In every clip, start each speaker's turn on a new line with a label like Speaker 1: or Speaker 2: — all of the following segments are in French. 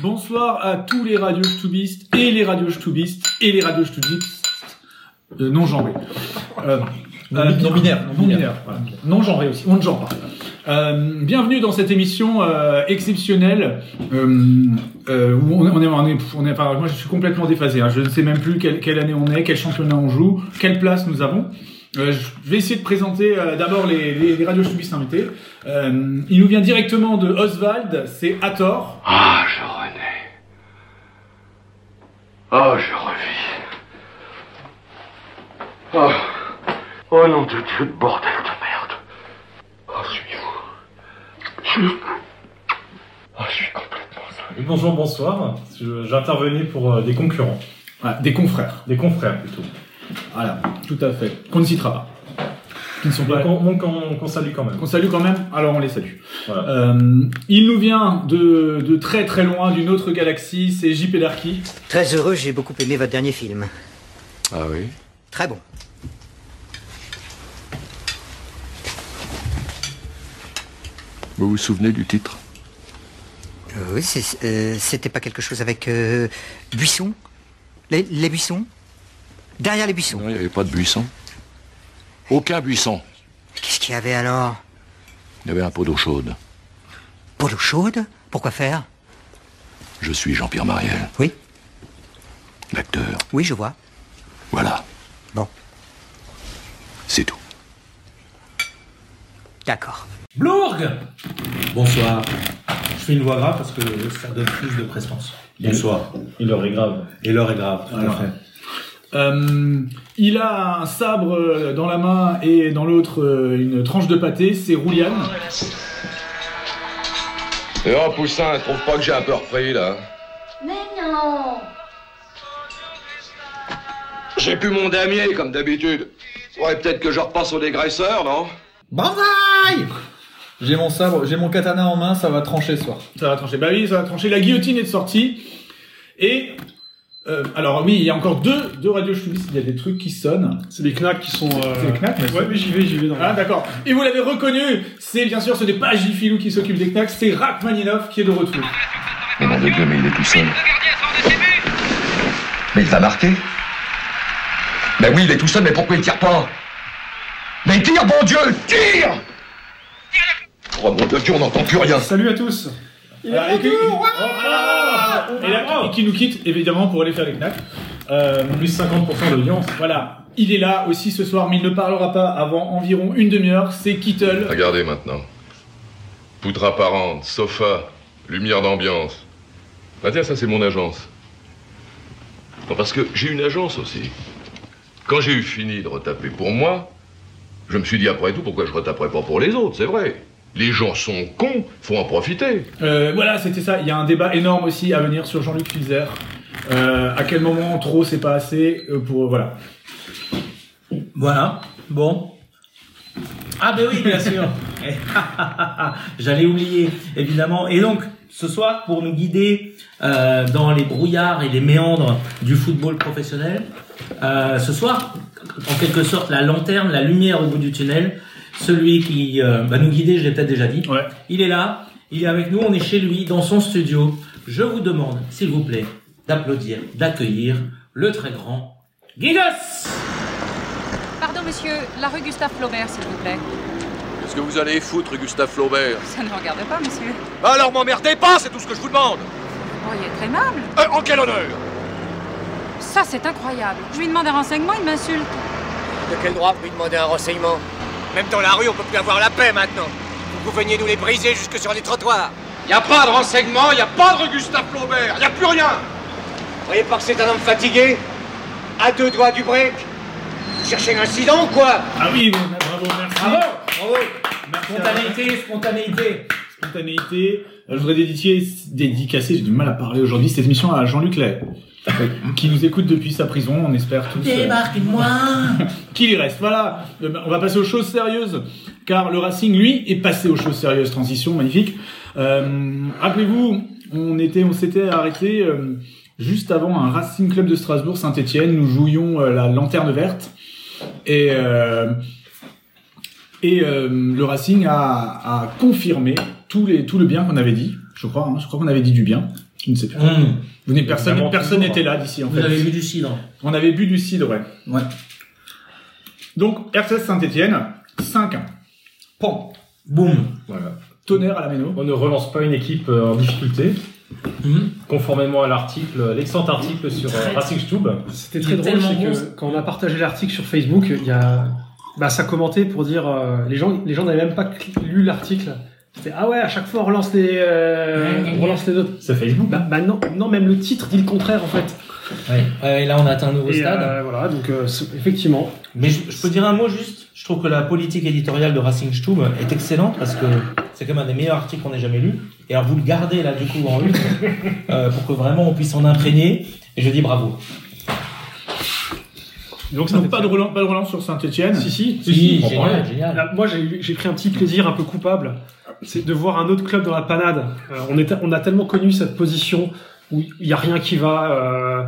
Speaker 1: bonsoir à tous les radios Stubistes et les radios Stubistes et les radios Stubistes euh, non genrés. Euh,
Speaker 2: Non bi- non binaire, non
Speaker 1: Non
Speaker 2: binaire.
Speaker 1: binaire, voilà. Non genrés aussi. On ne genre pas. Euh, bienvenue dans cette émission euh, exceptionnelle euh, euh, où on est, on est, on est, on est- enfin, moi je suis complètement déphasé. hein. Je ne sais même plus quelle, quelle année on est, quel championnat on joue, quelle place nous avons. Euh, je vais essayer de présenter euh, d'abord les, les, les radios Stubistes invités. Euh, il nous vient directement de Oswald, c'est Hathor.
Speaker 3: Ah, je renais. Oh, je revis. Oh, oh nom de Dieu, de bordel de merde. Oh, suis-vous. Je suis. Oh, je suis complètement dingue.
Speaker 4: Et Bonjour, bonsoir. Je- J'intervenais pour euh, des concurrents,
Speaker 1: Voilà, des confrères.
Speaker 4: des confrères plutôt.
Speaker 1: Voilà, tout à fait. Qu'on ne citera pas. Qui ne sont pas.
Speaker 4: Donc on, on- on- on salue quand même.
Speaker 1: Qu'on salue quand même, alors on les salue.
Speaker 4: Voilà.
Speaker 1: Euh, il nous vient de, de très très loin, d'une autre galaxie, c'est JP Darky.
Speaker 5: Très heureux, j'ai beaucoup aimé votre dernier film.
Speaker 3: Ah oui
Speaker 5: Très bon.
Speaker 3: Vous vous souvenez du titre
Speaker 5: Euh, oui, c'est- euh, c'était pas quelque chose avec euh, buissons les, les buissons Derrière les buissons.
Speaker 3: Non, il n'y avait pas de buisson. Aucun buisson.
Speaker 5: Qu'est-ce qu'il y avait alors
Speaker 3: Il y avait un pot d'eau chaude.
Speaker 5: Pour l'eau chaude Pourquoi faire
Speaker 3: Je suis Jean-Pierre Mariel,
Speaker 5: Oui,
Speaker 3: l'acteur.
Speaker 5: oui, je vois.
Speaker 3: Voilà,
Speaker 5: Bon,
Speaker 3: c'est tout.
Speaker 5: d'accord.
Speaker 2: Blourg
Speaker 4: Bonsoir.
Speaker 2: Je fais une voix grave parce que ça donne plus de prestance. Bonsoir.
Speaker 4: Il leur est grave.
Speaker 2: Et l'heure est grave, tout à
Speaker 1: Voilà.
Speaker 2: fait.
Speaker 1: Euh, il a un sabre euh, dans la main et dans l'autre euh, une tranche de pâté, c'est Roulian.
Speaker 6: Et oh, Poussin, trouve pas que j'ai un peu repris, là
Speaker 7: Mais non
Speaker 6: J'ai plus mon damier, comme d'habitude. Ouais, peut-être que je repasse au dégraisseur, non
Speaker 2: Banzai J'ai mon sabre, j'ai mon katana en main, ça va trancher ce soir.
Speaker 1: Ça va trancher. Bah oui, ça va trancher. La guillotine est de sortie. Et. euh, alors oui, il y a encore deux, deux radios chouvistes, il y a des trucs qui sonnent.
Speaker 8: C'est des knacks qui sont. euh,
Speaker 1: C'est des knacks, mais
Speaker 8: Ouais, mais j'y vais, j'y vais dans
Speaker 1: Ah d'accord. Et vous l'avez reconnu, c'est bien sûr, ce n'est pas Gifilou qui s'occupe des knacks, c'est Rachmaninov qui est de retour.
Speaker 3: Mais nom de Dieu, mais il est tout seul. Mais il va marquer. Ben oui, il est tout seul, mais pourquoi il tire pas Mais tire, bon Dieu, tire Oh mon Dieu, on n'entend plus rien.
Speaker 8: Salut à tous
Speaker 1: Voilà, Euh, et, que- Oh, voilà. Et là, et qui nous quitte évidemment pour aller faire les knacks. Euh,
Speaker 4: Plus 50% d'audience.
Speaker 1: voilà, il est là aussi ce soir, mais il ne parlera pas avant environ une demi-heure. C'est Kittle.
Speaker 6: Regardez maintenant. Poutre apparente, sofa, lumière d'ambiance. Ah tiens, ça c'est mon agence. Non, parce que j'ai une agence aussi. Quand j'ai eu fini de retaper pour moi, je me suis dit après tout pourquoi je retaperais pas pour les autres, c'est vrai. Les gens sont cons, faut en profiter.
Speaker 1: Euh, voilà, c'était ça. Il y a un débat énorme aussi à venir sur Jean-Luc Fizer. Euh, à quel moment trop c'est pas assez euh, pour voilà.
Speaker 2: Voilà, bon. Ah ben oui, bien sûr. Eh, J'allais oublier, évidemment. Et donc, ce soir, pour nous guider euh, dans les brouillards et les méandres du football professionnel, euh, ce soir, en quelque sorte, la lanterne, la lumière au bout du tunnel, celui qui euh, va nous guider, je l'ai peut-être déjà dit,
Speaker 1: Ouais.
Speaker 2: il est là, il est avec nous, on est chez lui, dans son studio. Je vous demande, s'il vous plaît, d'applaudir, d'accueillir le très grand Gigos
Speaker 9: Pardon, monsieur, la rue Gustave Flaubert, s'il vous plaît.
Speaker 3: Qu'est-ce que vous allez foutre, Gustave Flaubert
Speaker 9: Ça ne regarde pas, monsieur.
Speaker 3: Bah Alors m'emmerdez pas, c'est tout ce que je vous demande
Speaker 9: Vous est être aimable.
Speaker 3: Euh, En quel honneur
Speaker 9: Ça, c'est incroyable. Je lui demande un renseignement, il m'insulte.
Speaker 5: De quel droit vous lui demandez un renseignement
Speaker 3: Même dans la rue, on peut plus avoir la paix maintenant. Vous veniez nous les briser jusque sur les trottoirs.
Speaker 6: Y a pas de renseignement, y a pas de Gustave Flaubert, y a plus rien
Speaker 3: Vous voyez pas que c'est un homme fatigué À deux doigts du break Vous cherchez l'incident ou quoi
Speaker 1: Ah oui, bon, bravo, merci.
Speaker 2: Bravo
Speaker 1: Merci à-
Speaker 2: Spontanéité, spontanéité
Speaker 1: spontanéité. Euh, Je voudrais dédier, dédicacer, j'ai du mal à parler aujourd'hui, cette émission à Jean-Luc Lay, qui nous écoute depuis sa prison, on espère tous.
Speaker 2: Eh
Speaker 1: euh,
Speaker 2: ben, Débarque-moi
Speaker 1: qu'il y reste. Voilà, Euh, bah, on va passer aux choses sérieuses, car le Racing, lui, est passé aux choses sérieuses. Transition magnifique. Euh, Rappelez-vous, on était, on s'était arrêté euh, juste avant un Racing Club de Strasbourg Saint-Étienne. Nous jouions euh, la lanterne verte et euh, et euh, le Racing a, a confirmé tous les tout le bien qu'on avait dit. Je crois, hein, je crois qu'on avait dit du bien. Je ne sais plus.
Speaker 2: Hum,
Speaker 8: Mmh.
Speaker 1: Vous n'êtes personne,
Speaker 4: Évidemment,
Speaker 1: personne
Speaker 4: toujours.
Speaker 1: n'était là d'ici en
Speaker 2: hein. vous
Speaker 1: fait.
Speaker 2: avez vu du cidre.
Speaker 1: On avait bu du cidre, ouais.
Speaker 2: Ouais.
Speaker 1: Donc RCS Saint-Étienne, 5
Speaker 2: Pan. Boum.
Speaker 4: Voilà.
Speaker 1: Tonnerre à la méno.
Speaker 4: On ne relance pas une équipe euh, en difficulté,
Speaker 2: Hum.
Speaker 4: conformément à l'article, euh, l'excellent article sur euh, Racing Stube.
Speaker 8: C'était
Speaker 2: Il
Speaker 8: très
Speaker 2: est
Speaker 8: drôle, c'est
Speaker 2: tellement
Speaker 8: que
Speaker 2: bon.
Speaker 8: quand on a partagé l'article sur Facebook, il y a, bah, ça commentait pour dire, euh, les gens, les gens n'avaient même pas cl- lu l'article. C'était, ah ouais, à chaque fois on relance les, euh, on relance les autres.
Speaker 4: C'est Facebook.
Speaker 8: Bah, bah non, non, même le titre dit le contraire en fait.
Speaker 2: Ouais. Ouais, et là, on a atteint un nouveau
Speaker 8: Et,
Speaker 2: stade.
Speaker 8: euh, voilà, donc euh, c'est- effectivement,
Speaker 2: Mais je, je peux dire un mot juste. Je trouve que la politique éditoriale de Racing Stube est excellente parce que c'est quand même un des meilleurs articles qu'on ait jamais lu. Et alors vous le gardez là du coup en une euh, pour que vraiment on puisse s'en imprégner. Et je dis bravo.
Speaker 1: Donc, donc pas, de relance, pas de relance sur Saint-Étienne.
Speaker 8: si si, Ah,
Speaker 4: on prend
Speaker 2: génial,
Speaker 4: rien.
Speaker 2: génial.
Speaker 8: Là, moi, j'ai j'ai pris un petit plaisir un peu coupable, c'est de voir un autre club dans la panade. Euh, on, est, on a tellement connu cette position où il n'y a rien qui va. euh,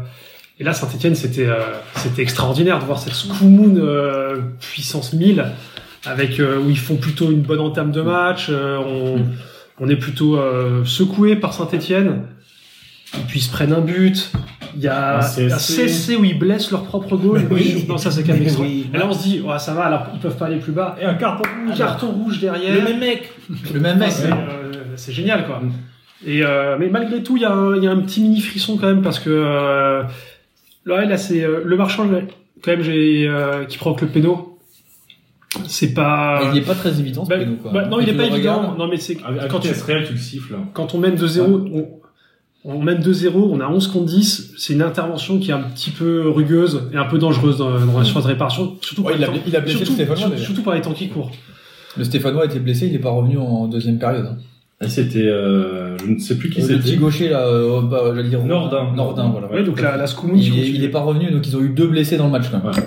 Speaker 8: et là, Saint-Etienne, c'était euh, c'était extraordinaire de voir cette Skoumoun euh, puissance 1000, avec, euh, où ils font plutôt une bonne entame de match. euh, on, on est plutôt euh, secoué par Saint-Etienne. Puis ils se prennent un but. Il y a
Speaker 4: Un
Speaker 8: un
Speaker 4: CSC.
Speaker 8: CSC où ils blessent leur propre goal.
Speaker 2: oui.
Speaker 8: Non, ça c'est quand même
Speaker 2: Mais
Speaker 8: extra.
Speaker 2: oui.
Speaker 8: Et là on se dit, ouais, ça va, alors ils peuvent pas aller plus bas.
Speaker 4: Et un carton
Speaker 10: Ah,
Speaker 8: Un
Speaker 4: rouge.
Speaker 8: carton rouge
Speaker 2: Le
Speaker 8: derrière.
Speaker 2: même mec. Le même
Speaker 8: Enfin, c'est, euh, c'est génial quoi. Et euh, mais malgré tout, il y, a un- il y a un petit mini frisson quand même parce que euh, ouais, là c'est euh, le marchand là, quand même j'ai euh, qui provoque le péno. C'est pas.
Speaker 10: Ah, Il n'est pas très évident ce
Speaker 8: Bah,
Speaker 10: péno, quoi.
Speaker 8: bah, non,
Speaker 10: Quand
Speaker 8: il est
Speaker 10: tu
Speaker 8: pas
Speaker 10: le
Speaker 8: évident.
Speaker 10: regardes,
Speaker 8: Non mais c'est
Speaker 4: À, à
Speaker 1: Ah,
Speaker 8: quand tu- hein.
Speaker 4: vitesse réelle, tu le siffles.
Speaker 8: quand on mène
Speaker 10: Ah.
Speaker 8: 2-0, on, on mène 2-0, on a 11 contre 10, c'est une intervention qui est un petit peu rugueuse et un peu dangereuse dans, dans la surface de réparation, surtout,
Speaker 10: Mmh. Ouais,
Speaker 8: par
Speaker 10: il
Speaker 8: les
Speaker 10: a
Speaker 8: temps-
Speaker 10: bla- il a blessé le
Speaker 8: surtout-
Speaker 10: Stéphanois,
Speaker 8: surtout-
Speaker 10: d'ailleurs.
Speaker 8: surtout par les temps qui courent.
Speaker 10: Le Stéphanois était blessé, il n'est pas revenu en deuxième période. hein.
Speaker 4: Et Ah, c'était, euh, je ne sais plus qui
Speaker 10: Euh, le petit
Speaker 4: c'était.
Speaker 10: gaucher, là, euh, bah, j'allais dire-
Speaker 4: Nordin.
Speaker 10: Nordin, voilà.
Speaker 8: Ouais, donc la, la Scoumoune qui
Speaker 10: Il, est-
Speaker 8: continue.
Speaker 10: il est pas revenu, donc ils ont eu deux blessés dans le match. Quand même.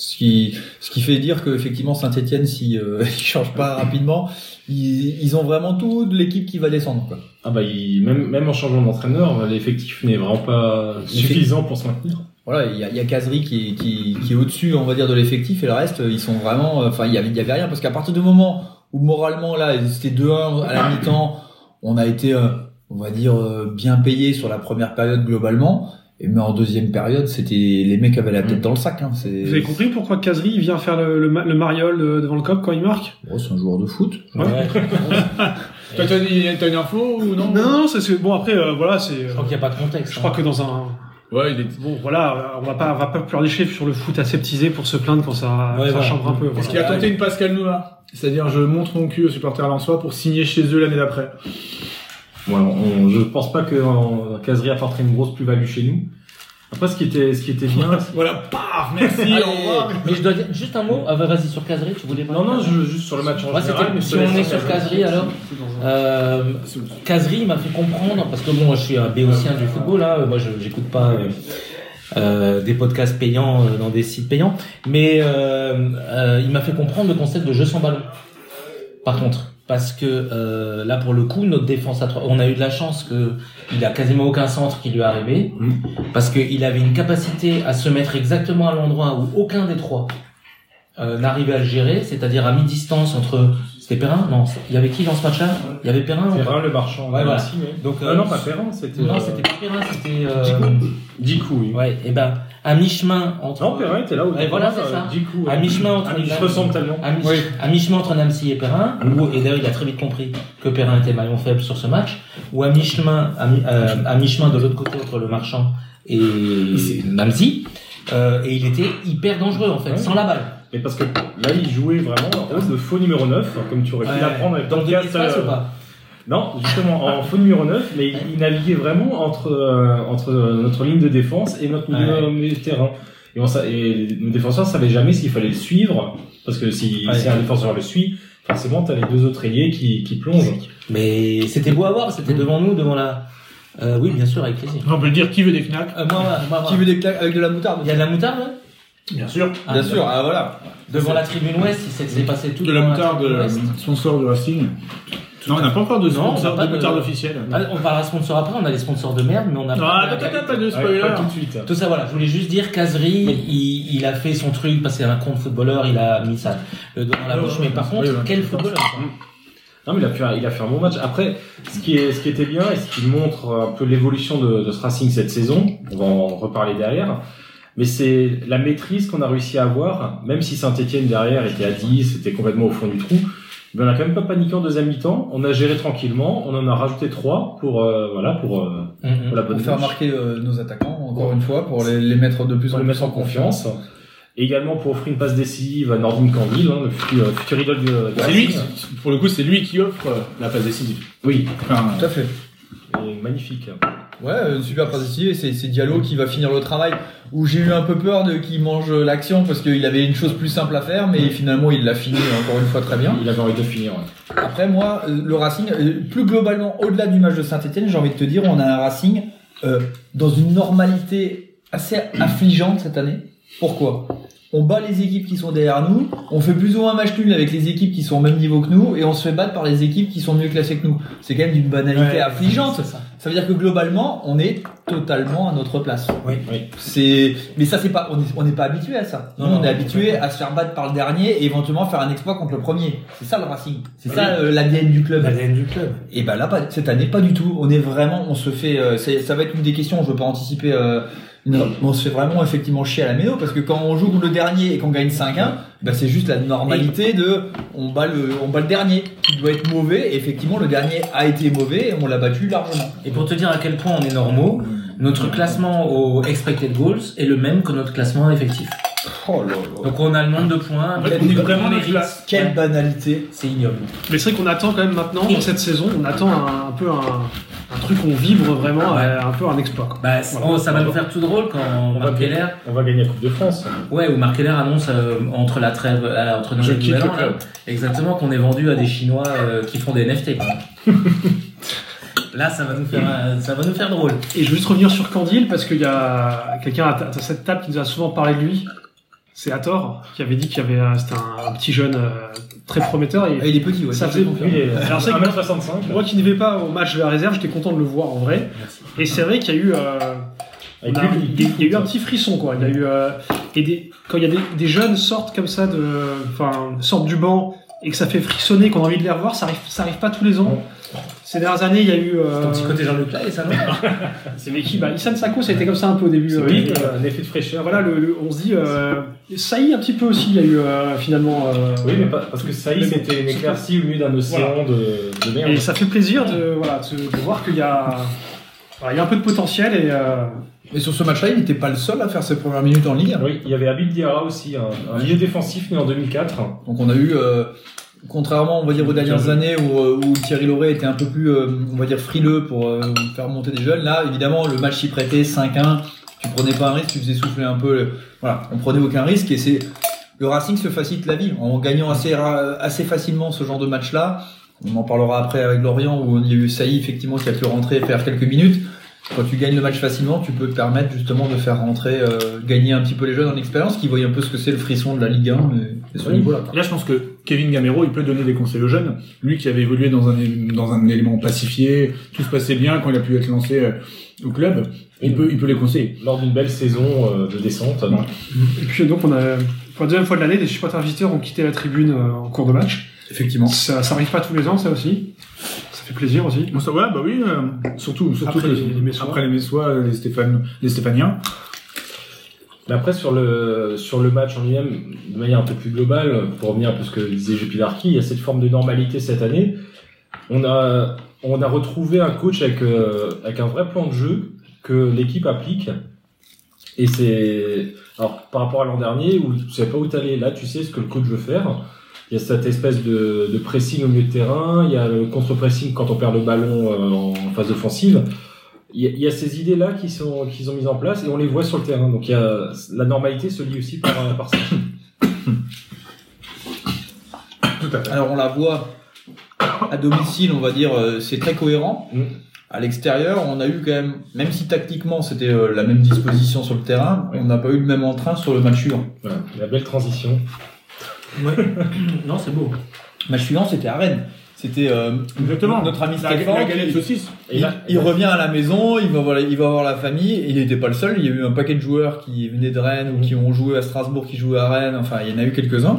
Speaker 10: Ce qui, ce qui fait dire qu'effectivement Saint-Etienne, si euh, ils changent pas rapidement, ils, ils ont vraiment toute l'équipe qui va descendre. Quoi.
Speaker 4: Ah bah, il- même, même en changeant d'entraîneur, l'effectif n'est vraiment pas suffisant pour se maintenir.
Speaker 10: Voilà, il y a, il y a Kazri qui, est- qui, qui est au-dessus, on va dire, de l'effectif et le reste, ils sont vraiment. euh, Enfin, il y avait, il y avait rien parce qu'à partir du moment où moralement là, c'était 2-1 à la mi-temps, on a été, euh, on va dire, euh, bien payé sur la première période globalement. Et mais en deuxième période, c'était les mecs avaient la tête dans le sac. Hein, c'est
Speaker 8: Vous avez compris pourquoi Kazri il vient faire le, le, ma- le mariole euh, devant le cop quand il marque
Speaker 10: Oh, c'est un joueur de foot.
Speaker 1: Toi, t'as une, t'as une info ou non
Speaker 8: Non, non, non, c'est c'est- bon après euh, voilà c'est. euh,
Speaker 2: Je crois qu'il n'y a pas de contexte.
Speaker 8: je crois
Speaker 2: hein.
Speaker 8: que dans un
Speaker 1: Ouais, il est.
Speaker 8: bon voilà euh, on va pas on va pas pleurer les chiffres sur le foot aseptisé pour se plaindre quand ça,
Speaker 2: Ouais,
Speaker 8: ça
Speaker 2: voilà.
Speaker 8: chambre un peu.
Speaker 2: Parce
Speaker 8: voilà.
Speaker 1: Qui a tenté une Pascal Nouma. C'est-à-dire, je montre mon cul aux supporters lensois pour signer chez eux l'année d'après.
Speaker 4: Bon, alors, on- je pense pas que en- Kazri apporterait une grosse plus-value chez nous. Après, ce qui était, ce qui était bien, c'est-
Speaker 1: Voilà, paf, merci,
Speaker 2: Allez,
Speaker 1: au revoir.
Speaker 2: mais je dois dire juste un mot. Ah, bah, vas-y sur Casery, tu voulais pas.
Speaker 4: non, non, je- juste sur le match en
Speaker 2: Ouais,
Speaker 4: général.
Speaker 2: c'était-
Speaker 4: mais
Speaker 2: si
Speaker 4: je te
Speaker 2: on
Speaker 4: laisse-
Speaker 2: est sur Casery alors. Euh, Kazri m'a fait comprendre, parce que bon, je suis un béotien du football, là, moi je j'écoute pas euh, euh, des podcasts payants euh, dans des sites payants, mais euh, euh, il m'a fait comprendre le concept de jeu sans ballon. Par contre, parce que euh, là pour le coup, notre défense à trois, on a eu de la chance que il a quasiment aucun centre qui lui est arrivé, parce qu'il avait une capacité à se mettre exactement à l'endroit où aucun des trois euh, n'arrivait à le gérer, c'est-à-dire à mi-distance entre. C'était Perrin Non, il y avait qui dans ce match-là Il y avait Perrin ou pas
Speaker 4: Perrin, le marchand.
Speaker 2: Ouais, voilà.
Speaker 4: Merci, mais-
Speaker 2: Donc,
Speaker 4: Ah
Speaker 2: euh,
Speaker 4: non, pas Perrin, c'était.
Speaker 2: Non,
Speaker 4: euh,
Speaker 2: c'était pas Perrin, c'était. euh,
Speaker 4: Dicou, oui.
Speaker 2: Ouais, et ben, à mi-chemin entre.
Speaker 4: Non, Perrin était là au euh,
Speaker 2: Ouais, voilà, c'est ça.
Speaker 4: Dicou.
Speaker 2: À mi-chemin entre.
Speaker 4: Ah, il se ressemble tellement.
Speaker 2: euh, À mi-
Speaker 10: Oui.
Speaker 2: à mi-chemin entre Nancy et
Speaker 4: Ah.
Speaker 2: Perrin, où, et d'ailleurs il a très vite compris que Perrin était maillon faible sur ce match, ou à mi-chemin, à, mi- euh, à mi-chemin de l'autre côté entre le marchand et Nancy, euh, et il était hyper dangereux en fait,
Speaker 4: Ouais.
Speaker 2: sans la balle.
Speaker 4: Mais parce que là, il jouait vraiment en rôle de faux numéro 9, comme tu aurais pu
Speaker 2: Ouais.
Speaker 4: l'apprendre avec
Speaker 2: Dans
Speaker 4: ton
Speaker 2: le
Speaker 4: casque,
Speaker 2: demi-espace
Speaker 4: euh,
Speaker 2: ou pas
Speaker 4: Non, justement, en faux numéro 9, mais il, il naviguait vraiment entre, euh, entre euh, notre ligne de défense et notre milieu
Speaker 2: Ouais.
Speaker 4: milieu de terrain. Et, on, sa- et nos défenseurs savaient jamais s'il fallait le suivre, parce que si,
Speaker 2: Ouais.
Speaker 4: si un défenseur le suit, forcément, t'as les deux autres ailiers qui, qui plongent.
Speaker 2: Mais c'était beau à voir, c'était
Speaker 4: Mm.
Speaker 2: devant nous, devant la. Euh, oui, bien sûr, avec plaisir.
Speaker 1: On peut le dire, qui veut des Fnac
Speaker 2: Euh, moi, moi, moi.
Speaker 10: Qui veut des claques avec de la moutarde
Speaker 2: Il y a de la moutarde, hein. ouais
Speaker 1: Bien sûr.
Speaker 2: Ah,
Speaker 10: Bien sûr, ah voilà.
Speaker 2: Devant la tribune ouest, il s'est faisait passer tout
Speaker 1: De la
Speaker 2: devant
Speaker 1: moutarde,
Speaker 2: tribune
Speaker 1: euh,
Speaker 2: ouest.
Speaker 1: sponsor de Racing. Non, on n'a pas encore de
Speaker 2: Non, on
Speaker 1: sponsor
Speaker 2: n'a pas
Speaker 1: de
Speaker 2: de-
Speaker 1: moutarde officielle.
Speaker 2: Ah, on parlera sponsor après, on a les sponsors de merde, mais on a
Speaker 1: Ah,
Speaker 2: pas.
Speaker 1: t'as- t'as- t'as pas de
Speaker 4: Ouais,
Speaker 1: spoiler.
Speaker 4: pas tout de suite.
Speaker 2: Tout ça, voilà. Je voulais juste dire, Kazri, il, il a fait son truc parce qu'il a un compte footballeur, il a mis ça le doigt dans la
Speaker 1: Ouais,
Speaker 2: bouche.
Speaker 1: ouais,
Speaker 2: Mais par
Speaker 1: ouais,
Speaker 2: contre,
Speaker 1: ouais.
Speaker 2: quel footballeur quoi.
Speaker 4: Non, mais il a, fait, un- il a fait un bon match. Après, ce qui, est, ce qui était bien et ce qui montre un peu l'évolution de, de ce Racing cette saison, on va en reparler derrière, mais c'est la maîtrise qu'on a réussi à avoir, même si Saint-Etienne derrière était à 10, était complètement au fond du trou, mais on n'a quand même pas paniqué en deuxième mi-temps, on a géré tranquillement, on en a rajouté trois pour, euh, voilà, pour, euh,
Speaker 2: Mm,
Speaker 4: pour la bonne
Speaker 10: Pour faire
Speaker 4: marche
Speaker 10: marquer euh, nos attaquants, encore une fois, pour les, les mettre de plus en
Speaker 4: pour
Speaker 10: plus
Speaker 4: le mettre en confiance. Et également pour offrir une passe décisive à Nordin Candil, hein, le futur, euh, futur idole de, de
Speaker 1: C'est
Speaker 4: Racing.
Speaker 1: lui, qui- pour le coup, c'est lui qui offre euh, la passe décisive.
Speaker 4: Oui.
Speaker 1: Enfin,
Speaker 10: Tout à fait.
Speaker 4: Et magnifique.
Speaker 10: Ouais, euh, super positif. Et c'est c'est Diallo qui va finir le travail. Où j'ai eu un peu peur de qu'il mange l'action parce qu'il avait une chose plus simple à faire, mais finalement il l'a fini encore une fois très bien.
Speaker 4: Il avait envie de finir. ouais.
Speaker 10: Après, moi, euh, le Racing, euh, plus globalement, au-delà du match de Saint-Etienne, j'ai envie de te dire, on a un Racing euh, dans une normalité assez affligeante cette année. Pourquoi On bat les équipes qui sont derrière nous, on fait plus ou moins match nul avec les équipes qui sont au même niveau que nous, et on se fait battre par les équipes qui sont mieux classées que nous. C'est quand même d'une banalité
Speaker 2: Ouais,
Speaker 10: affligeante.
Speaker 2: c'est ça.
Speaker 10: Ça veut dire que globalement, on est totalement à notre place.
Speaker 2: Oui.
Speaker 4: Oui.
Speaker 10: C'est, mais ça c'est pas, on est- on n'est pas habitué à ça. Nous,
Speaker 2: Non,
Speaker 10: on est
Speaker 2: non,
Speaker 10: habitué à se faire battre par le dernier et éventuellement faire un exploit contre le premier. C'est ça le Racing. C'est ça euh, l'ADN du club.
Speaker 2: L'ADN du club.
Speaker 10: Et bah là, pas, cette année, pas du tout. On est vraiment, on se fait, euh, c'est- ça va être une des questions. Je veux pas anticiper. euh, une- mais on se fait vraiment effectivement chier à la méno parce que quand on joue contre le dernier et qu'on gagne 5-1, bah c'est juste la normalité de on bat le on bat le dernier qui doit être mauvais. Et effectivement, le dernier a été mauvais et on l'a battu largement.
Speaker 2: Et pour te dire à quel point on est normaux,
Speaker 10: Mm.
Speaker 2: notre classement au expected goals est le même que notre classement effectif.
Speaker 10: Oh là là.
Speaker 2: Donc on a le nombre de points.
Speaker 8: En fait,
Speaker 2: le
Speaker 8: on est
Speaker 2: nombre
Speaker 8: vraiment
Speaker 2: de
Speaker 8: notre
Speaker 2: mérites.
Speaker 8: classe.
Speaker 10: Quelle banalité.
Speaker 2: C'est ignoble.
Speaker 8: Mais c'est vrai qu'on attend quand même maintenant, dans cette saison, on attend un, un peu un, un truc où on vibre vraiment,
Speaker 2: Ouais.
Speaker 8: euh, un peu un exploit. quoi.
Speaker 2: Bah, c'est-
Speaker 8: Voilà.
Speaker 2: oh, ça va nous faire tout drôle quand
Speaker 4: va
Speaker 2: Marc Keller,
Speaker 4: On va gagner la Coupe de France.
Speaker 2: ouais, ou Marc Keller annonce euh, entre la trêve, euh, entre Noël et
Speaker 1: quitte
Speaker 2: Nouvel
Speaker 1: le
Speaker 2: An,
Speaker 1: club.
Speaker 2: là, exactement, qu'on est vendu à des Chinois euh, qui font des NFT. quoi. là, ça va nous faire, euh, ça va nous faire drôle.
Speaker 8: Et je veux juste revenir sur Candil parce qu'il y a quelqu'un à, ta- à cette table qui nous a souvent parlé de lui. C'est Hathor qui avait dit qu'il y avait euh, c'était un, un petit jeune euh, très prometteur.
Speaker 10: Ah,
Speaker 8: Et
Speaker 10: il est petit, ouais.
Speaker 8: ça
Speaker 10: je te
Speaker 8: faisait
Speaker 10: confirme.
Speaker 8: Alors, c'est que-
Speaker 4: 1m65.
Speaker 8: moi qui ne vais pas au match de la réserve, j'étais content de le voir en vrai.
Speaker 2: Merci.
Speaker 8: Et c'est vrai qu'il y a eu euh,
Speaker 4: Avec
Speaker 8: on a-
Speaker 4: lui,
Speaker 8: il y a- il y a eu un petit frisson quoi. Il y a eu euh, et des, quand il y a des, des jeunes sortent comme ça de enfin sortent du banc et que ça fait frissonner qu'on a envie de les revoir, ça arrive ça arrive pas tous les ans. Ces dernières années, il y a eu euh,
Speaker 2: Ton petit côté Jean-Luc là, et ça non
Speaker 8: c'est mais qui bah Issan Sako, ça a été comme ça un peu au début.
Speaker 4: C'est
Speaker 8: euh,
Speaker 4: oui,
Speaker 8: euh,
Speaker 4: un effet de fraîcheur.
Speaker 8: voilà, le, le- on se dit euh, ça y est un petit peu aussi. Il y a eu euh, finalement. euh,
Speaker 4: Oui, mais pas, parce que ça y est, c'était une éclaircie au milieu d'un océan de, de merde.
Speaker 8: Et ça fait plaisir de voilà de, de voir qu'il y a voilà, il y a un peu de potentiel et euh,
Speaker 10: Et sur ce match-là, il n'était pas le seul à faire ses premières minutes en ligne.
Speaker 4: Oui, il y avait Habib Diarra aussi, un, un milieu défensif né en 2004.
Speaker 10: Donc on a eu, euh, contrairement, on va dire aux dernières années où, euh, où Thierry Loret était un peu plus, euh, on va dire frileux pour euh, faire monter des jeunes. Là, évidemment, le match s'y prêtait 5-1. Tu prenais pas un risque, tu faisais souffler un peu. le- Voilà, on prenait aucun risque et c'est le Racing se facilite la vie en gagnant assez ra- assez facilement ce genre de match-là. On en parlera après avec Lorient où il y a eu Saï effectivement qui a pu rentrer et faire quelques minutes. Quand tu gagnes le match facilement, tu peux te permettre justement de faire rentrer, euh, gagner un petit peu les jeunes en expérience, qui voient un peu ce que c'est le frisson de la Ligue 1 et, et ce
Speaker 1: Oui.
Speaker 10: niveau-là.
Speaker 1: Là, je pense que Kevin Gamero, il peut donner des conseils aux jeunes. Lui qui avait évolué dans un, dans un élément pacifié, tout se passait bien quand il a pu être lancé euh, au club, il peut, il peut les conseiller.
Speaker 4: Lors d'une belle saison euh, de descente.
Speaker 8: et puis donc on a pour la deuxième fois de l'année des supporters visiteurs ont quitté la tribune euh, en cours de match.
Speaker 10: Effectivement.
Speaker 8: Ça, ça arrive pas tous les ans ça aussi. Ça fait plaisir aussi.
Speaker 1: Bon, ça, ouais, bah oui, euh, surtout, surtout
Speaker 8: Après
Speaker 1: que-
Speaker 8: les- les Messois.
Speaker 1: après les Messois, euh, les, Stéphane, les Stéphaniens.
Speaker 4: Mais après, sur le, sur le match en lui-même, de manière un peu plus globale, pour revenir un peu à ce que disait Jupilarki, il y a cette forme de normalité cette année. On a, on a retrouvé un coach avec, euh, avec un vrai plan de jeu que l'équipe applique. Et c'est. Alors, par rapport à l'an dernier, où tu savais pas où t'allais, là, tu sais ce que le coach veut faire. Il y a cette espèce de, de pressing au milieu de terrain, il y a le contre-pressing quand on perd le ballon euh, en phase offensive. Il y, a, il y a ces idées-là qui sont qu'ils ont mises en place et on les voit sur le terrain. Donc il y a, la normalité se lie aussi par, par ça.
Speaker 10: Alors on la voit à domicile, on va dire, euh, c'est très cohérent.
Speaker 4: Mm.
Speaker 10: À l'extérieur, on a eu quand même, même si tactiquement c'était euh, la même disposition sur le terrain,
Speaker 4: Ouais.
Speaker 10: on n'a pas eu le même entrain sur le match suivant.
Speaker 4: Voilà, la belle transition.
Speaker 2: Non, c'est beau.
Speaker 10: Le match suivant, c'était à Rennes. C'était euh,
Speaker 1: Exactement.
Speaker 10: notre ami
Speaker 1: La,
Speaker 10: Stéphane.
Speaker 1: la galette
Speaker 10: qui-
Speaker 1: saucisse.
Speaker 4: Et
Speaker 10: il,
Speaker 4: là,
Speaker 10: il revient à la maison, il va, voir, il va voir la famille. et Il n'était pas le seul. Il y a eu un paquet de joueurs qui venaient de Rennes ou qui ont joué à Strasbourg, qui jouaient à Rennes. Enfin, il y en a eu quelques-uns.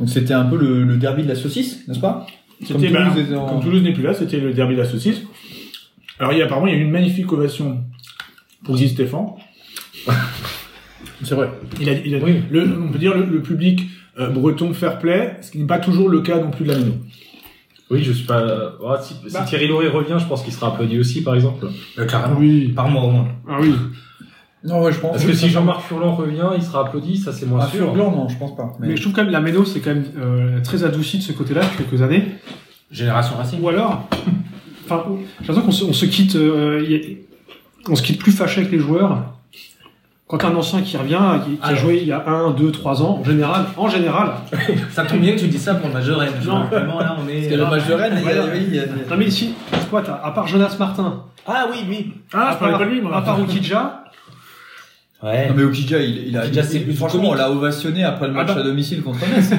Speaker 10: Donc c'était un peu le, le derby de la saucisse, n'est-ce pas Comme
Speaker 1: C'était, bah,
Speaker 10: Toulouse était en-
Speaker 1: comme Toulouse n'est plus là, c'était le derby de la saucisse. Alors, il y a, apparemment, il y a eu une magnifique ovation pour Guy Stéphane. C'est vrai. Il a, il a- le, on peut dire le, le public euh, breton fair play, ce qui n'est pas toujours le cas non plus de la maison.
Speaker 4: Oui, je suis pas. euh, oh, si, si
Speaker 1: Bah.
Speaker 4: Thierry Lauré revient, je pense qu'il sera applaudi aussi, par exemple.
Speaker 2: carrément.
Speaker 1: Ah Oui.
Speaker 2: Par mois au moins.
Speaker 1: Ah oui.
Speaker 10: Non, ouais, je pense.
Speaker 4: Parce que si Jean-Marc Furlan revient, il sera applaudi, ça c'est moins
Speaker 10: Ah,
Speaker 4: sûr.
Speaker 10: sur blanc, non, je pense pas.
Speaker 8: Mais je trouve quand même la Méno, c'est quand même euh, très adouci de ce côté-là depuis quelques années.
Speaker 2: Génération Racing.
Speaker 8: Ou alors, enfin, j'ai l'impression qu'on se, on se quitte, euh, y a- on se quitte plus fâché avec les joueurs. Quand un ancien qui revient, qui, qui a
Speaker 2: Ah.
Speaker 8: joué il y a 1, 2, 3 ans, en général, en général.
Speaker 2: Ça tombe bien que tu dis ça pour le match de Rennes.
Speaker 8: Non.
Speaker 2: Vraiment, là, on est.
Speaker 10: Parce que le match de Rennes, il y a-
Speaker 8: Voilà.
Speaker 10: il y a- il y a-
Speaker 8: Non mais ici, quoi, t'as- à part Jonas Martin,
Speaker 2: Ah oui, oui.
Speaker 1: Ah,
Speaker 8: à
Speaker 1: je parlais
Speaker 8: part-
Speaker 1: pas de lui, moi.
Speaker 8: à part Okidja,
Speaker 2: Ouais.
Speaker 10: Non mais Okidja, il, il a,
Speaker 2: Okidja,
Speaker 10: il-
Speaker 2: c'est plus
Speaker 10: franchement,
Speaker 2: comique.
Speaker 10: on l'a ovationné après le match
Speaker 8: Ah bah.
Speaker 10: à domicile contre Metz.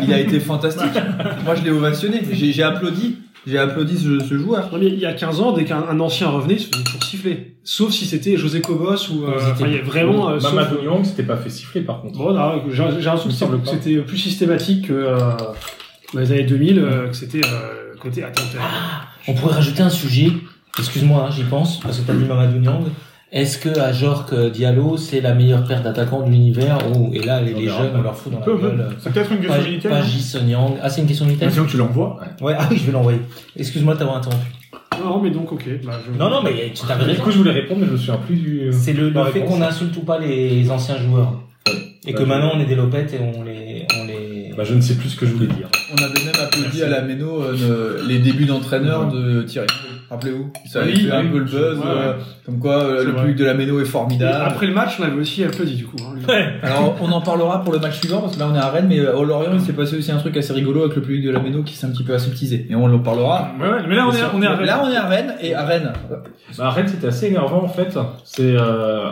Speaker 10: il a été fantastique. Moi, je l'ai ovationné. J'ai j'ai applaudi. J'ai applaudi ce, ce joueur.
Speaker 8: Non, mais il y a 15 ans, dès qu'un un ancien revenait, il se faisait toujours siffler. Sauf si c'était José Cobos ou... euh,
Speaker 4: C'était-
Speaker 8: enfin, il y a vraiment... euh, sauf-
Speaker 4: Mamadou Niang s'était pas fait siffler, par contre.
Speaker 8: Bon, non, j'ai j'ai l'impression
Speaker 4: Il me semble
Speaker 8: que
Speaker 4: pas.
Speaker 8: c'était plus systématique que euh, dans les années 2000, euh, que c'était euh, côté attentat.
Speaker 2: On pourrait rajouter un sujet. Excuse-moi, hein, j'y pense, parce que t'as dit Mamadou Niang. Est-ce que à Jork euh, Diallo, c'est la meilleure paire d'attaquants de l'univers ou- Et là, les, les
Speaker 4: verra
Speaker 2: jeunes,
Speaker 4: pas.
Speaker 2: on leur fout dans
Speaker 1: On
Speaker 2: la
Speaker 1: peut-
Speaker 2: gueule.
Speaker 1: C'est peut-être une question
Speaker 2: Pas,
Speaker 1: militaire.
Speaker 2: pas Jason Yang. Ah, c'est une question de
Speaker 1: Ah,
Speaker 2: Nintendo
Speaker 1: sinon, tu l'envoies.
Speaker 2: Ouais, ah oui, je vais l'envoyer. Excuse-moi de t'avoir interrompu.
Speaker 8: Non, mais donc, ok. bah, je-
Speaker 2: Non, non, mais tu t'avais
Speaker 4: Du
Speaker 2: raison.
Speaker 4: coup, je voulais répondre, mais je me souviens plus du.
Speaker 2: C'est le, le
Speaker 4: La
Speaker 2: fait
Speaker 4: réponse.
Speaker 2: qu'on insulte ou pas les anciens joueurs. Et que
Speaker 4: Ouais.
Speaker 2: maintenant, on est des lopettes et on les. On les...
Speaker 4: Bah, je ne sais plus ce que je voulais dire.
Speaker 10: On avait même applaudi à la Méno euh, le- les débuts d'entraîneur de Thierry. Rappelez-vous, ça avait
Speaker 8: Oui,
Speaker 10: fait
Speaker 8: oui.
Speaker 10: un peu le buzz,
Speaker 8: Ouais,
Speaker 10: euh, comme quoi euh,
Speaker 8: C'est
Speaker 10: le
Speaker 8: vrai.
Speaker 10: public de la Méno est
Speaker 8: Et
Speaker 10: formidable.
Speaker 8: Après le match, on l'avait aussi applaudi, du coup. hein.
Speaker 10: Alors, on en parlera pour le match suivant parce que là, on est à Rennes, mais euh, au Lorient, il s'est passé aussi un truc assez rigolo avec le public de la Méno qui s'est un petit peu aseptisé. Et on en parlera.
Speaker 1: Ouais, ouais, mais là, on est, on est à-
Speaker 10: Là, on est à Rennes et à Rennes.
Speaker 4: Bah, Rennes, c'était assez énervant en fait. C'est euh,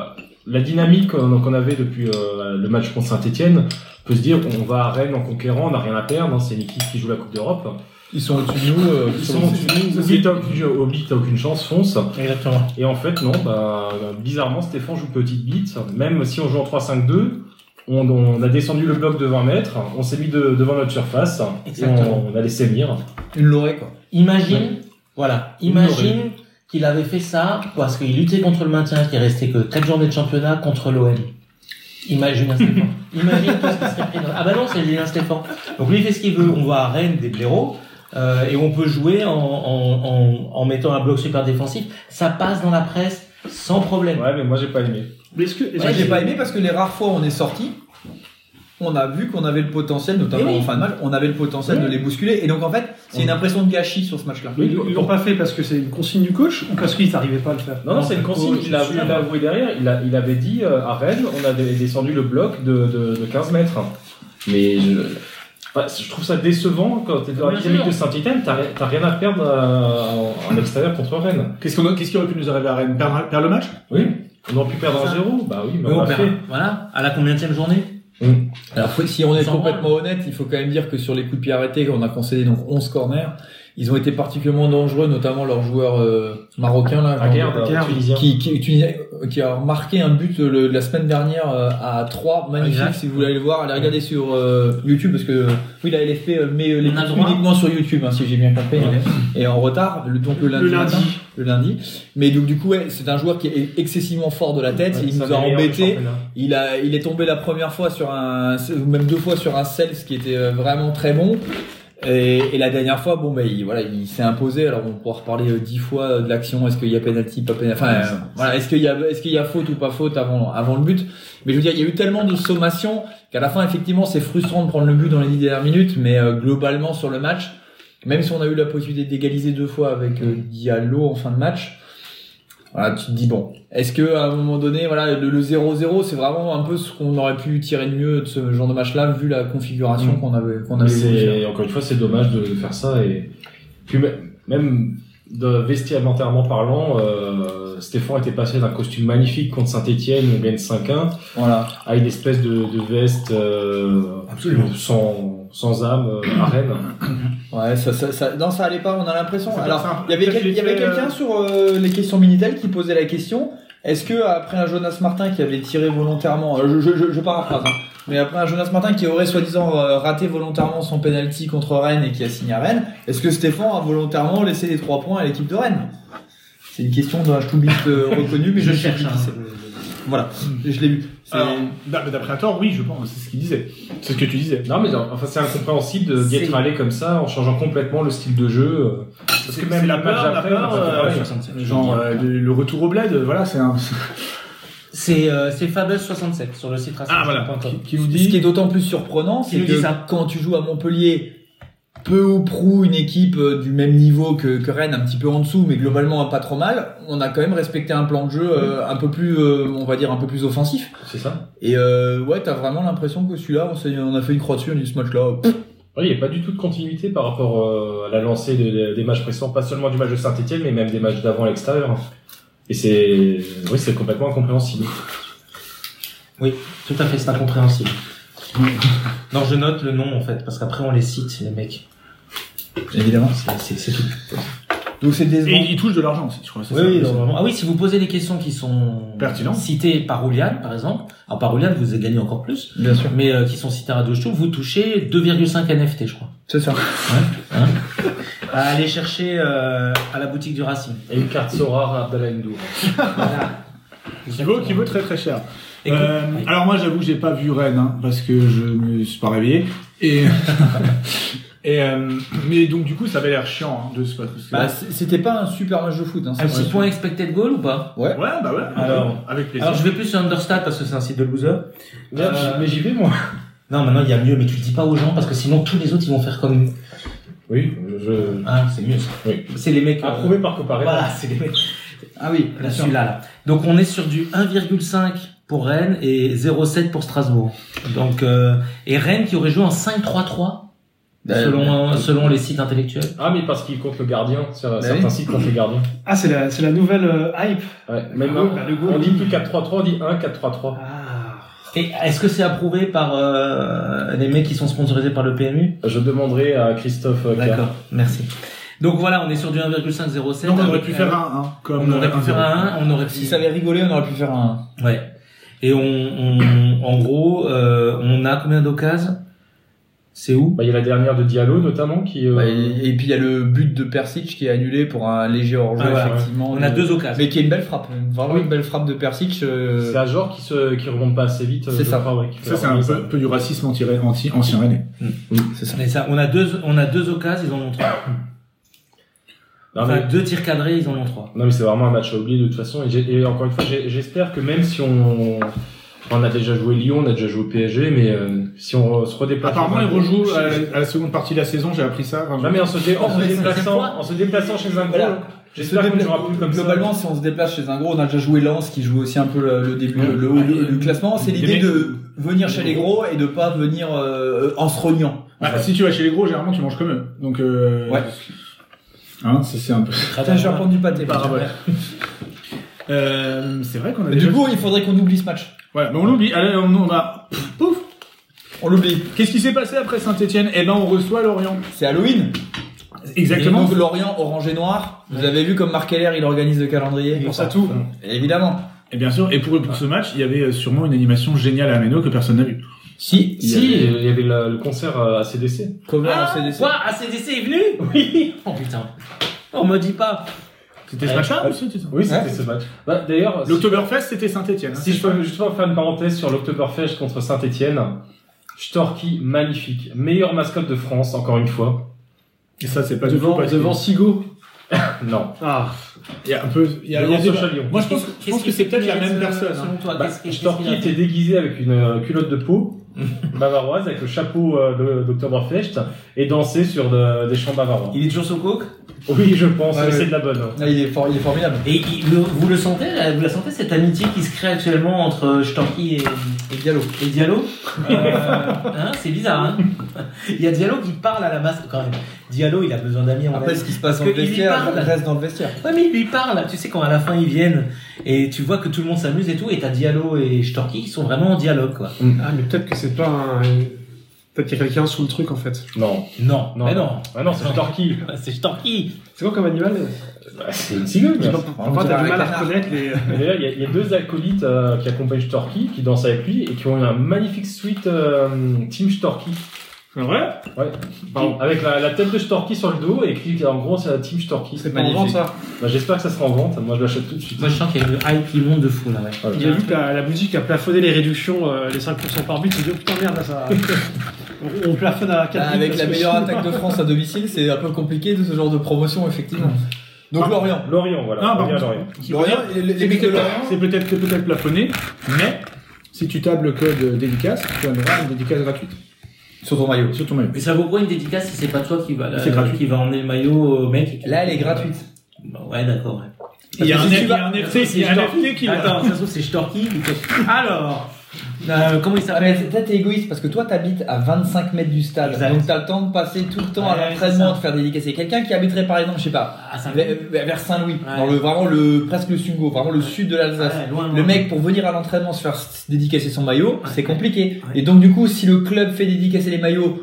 Speaker 4: la dynamique qu'on qu'on avait depuis euh, le match contre Saint-Etienne. On peut se dire, on va à Rennes en conquérant, on n'a rien à perdre. hein, C'est une équipe qui joue la Coupe d'Europe.
Speaker 10: Ils sont au-dessus de nous. euh,
Speaker 4: Ils
Speaker 10: sur
Speaker 4: sont
Speaker 10: le-
Speaker 4: oublie, t'as aucune, oublie, t'as aucune chance, fonce.
Speaker 2: Exactement.
Speaker 4: Et en fait, non, bah, bizarrement, Stéphane joue petite bite. Même si on joue en 3-5-2, on, on a descendu le bloc de 20 mètres, on s'est mis de- devant notre surface, et
Speaker 2: Exactement.
Speaker 4: on, on a laissé venir.
Speaker 10: Une lorée, quoi.
Speaker 2: Imagine, voilà, imagine qu'il avait fait ça parce qu'il luttait contre le maintien, qu'il restait que 4 journées de championnat contre l'OM. Imagine un Stéphane. imagine tout ce qui serait pris dans- Ah bah non, c'est Julien Stéphane. Donc lui, il fait ce qu'il veut. On va à Rennes, des blaireaux, euh, et on peut jouer en, en, en, en mettant un bloc super défensif. Ça passe dans la presse sans problème.
Speaker 4: Ouais, mais moi, j'ai pas aimé.
Speaker 8: Mais est-ce que... est-ce
Speaker 10: Moi,
Speaker 8: que-
Speaker 10: Ah, j'ai pas aimé parce que les rares fois où on est sorti, on a vu qu'on avait le potentiel, notamment
Speaker 2: Eh oui.
Speaker 10: en fin de match, on avait le potentiel
Speaker 4: Oui.
Speaker 10: de les bousculer. Et donc en fait, c'est une impression de gâchis sur ce match-là.
Speaker 8: Ils l'ont- ils l'ont pas fait parce que c'est une consigne du coach ou parce qu'ils n'arrivaient pas à le faire
Speaker 4: Non, non, c'est une consigne, il l'a il l'a avoué derrière. Il, a- il avait dit euh, à Rennes, on avait descendu le bloc de, de, de 15 mètres. Mais je, enfin, je trouve ça décevant quand t'es dans la
Speaker 2: Bien
Speaker 4: dynamique
Speaker 2: sûr.
Speaker 4: de Saint-Etienne, t'as t'as rien à perdre euh, en en extérieur contre Rennes.
Speaker 1: Qu'est-ce, qu'on a- qu'est-ce qui aurait pu nous arriver à Rennes perdre, perdre le match
Speaker 4: Oui, on aurait pu perdre
Speaker 2: C'est
Speaker 4: un
Speaker 2: ça.
Speaker 4: zéro. Bah oui, mais
Speaker 2: Mais
Speaker 4: on
Speaker 2: on
Speaker 4: l'a
Speaker 2: perd.
Speaker 4: fait.
Speaker 2: Voilà, à la combienième journée
Speaker 10: Alors faut- si on est
Speaker 2: Sans
Speaker 10: complètement honnête, il faut quand même dire que sur les coups de pied arrêtés, on a concédé donc 11 corners. Ils ont été particulièrement dangereux, notamment leur joueur euh, marocain là,
Speaker 8: Ah,
Speaker 4: À Guerre,
Speaker 10: qui-
Speaker 4: euh, Tunisien.
Speaker 10: qui, qui, Tunisien, euh, qui a marqué un but euh, le- la semaine dernière euh, à 3 magnifique
Speaker 2: Exact.
Speaker 10: si vous voulez aller le voir allez regarder sur euh, YouTube parce que oui la LFP euh, met euh, les
Speaker 2: On a
Speaker 10: buts
Speaker 2: droit.
Speaker 10: uniquement sur YouTube hein, si j'ai bien compris
Speaker 2: Ouais.
Speaker 10: et en retard le, donc le lundi,
Speaker 8: Le lundi.
Speaker 10: matin, le lundi mais donc du coup ouais, c'est un joueur qui est excessivement fort de la
Speaker 8: Ah,
Speaker 10: tête
Speaker 4: Ouais,
Speaker 10: il
Speaker 4: c'est
Speaker 10: nous a
Speaker 4: un des meilleurs du
Speaker 10: embêtés
Speaker 4: championnat.
Speaker 10: il, a, il est tombé la première fois sur un, ou même deux fois sur un Cels qui était euh, vraiment très bon. Et, et la dernière fois, bon, bah, il, voilà, il s'est imposé. Alors, on pourra reparler euh, dix fois euh, de l'action. Est-ce qu'il y a penalty, pas penalty. Enfin, euh, voilà, est-ce qu'il y a, est-ce qu'il y a faute ou pas faute avant, avant le but. Mais je veux dire, il y a eu tellement de sommations qu'à la fin, effectivement, c'est frustrant de prendre le but dans les dix dernières minutes. Mais euh, globalement, sur le match, même si on a eu la possibilité d'égaliser deux fois avec euh, Diallo en fin de match, voilà, tu te dis bon, est-ce que à un moment donné, voilà, le le 0-0, c'est vraiment un peu ce qu'on aurait pu tirer de mieux de ce genre de match-là, vu la configuration qu'on avait, qu'on
Speaker 4: Mm. Mais
Speaker 10: avait. voulu
Speaker 4: c'est
Speaker 10: faire.
Speaker 4: encore une fois, c'est dommage de, de faire ça et puis même- même de vestimentairement parlant, euh, Stéphane était passé d'un costume magnifique contre Saint-Etienne, on gagne 5-1,
Speaker 10: Voilà.
Speaker 4: à une espèce de, de veste euh,
Speaker 2: Absolument.
Speaker 4: sans, sans âme euh, à Rennes.
Speaker 10: Ouais, ça, ça, ça, non, ça allait pas. On a l'impression.
Speaker 1: C'est pas
Speaker 10: Alors,
Speaker 1: simple.
Speaker 10: il y avait,
Speaker 1: Peut-être
Speaker 10: quel- il y avait
Speaker 1: l'effet,
Speaker 10: quelqu'un
Speaker 1: euh,
Speaker 10: sur euh, les questions minitel qui posait la question. Est-ce que après un Jonas Martin qui avait tiré volontairement, euh, je, je, je, je paraphrase, hein,
Speaker 4: Mais après un Jonas Martin qui aurait soi-disant euh, raté volontairement son penalty contre Rennes et qui a signé à Rennes, est-ce que Stéphane a volontairement laissé les trois points à l'équipe de Rennes C'est une question d'un Stubit reconnu, mais je,
Speaker 1: Je
Speaker 4: ne sais
Speaker 1: cherche,
Speaker 4: plus qui
Speaker 1: hein.
Speaker 4: c'est. Voilà, Et je l'ai vu. C'est-
Speaker 1: Alors, d'a- Bah, D'après tort, oui, je pense, c'est ce qu'il disait. C'est ce que tu disais.
Speaker 8: Non, mais enfin, c'est incompréhensible d'y être
Speaker 4: C'est-
Speaker 8: allé comme ça en changeant complètement le style de jeu. euh. Parce
Speaker 1: C'est- c'est
Speaker 8: match après, on
Speaker 10: euh,
Speaker 8: Ah a fait pareil.
Speaker 1: genre euh, le, le retour au bled, euh, voilà, c'est un.
Speaker 2: C'est euh, c'est Fabeuse67 sur le site
Speaker 1: Ah voilà,
Speaker 2: raciste.com.
Speaker 1: qui, qui vous
Speaker 4: Ce qui est
Speaker 1: dit.
Speaker 4: d'autant plus surprenant,
Speaker 2: Qui
Speaker 4: c'est
Speaker 2: nous dit
Speaker 4: que
Speaker 2: ça.
Speaker 4: quand tu joues à Montpellier, peu ou prou une équipe euh, du même niveau que, que Rennes, un petit peu en dessous, mais globalement pas trop mal, on a quand même respecté un plan de jeu euh, un peu plus, euh, on va dire, un peu plus offensif.
Speaker 8: C'est ça
Speaker 4: Et euh, ouais, t'as vraiment l'impression que celui-là, on, s'est- on a fait une croix dessus, on a dit ce match-là. pff,
Speaker 8: Oui, il n'y a pas du tout de continuité par rapport euh, à la lancée de- de- des matchs précédents, pas seulement du match de Saint-Etienne, mais même des matchs d'avant à l'extérieur. Et c'est oui, c'est complètement incompréhensible.
Speaker 2: Oui, tout à fait, c'est incompréhensible. non, je note le nom en fait, parce qu'après on les cite, les mecs.
Speaker 4: Évidemment.
Speaker 2: C'est- C'est c'est tout.
Speaker 4: Donc c'est
Speaker 1: Et
Speaker 4: décevant.
Speaker 1: il touche de l'argent aussi, je crois. c'est
Speaker 2: Oui,
Speaker 1: ça.
Speaker 2: oui, non, vraiment. Ah oui, si vous posez des questions qui sont
Speaker 1: Pertinentes.
Speaker 2: citées par Oulian, par exemple, alors par Oulian, vous avez gagné encore plus,
Speaker 4: Bien sûr.
Speaker 2: mais euh, qui sont citées à Radio Show, vous touchez 2,5 NFT, je crois.
Speaker 4: C'est ça.
Speaker 2: À aller chercher euh, à la boutique du Racing.
Speaker 8: Et une carte Sora à Abdallah Hindour.
Speaker 2: Voilà.
Speaker 1: Qui vaut, qui vaut très très cher.
Speaker 2: Écoute,
Speaker 1: Euh,
Speaker 2: oui.
Speaker 1: alors moi j'avoue que j'ai pas vu Rennes hein, parce que je me suis pas réveillé et et euh, mais donc du coup ça avait l'air chiant hein, de se passer.
Speaker 4: Bah, c- c'était pas un super match de foot. Hein, ça,
Speaker 2: Un
Speaker 4: c'est
Speaker 2: petit
Speaker 4: sûr.
Speaker 2: point expected goal ou pas
Speaker 4: Ouais.
Speaker 1: ouais bah ouais.
Speaker 2: Alors-
Speaker 1: avec plaisir.
Speaker 2: Alors je vais plus sur Understat parce que c'est un site de loser.
Speaker 8: Merde,
Speaker 2: Euh,
Speaker 8: mais j'y vais moi.
Speaker 2: Non, maintenant il y a mieux, mais tu le dis pas aux gens parce que sinon tous les autres ils vont faire comme nous.
Speaker 8: Oui, je.
Speaker 2: Ah, c'est mieux ça.
Speaker 8: Oui.
Speaker 2: C'est les mecs. euh,
Speaker 8: Approuvé par comparé.
Speaker 2: Voilà, c'est les mecs.
Speaker 4: Ah oui,
Speaker 2: Là, celui-là, là. Donc, on est sur du 1,5 pour Rennes et 0,7 pour Strasbourg. Donc, euh, et Rennes qui aurait joué en 5-3-3,
Speaker 4: Bah,
Speaker 2: selon, euh, selon les sites intellectuels.
Speaker 8: Ah, mais parce qu'il compte le gardien. C'est-
Speaker 4: oui.
Speaker 8: Certains sites comptent le gardien.
Speaker 10: Ah, c'est la, c'est la nouvelle euh, hype.
Speaker 8: Ouais, même
Speaker 10: Ah,
Speaker 8: un-
Speaker 10: bah, le goal,
Speaker 8: on dit
Speaker 10: oui.
Speaker 8: plus 4-3-3, on dit 1-4-3-3.
Speaker 10: Ah.
Speaker 2: Et est-ce que c'est approuvé par euh, les mecs qui sont sponsorisés par le PMU
Speaker 8: Je demanderai à Christophe euh, Kerr.
Speaker 2: D'accord, merci. Donc voilà, on est sur du 1,5-0,7.
Speaker 1: Donc on aurait
Speaker 2: Avec,
Speaker 1: pu
Speaker 2: euh,
Speaker 1: faire un, hein, comme
Speaker 2: on aurait pu faire un 1, on aurait pu...
Speaker 4: Si ça avait rigolé, on aurait pu faire un.
Speaker 2: Ouais. Et on, on- en gros, euh, on a combien d'occasions C'est où
Speaker 8: Bah, il y a la dernière de Diallo notamment qui. euh,
Speaker 4: Bah, et, et puis il y a le but de Persic qui est annulé pour un léger hors-jeu,
Speaker 2: Ah, voilà,
Speaker 4: effectivement. euh,
Speaker 2: On a
Speaker 4: de-
Speaker 2: deux occasions.
Speaker 4: Mais qui est une belle frappe. Vraiment une belle frappe de Persic. euh,
Speaker 8: C'est à genre qui se qui remonte pas assez vite. euh,
Speaker 4: C'est
Speaker 8: je
Speaker 4: ça.
Speaker 8: crois, ouais, qui fait
Speaker 1: Ça c'est un
Speaker 8: remonter
Speaker 1: peu, peu du racisme anti, anti ancien Rennais.
Speaker 4: C'est ça.
Speaker 2: Mais ça, on a deux, on a deux occasions, ils en ont trois.
Speaker 8: Non,
Speaker 2: Enfin,
Speaker 8: Ah, mais-
Speaker 2: deux tirs cadrés, ils en ont trois.
Speaker 8: Non mais c'est vraiment un match à oublier de toute façon et, j'ai- et encore une fois j'ai- j'espère que même si on on a déjà joué Lyon, on a déjà joué au PSG mais euh, si on se redéplace
Speaker 1: Bah, Apparemment
Speaker 8: dans un-
Speaker 1: il rejoue à,
Speaker 8: Non
Speaker 1: la- à la seconde partie de la saison, j'ai appris ça. Enfin, je-
Speaker 8: mais en se, dé- en
Speaker 4: Non, mais
Speaker 8: se
Speaker 4: c'est-
Speaker 8: déplaçant en se déplaçant chez un gros
Speaker 4: Voilà.
Speaker 8: j'espère qu'on ne jouera plus comme ça.
Speaker 4: Globalement, si on se déplace chez un gros, on a déjà joué Lens qui joue aussi un peu le, le début, le, le- le- le classement. C'est
Speaker 1: Des
Speaker 4: l'idée
Speaker 1: mecs-
Speaker 4: de venir chez les gros et de pas venir euh, en se rognant.
Speaker 1: Bah, si tu vas chez les gros, généralement tu manges comme eux. Donc euh,
Speaker 4: Ouais.
Speaker 1: Hein, ça, c'est un peu.
Speaker 4: Putain, je vais reprendre du pâté.
Speaker 1: Parabole. Euh, c'est vrai qu'on a
Speaker 4: Mais
Speaker 1: déjà.
Speaker 4: Du coup, il faudrait qu'on oublie ce match.
Speaker 1: Voilà, mais on l'oublie. Allez, on, on a. Pouf.
Speaker 4: On l'oublie.
Speaker 1: Qu'est-ce qui s'est passé après Saint-Etienne Eh ben, on reçoit Lorient.
Speaker 4: C'est Halloween. Et
Speaker 1: Exactement.
Speaker 4: donc, Lorient, orange et noir. Vous avez vu comme Marc Keller, il organise le calendrier.
Speaker 1: Il
Speaker 4: pour
Speaker 1: pense à tout.
Speaker 4: Évidemment.
Speaker 1: Et bien sûr, et pour, pour ce match, il y avait euh, sûrement une animation géniale à Ameno que personne n'a vu.
Speaker 4: Si,
Speaker 8: Si, il y avait la- le concert euh, à CDC.
Speaker 4: Cover
Speaker 2: Ah,
Speaker 4: en CDC.
Speaker 2: Quoi ACDC est venu Oui Oh putain. On me dit pas.
Speaker 1: C'était ce match-là ou c'était ça
Speaker 8: Oui, c'était
Speaker 4: Ouais.
Speaker 8: ce match. Bah, d'ailleurs, si,
Speaker 1: L'Octoberfest, c'était hein. Saint-Etienne.
Speaker 8: si je peux justement faire une parenthèse sur l'Octoberfest contre Saint-Étienne, Storky magnifique, meilleure mascotte de France encore une fois.
Speaker 1: Et ça, c'est pas du tout
Speaker 10: Devant,
Speaker 1: parce que-
Speaker 10: devant Sigo.
Speaker 8: Non.
Speaker 10: Ah.
Speaker 1: Il y a un peu. Il y a, il y a
Speaker 8: Devant
Speaker 1: des-
Speaker 2: euh,
Speaker 8: Sochalion.
Speaker 1: Moi, je pense, je pense que c'est peut-être la même personne. hein.
Speaker 2: Selon toi,
Speaker 8: Bah,
Speaker 2: qu'est-ce qu'est-ce
Speaker 8: Storky
Speaker 2: qu'il a fait
Speaker 8: était déguisé avec une euh, culotte de peau bavaroise avec le chapeau euh, de- d'Octoberfest et dansait sur de- des champs bavarois.
Speaker 2: Il est toujours sous coke
Speaker 8: Oui, je pense,
Speaker 4: Ouais,
Speaker 8: mais
Speaker 4: ouais.
Speaker 8: c'est de la bonne. hein.
Speaker 4: Ah, il, est for- il est formidable.
Speaker 2: Et il- le- vous le sentez là Vous la sentez cette amitié qui se crée actuellement entre euh, Storky et,
Speaker 4: Et Diallo.
Speaker 2: et Diallo Euh, hein, C'est bizarre. Hein il y a Diallo qui parle à la masse quand même. Diallo, il a besoin d'amis en
Speaker 4: Après,
Speaker 2: vrai.
Speaker 4: ce qui se passe dans
Speaker 2: Parce
Speaker 4: le
Speaker 2: que il y
Speaker 4: vestiaire,
Speaker 2: parle.
Speaker 4: reste dans le vestiaire.
Speaker 2: Ouais, mais il lui parle. Tu sais, quand à la fin ils viennent et tu vois que tout le monde s'amuse et tout, et t'as Diallo et Storky qui sont vraiment en dialogue quoi.
Speaker 10: Ah, mais peut-être que c'est pas un,
Speaker 11: Peut-être qu'il y a quelqu'un sous le truc en fait.
Speaker 8: Non.
Speaker 2: Non,
Speaker 8: Non.
Speaker 2: mais non.
Speaker 8: Ah non, c'est Storky.
Speaker 2: C'est Storky.
Speaker 11: C'est quoi comme animal
Speaker 8: Bah, c'est une cigogne.
Speaker 11: Je sais pas Pourquoi t'as du mal à reconnaître les. euh,
Speaker 8: Mais D'ailleurs, il y a- il y, a deux acolytes euh, qui accompagnent Storky, qui dansent avec lui et qui ont eu un magnifique suite euh, Team Storky.
Speaker 11: Ah Ouais
Speaker 8: Ouais.
Speaker 11: Bon.
Speaker 8: Avec la, la tête de Storky sur le dos et qui, en gros, c'est la Team Storky.
Speaker 11: C'est pas en vente ça.
Speaker 8: Bah, J'espère que ça sera en vente. Moi, je l'achète tout de suite.
Speaker 2: Moi, je sens qu'il y a une hype qui monte de fou là.
Speaker 4: Oh
Speaker 2: Ouais.
Speaker 8: Voilà.
Speaker 11: J'ai vu que la, la boutique a plafonné les réductions, euh, les 5% par but. J'ai dit, oh, putain, merde, là, ça. on, on plafonne à 4
Speaker 5: Bah, avec la meilleure attaque de France à domicile, c'est un peu compliqué de ce genre de promotion, effectivement. Donc Lorient.
Speaker 8: Lorient, voilà.
Speaker 1: Ah,
Speaker 8: Lorient,
Speaker 1: pardon.
Speaker 8: Lorient.
Speaker 5: Lorient, les- les
Speaker 1: C'est
Speaker 5: mecs de
Speaker 1: peut-être
Speaker 5: Lorient.
Speaker 1: c'est peut-être c'est peut-être plafonné, mais si tu tables le code dédicace, tu vas avoir une dédicace gratuite
Speaker 5: Sur ton maillot.
Speaker 1: sur ton maillot.
Speaker 2: Mais ça vaut quoi une dédicace si c'est pas toi qui va, la-
Speaker 1: C'est gratuit.
Speaker 2: qui va emmener le maillot au mec et qui-
Speaker 5: Là, elle est gratuite.
Speaker 2: Bah ouais, d'accord. ouais.
Speaker 1: Il y a
Speaker 5: Parce
Speaker 1: un
Speaker 5: que si
Speaker 1: F-
Speaker 5: tu
Speaker 1: il y
Speaker 5: vas-
Speaker 1: a un FT il y a un FT qui
Speaker 2: Attends,
Speaker 1: va.
Speaker 2: ça se trouve, c'est Storky. qui te- Alors, euh, comment il
Speaker 5: Ah,
Speaker 2: s'appelle
Speaker 5: mais c'est- toi, t'es égoïste parce que toi, t'habites à 25 mètres du stade.
Speaker 2: Exact.
Speaker 5: Donc, t'as le temps de passer tout le temps
Speaker 2: Ouais,
Speaker 5: à l'entraînement,
Speaker 2: c'est ça.
Speaker 5: de faire dédicacer. Quelqu'un qui habiterait, par exemple, je sais pas,
Speaker 2: Ah, c'est un-
Speaker 5: vers- vers Saint-Louis,
Speaker 2: Ouais.
Speaker 5: euh,
Speaker 2: Ah,
Speaker 5: dans le, vraiment le, presque le Sungo, vraiment le sud de l'Alsace.
Speaker 2: Ouais, loin, loin.
Speaker 5: Le mec, pour venir à l'entraînement se faire s- dédicacer son maillot, c'est compliqué.
Speaker 2: Ouais.
Speaker 5: Et donc, du coup, si le club fait dédicacer les maillots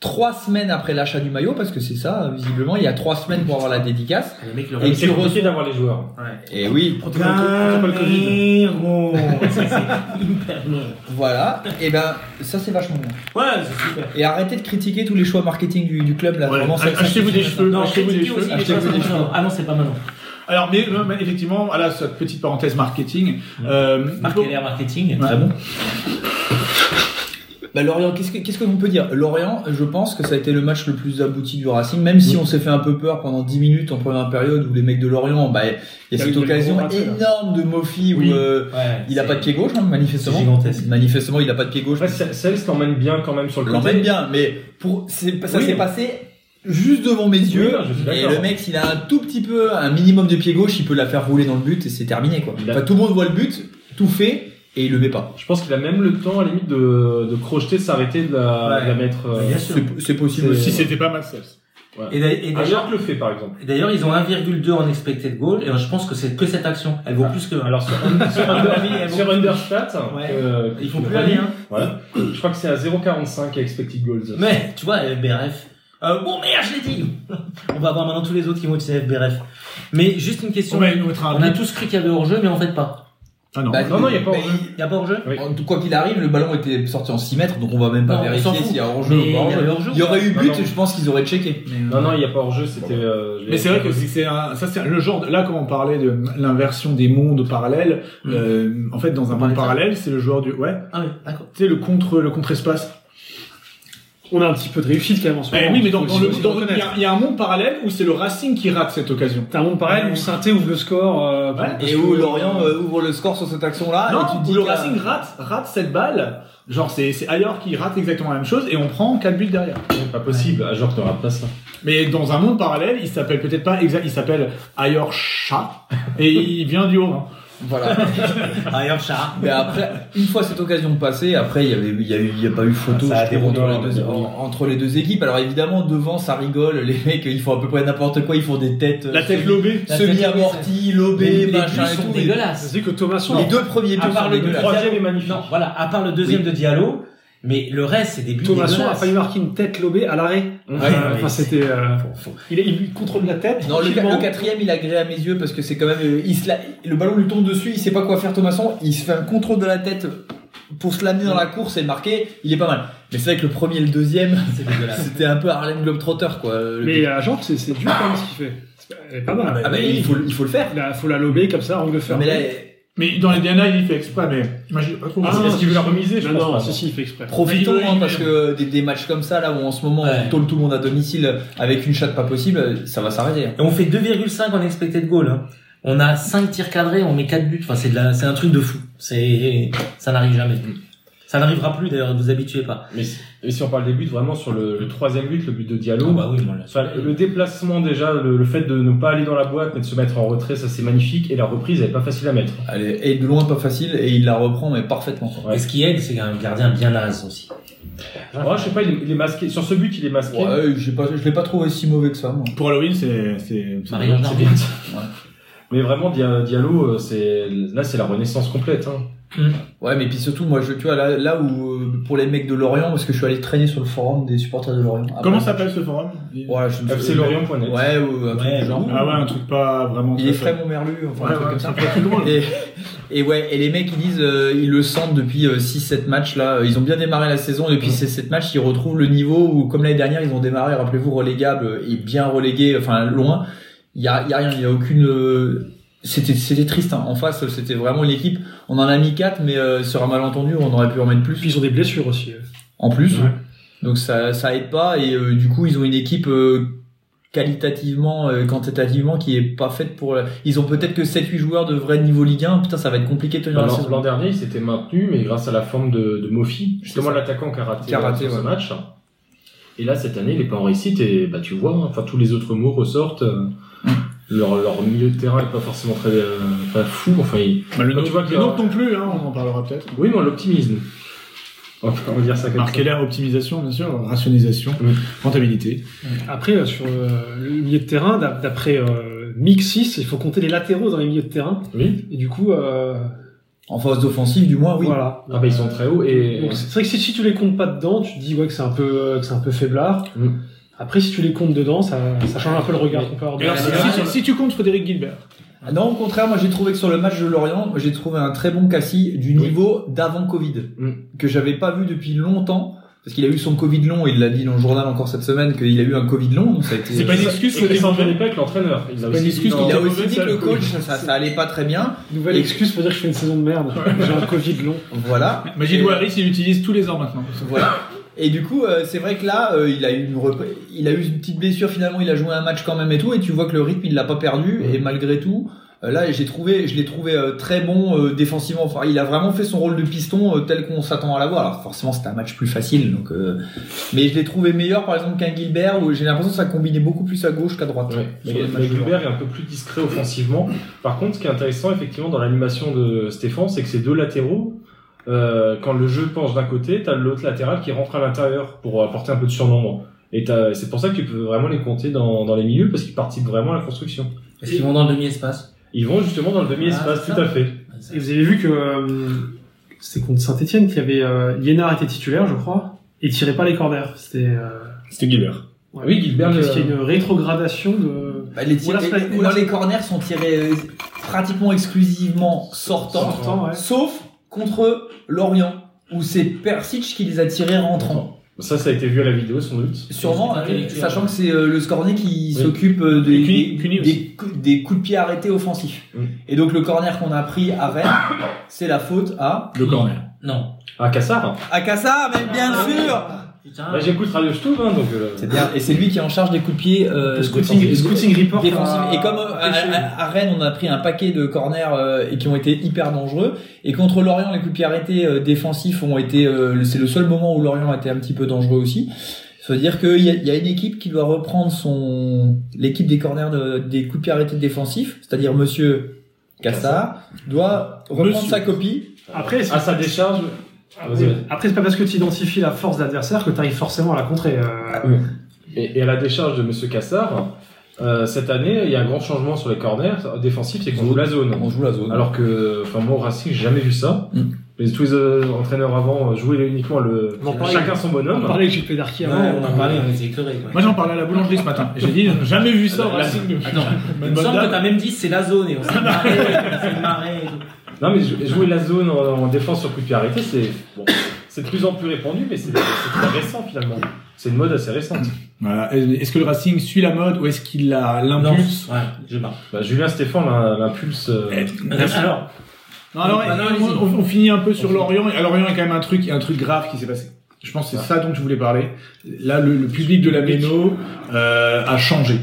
Speaker 5: trois semaines après l'achat du maillot, parce que c'est ça, visiblement, il y a trois semaines pour avoir la dédicace.
Speaker 2: Le mec, le
Speaker 5: Et
Speaker 8: Et
Speaker 2: regarde.
Speaker 8: c'est
Speaker 5: tu
Speaker 8: compliqué d'avoir les joueurs.
Speaker 5: Et oui,
Speaker 1: protocole Covid.
Speaker 2: Gamero. Ça, c'est hyper long.
Speaker 5: voilà. Et ben, ça, c'est vachement bien.
Speaker 2: Ouais, c'est super.
Speaker 5: Et arrêtez de critiquer tous les choix marketing du, du club, là.
Speaker 1: Ouais.
Speaker 5: Vraiment, c'est-
Speaker 1: Achetez-vous des cheveux.
Speaker 2: Non,
Speaker 1: achetez-vous des
Speaker 2: critiquez
Speaker 1: cheveux.
Speaker 2: aussi les
Speaker 5: achetez-vous
Speaker 2: choses
Speaker 5: des
Speaker 2: en
Speaker 5: cheveux.
Speaker 2: disant, Ah non, c'est pas maintenant.
Speaker 1: Alors, mais, euh, mais effectivement, voilà, cette petite parenthèse marketing. euh,
Speaker 2: Marc Keller Marketing.
Speaker 1: Ouais.
Speaker 2: Très bon.
Speaker 5: Bah Lorient, qu'est-ce que qu'est-ce que l'on peut dire Lorient, je pense que ça a été le match le plus abouti du Racing, même si on s'est fait un peu peur pendant 10 minutes en première période où les mecs de Lorient, bah il y a
Speaker 11: Il y a eu
Speaker 5: cette
Speaker 11: des
Speaker 5: occasion
Speaker 11: gros ratés,
Speaker 1: hein.
Speaker 11: là.
Speaker 5: énorme de Mofi
Speaker 2: Oui.
Speaker 5: où euh,
Speaker 2: Ouais,
Speaker 5: il a
Speaker 2: c'est-
Speaker 5: pas de pied gauche hein, manifestement.
Speaker 2: C'est gigantesque.
Speaker 5: Manifestement, il a pas de pied gauche.
Speaker 8: Après, Cels Cels l'emmène bien quand même sur
Speaker 5: Je
Speaker 8: le
Speaker 5: l'emmène
Speaker 8: côté.
Speaker 5: bien, mais pour c'est- ça
Speaker 8: Oui.
Speaker 5: s'est passé juste devant mes yeux.
Speaker 8: non, je suis
Speaker 5: et
Speaker 8: d'accord.
Speaker 5: le mec, s'il a un tout petit peu, un minimum de pied gauche, il peut la faire rouler dans le but et c'est terminé quoi.
Speaker 8: Il a-
Speaker 5: Enfin, tout le monde voit le but, tout fait et il le met pas.
Speaker 8: Bah. Je pense qu'il a même le temps, à la limite, de, de crocheter, de s'arrêter, de, la-
Speaker 2: Ouais.
Speaker 8: de la mettre. euh,
Speaker 2: Mais Bien sûr.
Speaker 5: C'est c'est possible.
Speaker 1: si c'était pas Maxels.
Speaker 2: Et d'a- et
Speaker 8: Ah,
Speaker 2: d'ailleurs,
Speaker 8: York le fait, par exemple.
Speaker 2: Et D'ailleurs, ils ont 1,2 en expected goal, et je pense que c'est que cette action. Elle vaut plus que.
Speaker 8: Ah. Alors, sur, sur, under, sur Understat,
Speaker 2: Ouais.
Speaker 8: euh,
Speaker 2: ils font
Speaker 8: qu'on
Speaker 2: plus
Speaker 8: connaît,
Speaker 2: aller, hein.
Speaker 8: Voilà. Je crois que c'est à 0,45 expected goals.
Speaker 2: Mais, tu vois, euh, BRF. Euh, bon, merde, je l'ai dit! On va avoir maintenant tous les autres qui vont utiliser FBRF. Mais juste une question.
Speaker 1: On va nous mettre un
Speaker 2: On a
Speaker 1: but.
Speaker 2: tous cru qu'il y avait hors-jeu, mais en fait pas.
Speaker 1: Ah non.
Speaker 5: Bah,
Speaker 8: non, non, il n'y a pas.
Speaker 5: bah,
Speaker 8: enjeu.
Speaker 2: Il y a pas hors-jeu?
Speaker 8: Oui.
Speaker 5: En tout- Quoi qu'il arrive, le ballon était sorti en 6 mètres, donc on va même pas
Speaker 2: Non, on
Speaker 5: vérifier
Speaker 2: s'en fout.
Speaker 5: s'il y a hors-jeu
Speaker 2: Mais
Speaker 5: ou pas
Speaker 2: il y avait
Speaker 5: hors-jeu.
Speaker 2: hors-jeu ou
Speaker 5: Il y aurait eu
Speaker 8: pas
Speaker 5: but,
Speaker 8: Ah Non, non.
Speaker 5: je pense qu'ils auraient checké.
Speaker 8: Non, non, il n'y a pas hors-jeu, c'était. euh, je l'ai-
Speaker 1: euh, Mais c'est vrai que c'est- c'est un, ça c'est un- le genre de- là quand on parlait de l'inversion des mondes parallèles,
Speaker 8: Mm.
Speaker 1: euh, en fait dans un
Speaker 2: parlait
Speaker 1: monde
Speaker 2: de ça.
Speaker 1: parallèle c'est le joueur du ouais,
Speaker 2: Ah oui, d'accord.
Speaker 1: tu sais le contre le contre espace.
Speaker 11: On a un petit peu de réussite quand même en ce moment.
Speaker 1: Eh oui mais dans,
Speaker 11: Faut
Speaker 1: dans
Speaker 11: aussi-
Speaker 1: le
Speaker 11: faut aussi
Speaker 1: dans- il y,
Speaker 11: reconnaître.
Speaker 1: a- il y a un monde parallèle où c'est le Racing qui rate cette occasion.
Speaker 11: T'as un monde pareil où Sainté ouvre le score. euh,
Speaker 1: Ouais.
Speaker 11: parce
Speaker 5: Et
Speaker 11: que-
Speaker 5: où Lorient euh, ouvre le score sur cette action-là,
Speaker 1: non,
Speaker 5: et tu
Speaker 1: où
Speaker 5: te dis
Speaker 1: le
Speaker 5: que-
Speaker 1: Racing rate rate cette balle, genre c'est c'est Ayor qui rate exactement la même chose et on prend 4 buts derrière.
Speaker 8: C'est pas possible. Ah, York ne rate pas ça.
Speaker 1: Mais dans un monde parallèle, il s'appelle peut-être pas exact, il s'appelle Ayor Chat et il vient du haut. hein.
Speaker 5: Voilà.
Speaker 2: Ailleurs, chat.
Speaker 5: Mais après, une fois cette occasion passée, après il y avait, il y a eu, il y a pas eu photo
Speaker 8: Ça a
Speaker 5: je trouve,
Speaker 8: déroulé,
Speaker 5: entre,
Speaker 11: euh,
Speaker 5: les deux,
Speaker 8: oui.
Speaker 5: en- entre les deux équipes. Alors évidemment, devant ça rigole, les mecs ils font à peu près n'importe quoi, ils font des têtes euh,
Speaker 1: La tête
Speaker 5: semi-
Speaker 1: lobée.
Speaker 2: La tête
Speaker 5: semi-amorties,
Speaker 2: Les
Speaker 5: lobées,
Speaker 2: buts
Speaker 5: machin et
Speaker 2: sont
Speaker 5: tout.
Speaker 11: Je
Speaker 2: dégueulasses.
Speaker 11: dis que Thomas
Speaker 5: Les deux premiers buts
Speaker 2: À part
Speaker 5: sont
Speaker 2: le
Speaker 8: Le
Speaker 5: dégueulasses.
Speaker 8: troisième est magnifique.
Speaker 2: Non, voilà, à part le deuxième de Diallo, mais le reste, c'est des buts
Speaker 11: Thomason a
Speaker 2: dégueulasses.
Speaker 11: failli marquer une tête lobée à l'arrêt. Euh,
Speaker 2: mais
Speaker 11: enfin, c'était. euh, il, il contrôle la tête.
Speaker 5: Non, le,
Speaker 11: tranquillement.
Speaker 5: le quatrième, il a gré à mes yeux parce que c'est quand même. euh, il se la- le ballon lui tombe dessus, il sait pas quoi faire, Thomasson. Il se fait un contrôle de la tête pour se l'amener dans la course et le marquer. Il est pas mal. Mais c'est vrai que le premier et le deuxième,
Speaker 2: C'est dégueulasse.
Speaker 5: c'était un peu Harlem Globetrotter quoi. le-
Speaker 11: Mais à Jean, c'est c'est dur quand même ce qu'il fait. C'est pas- Elle est pas mal.
Speaker 5: ah, bah, il, faut, le- il faut le faire.
Speaker 11: Il a- faut la lober comme ça, angle
Speaker 5: Non,
Speaker 11: fermé.
Speaker 5: mais là,
Speaker 1: Mais dans les DNA, il fait exprès mais moi je l'ai pas trouvé.
Speaker 11: Ah,
Speaker 8: Est-ce qu'il veut la remiser Je
Speaker 11: non,
Speaker 8: pense
Speaker 11: non,
Speaker 8: pas.
Speaker 11: si, si, il fait exprès.
Speaker 5: profitons
Speaker 1: Mais il-
Speaker 5: hein, parce que des, des matchs comme ça, là où en ce moment
Speaker 2: Ouais.
Speaker 5: on tourne tout le monde à domicile avec une chatte pas possible, ça va s'arrêter.
Speaker 2: Et on fait 2,5 en expected goal. hein. On a 5 tirs cadrés, on met 4 buts. Enfin, c'est de la- c'est un truc de fou. C'est, ça n'arrive jamais. Ça n'arrivera plus d'ailleurs, ne vous habituez pas.
Speaker 8: Mais si, et si on parle des buts, vraiment sur le, le troisième but, le but de Diallo.
Speaker 2: Ah bah oui, moi, là,
Speaker 8: Enfin, le déplacement déjà, le, le fait de ne pas aller dans la boîte mais de se mettre en retrait, ça c'est magnifique. Et la reprise, elle est pas facile à mettre.
Speaker 5: Allez, et de loin pas facile, et il la reprend, mais parfaitement. quoi.
Speaker 2: Et ce qui aide, c'est un gardien bien naze aussi.
Speaker 8: Oh, je sais pas, il est, il est masqué. Sur ce but, il est masqué.
Speaker 5: Ah Ouais, j'ai pas, je l'ai pas trouvé si mauvais que ça, moi.
Speaker 1: Pour Halloween, c'est c'est c'est-
Speaker 2: Marion
Speaker 8: C'est
Speaker 2: Darboux.
Speaker 8: bien.
Speaker 4: Mais vraiment, Dia- Diallo, euh, c'est là, c'est la renaissance complète. hein.
Speaker 10: Ouais, mais puis surtout, moi, je, tu vois, là, là où, euh, pour les mecs de Lorient, parce que je suis allé traîner sur le forum des supporters de Lorient. Après,
Speaker 1: Comment s'appelle ce forum
Speaker 10: Ouais, je
Speaker 4: FC Lorient.net.
Speaker 10: Ah, Ouais, ou un truc
Speaker 2: Ouais,
Speaker 10: du genre.
Speaker 1: Ah ouais, un truc pas vraiment.
Speaker 10: Il est
Speaker 1: très-
Speaker 10: frais mon merlu, enfin,
Speaker 1: Ouais,
Speaker 10: un truc
Speaker 1: ouais,
Speaker 10: comme ça.
Speaker 1: c'est pas plus drôle.
Speaker 10: Et, et ouais, et les mecs ils disent, euh, ils le sentent depuis euh, 6-7 matchs là. Ils ont bien démarré la saison et depuis ces 7 matchs ils retrouvent le niveau où, comme l'année dernière, ils ont démarré, rappelez-vous, relégable et bien relégué, enfin loin. Il Ah, y a, il y a rien, il y a aucune. euh, C'était, c'était triste. hein. En face, c'était vraiment l'équipe. On en a mis 4 mais euh, sur un malentendu, on aurait pu en mettre plus.
Speaker 8: Puis ils ont des blessures aussi. euh.
Speaker 10: En plus.
Speaker 8: Ouais.
Speaker 10: Donc ça, ça aide pas et euh, du coup ils ont une équipe euh, qualitativement, euh, quantitativement qui est pas faite pour. la- Ils ont peut-être que 7-8 joueurs de vrai niveau Ligue 1. Putain, ça va être compliqué de tenir la
Speaker 4: Alors,
Speaker 10: saison.
Speaker 4: L'an dernier, il s'était maintenu, mais grâce à la forme de, de Mofi, justement
Speaker 10: C'est ça.
Speaker 4: l'attaquant qui a raté,
Speaker 10: Qui a raté,
Speaker 4: euh, ce
Speaker 10: ouais.
Speaker 4: match. Et là, cette année, il est pas en réussite et bah, tu vois, hein, enfin tous les autres mots ressortent. euh,
Speaker 10: Mm.
Speaker 4: Leur, leur milieu de terrain est pas forcément très euh, pas fou. Enfin, il-
Speaker 1: Bah, le
Speaker 4: Quand
Speaker 1: nom,
Speaker 4: tu vois
Speaker 1: le
Speaker 4: qu'il y a-
Speaker 1: nom non plus, hein, on en parlera peut-être.
Speaker 4: oui, mais l'optimisme. On peut on va dire ça comme
Speaker 1: Marquez
Speaker 4: ça.
Speaker 1: l'air optimisation, bien sûr, rationalisation,
Speaker 4: Oui.
Speaker 1: rentabilité.
Speaker 8: Après, euh, sur euh, le milieu de terrain, d'a- d'après euh, Mix 6, il faut compter les latéraux dans les milieux de terrain.
Speaker 4: Oui.
Speaker 8: Et du coup, euh,
Speaker 10: En phase offensive, du moins, oui.
Speaker 8: voilà.
Speaker 4: Ah bah, ils sont très hauts et
Speaker 8: Donc, c'est vrai que si, si tu les comptes pas dedans, tu te dis ouais, que c'est un peu, euh, que c'est un peu faiblard.
Speaker 4: Mm.
Speaker 8: Après, si tu les comptes dedans, ça, ça change un peu le regard qu'on peut avoir. de
Speaker 1: Alors,
Speaker 8: la
Speaker 1: si,
Speaker 8: saison.
Speaker 1: si- si tu comptes Frédéric Gilbert,
Speaker 10: Ah Non, au contraire, moi j'ai trouvé que sur le match de Lorient, j'ai trouvé un très bon Cassis du
Speaker 4: Oui.
Speaker 10: niveau d'avant Covid
Speaker 4: Mm.
Speaker 10: que j'avais pas vu depuis longtemps. Parce qu'il a eu son Covid long, il l'a dit dans le journal encore cette semaine qu'il a eu un Covid long. donc ça a été-
Speaker 1: C'est pas une excuse,
Speaker 4: Et
Speaker 1: faut
Speaker 4: qu'il
Speaker 1: démontrer.
Speaker 4: s'entendait pas avec l'entraîneur. Il a
Speaker 1: pas une
Speaker 4: aussi
Speaker 1: excuse
Speaker 4: dit
Speaker 1: qu'il
Speaker 10: Il
Speaker 4: non.
Speaker 10: a
Speaker 1: T'es
Speaker 10: aussi
Speaker 1: mauvais,
Speaker 10: dit
Speaker 1: ça,
Speaker 10: que le
Speaker 1: le
Speaker 10: coach,
Speaker 1: Covid.
Speaker 10: ça, ça, ça allait pas très bien.
Speaker 8: Nouvelle
Speaker 10: Et-
Speaker 8: excuse pour dire que je fais une saison de merde. J'ai un Covid long.
Speaker 10: Voilà.
Speaker 1: Majid
Speaker 10: Et-
Speaker 1: Waris, il utilise tous les ans maintenant.
Speaker 10: Voilà. Et du coup, euh, c'est vrai que là, euh, il a eu une repr- il a eu une petite blessure finalement, il a joué un match quand même et tout, et tu vois que le rythme il l'a pas perdu et malgré tout, euh, là j'ai trouvé, je l'ai trouvé euh, très bon euh, défensivement. Enfin, il a vraiment fait son rôle de piston euh, tel qu'on s'attend à l'avoir. Alors forcément, c'était un match plus facile, donc. euh, mais je l'ai trouvé meilleur par exemple qu'un Gilbert où j'ai l'impression que ça combinait beaucoup plus à gauche qu'à droite.
Speaker 4: Ouais, mais
Speaker 10: Sur les
Speaker 4: mais
Speaker 10: matchs de
Speaker 4: Gilbert est un peu plus discret offensivement. Par contre, ce qui est intéressant effectivement dans l'animation de Stéphane, c'est que ces deux latéraux, euh, quand le jeu penche d'un côté, t'as l'autre latéral qui rentre à l'intérieur pour apporter un peu de surnombre. Et t'as- c'est pour ça que tu peux vraiment les compter dans, dans les milieux parce qu'ils participent vraiment à la construction.
Speaker 2: Est-ce qu'ils vont dans le demi-espace
Speaker 4: Ils vont justement dans le
Speaker 2: Ah,
Speaker 4: demi-espace,
Speaker 2: c'est
Speaker 4: tout à
Speaker 2: ça.
Speaker 4: fait.
Speaker 8: Et vous avez vu que euh, c'est contre Saint-Etienne qu'il y avait euh, Liénard était titulaire, je crois, et il tirait pas les cordaires. C'était. euh,
Speaker 4: C'était Gilbert.
Speaker 8: ouais.
Speaker 4: Oui, Gilbert.
Speaker 8: Donc, Est-ce qu'il y
Speaker 4: euh,
Speaker 8: a une rétrogradation de
Speaker 10: Bah, les,
Speaker 8: Ou la
Speaker 10: tirs-
Speaker 8: semaine-
Speaker 10: les-
Speaker 8: ou la-
Speaker 10: les corners sont tirés euh, pratiquement exclusivement sortant,
Speaker 8: Sortant, ouais.
Speaker 10: sauf contre Lorient, où c'est Persic qui les a tirés rentrant.
Speaker 4: Ça, ça a été vu à la vidéo sans doute.
Speaker 10: Sûrement,
Speaker 2: C'est
Speaker 10: euh,
Speaker 2: intellectuel.
Speaker 10: sachant que c'est euh, le Scornet qui
Speaker 4: Oui.
Speaker 10: s'occupe euh, des,
Speaker 1: Et Cuny-
Speaker 10: des-
Speaker 1: Cuny
Speaker 10: des
Speaker 1: aussi.
Speaker 10: cou- des coups de pied arrêtés offensifs.
Speaker 4: Mm.
Speaker 10: Et donc le corner qu'on a pris à Rennes, c'est la faute à...
Speaker 1: Le corner.
Speaker 2: Non.
Speaker 4: Ah, Kassar
Speaker 10: À Kassar, mais bien
Speaker 2: Ah,
Speaker 10: sûr
Speaker 2: Putain.
Speaker 8: Bah,
Speaker 4: Là, j'écoute Radio Stouv, hein, donc. euh,
Speaker 10: C'est bien. Et c'est lui qui est en charge des coups de pied euh,
Speaker 8: le scouting,
Speaker 10: défensifs.
Speaker 8: le scouting report
Speaker 10: défensif.
Speaker 8: à-
Speaker 10: Et comme euh, à, à- à Rennes, on a pris un paquet de corners euh, et qui ont été hyper dangereux. Et contre Lorient, les coups de pied arrêtés euh, défensifs ont été. euh, le- c'est le seul moment où Lorient a été un petit peu dangereux aussi. C'est-à-dire qu'il y, a- il y a une équipe qui doit reprendre son l'équipe des corners de- des coups de pied arrêtés défensifs, c'est-à-dire Monsieur Cassard doit reprendre
Speaker 1: Monsieur.
Speaker 10: sa copie.
Speaker 8: Après, est-ce que-
Speaker 4: À sa décharge. Vas-y, vas-y.
Speaker 8: Après, c'est pas parce que tu identifies la force d'adversaire que tu arrives forcément à la contrer. euh.
Speaker 4: Ah, oui. Et, et à la décharge de Monsieur Cassard, euh, cette année, il y a un grand changement sur les corners défensifs, c'est qu'on joue la zone.
Speaker 10: On joue la zone.
Speaker 4: Alors que, enfin, moi, au Racing, j'ai jamais vu ça.
Speaker 10: Mm.
Speaker 4: Les, tous les euh, entraîneurs avant euh, jouaient uniquement le.
Speaker 8: On en parlait.
Speaker 4: Chacun son
Speaker 8: On
Speaker 4: bonhomme.
Speaker 8: parlait avec Juppé Darki
Speaker 2: Ouais,
Speaker 8: avant.
Speaker 2: on en parlait, on était écœurés, quoi.
Speaker 1: Moi j'en parlais à la boulangerie ce matin. J'ai dit, jamais vu ça au
Speaker 4: La-
Speaker 1: Racing. depuis-
Speaker 2: Attends,
Speaker 1: Ma
Speaker 2: il me
Speaker 1: bonne
Speaker 2: semble que
Speaker 1: dame.
Speaker 2: t'as même dit c'est la zone et on s'est marré, on s'est marré et tout.
Speaker 4: Non, mais jou- jouer la zone en, en défense sur coup de pied arrêté, c'est bon, c'est de plus en plus répandu, mais c'est c'est très récent finalement. C'est une mode assez récente.
Speaker 1: Voilà. Est-ce que le Racing suit la mode ou est-ce qu'il la- l'impulse
Speaker 2: Ouais, je marre.
Speaker 4: Bah, Julien Stéphane l'im- l'impulse. euh,
Speaker 1: Eh,
Speaker 2: Alors,
Speaker 1: Bah Non, alors,
Speaker 2: Ah non,
Speaker 1: on,
Speaker 2: allez-y.
Speaker 1: on- on finit un peu sur l'Orient. Et à l'Orient, il y a quand même un truc, un truc grave qui s'est passé. Je pense que c'est ça dont je voulais parler. Là, le, le public de la Méno euh, a changé.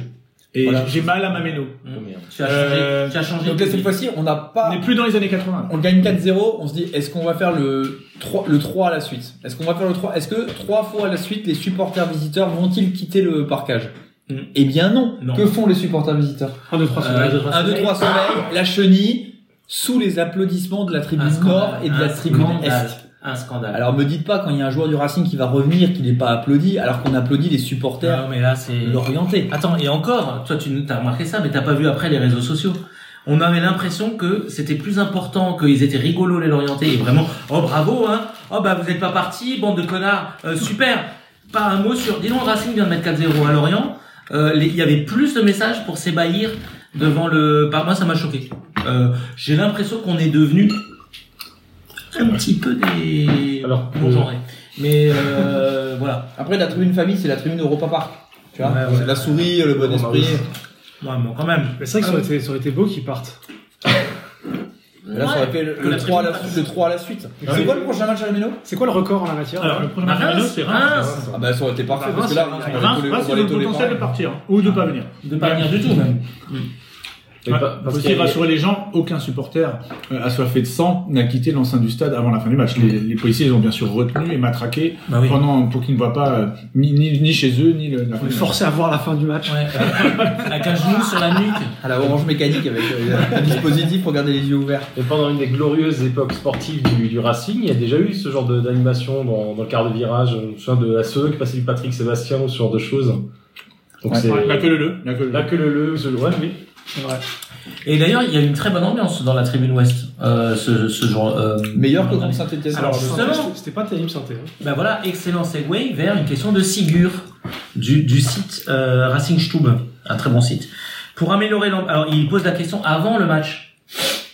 Speaker 1: Et
Speaker 10: Voilà.
Speaker 1: j'ai mal à ma Méno.
Speaker 4: oh merde.
Speaker 2: tu as changé.
Speaker 1: Euh,
Speaker 2: tu as changé
Speaker 10: Donc
Speaker 2: de
Speaker 10: là cette
Speaker 2: vie.
Speaker 10: fois-ci, on n'a pas.
Speaker 1: On n'est plus dans les années 80.
Speaker 10: On gagne 4-0, on se dit est-ce qu'on va faire le 3, le 3 à la suite Est-ce qu'on va faire le 3 Est-ce que trois fois à la suite les supporters visiteurs vont-ils quitter le parcage
Speaker 2: Mm.
Speaker 10: Eh bien non.
Speaker 2: Non.
Speaker 10: Que font les supporters visiteurs
Speaker 8: Un, deux, trois, c'est
Speaker 2: Euh,
Speaker 8: vrai.
Speaker 10: 1 2 3 sommeil, la chenille sous les applaudissements de la tribune
Speaker 2: Un
Speaker 10: nord
Speaker 2: scandale,
Speaker 10: et de la
Speaker 2: un
Speaker 10: tribune
Speaker 2: scandale,
Speaker 10: est.
Speaker 2: Un scandale.
Speaker 10: Alors me dites pas quand il y a un joueur du Racing qui va revenir qu'il n'est pas applaudi alors qu'on applaudit les supporters
Speaker 2: non, mais là, c'est.
Speaker 10: l'orienté.
Speaker 2: Attends, et encore, toi, tu as remarqué ça, mais t'as pas vu après les réseaux sociaux. on avait l'impression que c'était plus important qu'ils étaient rigolos les Lorientais et vraiment oh bravo hein oh bah vous n'êtes pas parti bande de connards euh, super pas un mot sur dis donc Racing vient de mettre 4-0 à Lorient Euh, les- il y avait plus de messages pour s'ébahir devant le par moi ça m'a choqué Euh, j'ai l'impression qu'on est devenu un petit peu des alors mais euh, voilà
Speaker 10: Après, la tribune famille, c'est la tribune Europa Park. Tu vois, c'est la souris, le bon esprit.
Speaker 2: Ouais, bon, quand même.
Speaker 8: Mais c'est vrai que ça aurait été, ça aurait été beau qu'ils partent.
Speaker 10: Là, ça aurait fait le,
Speaker 8: que
Speaker 10: le
Speaker 8: la
Speaker 10: 3 à la,
Speaker 8: tribune
Speaker 10: le 3 à la suite.
Speaker 8: Ah
Speaker 10: C'est
Speaker 8: oui.
Speaker 10: quoi le prochain match à la Méno
Speaker 8: C'est quoi le record en la matière
Speaker 1: Alors, le prochain match à la Méno, c'est Reims.
Speaker 10: Ah bah, ça aurait été parfait parce que là, Reims, on va
Speaker 1: Reims,
Speaker 10: les- on
Speaker 1: Reims,
Speaker 10: va
Speaker 1: ils
Speaker 10: les
Speaker 1: ont le
Speaker 10: tolérer
Speaker 1: potentiel de partir ou de pas venir.
Speaker 2: De pas venir du tout, même.
Speaker 1: Il faut aussi rassurer les gens, aucun supporter euh, assoiffé de sang n'a quitté l'enceinte du stade avant la fin du match.
Speaker 10: Mm.
Speaker 1: Les, les policiers les ont bien sûr retenu et matraqué pendant, Oh pour qu'ils ne voient pas euh, ni, ni, ni chez eux, ni le, la
Speaker 8: On est forcé à voir la fin du match.
Speaker 2: avec un genou sur la nuque.
Speaker 10: À la orange mécanique avec euh, un dispositif pour garder les yeux ouverts.
Speaker 4: Et pendant une des glorieuses époques sportives du, du Racing, il y a déjà eu ce genre de- d'animation dans, dans le quart de virage. Je me souviens de la SE qui passait du Patrick Sébastien ou ce genre de choses. Donc
Speaker 1: Ouais.
Speaker 4: c'est
Speaker 1: La queue leu-leu. La queue
Speaker 4: leu-leu, ce- ouais, oui.
Speaker 2: Et d'ailleurs, il y a une très bonne ambiance dans la tribune ouest euh, ce, ce genre. euh,
Speaker 10: Meilleur que contre Saint-Etienne.
Speaker 2: Alors justement,
Speaker 8: C'était- C'était pas terrible santé. hein.
Speaker 2: ben voilà, excellent segue vers une question de Sigur du, du site euh, Racing Stube, un très bon site. Pour améliorer l'ambiance, alors il pose la question avant le match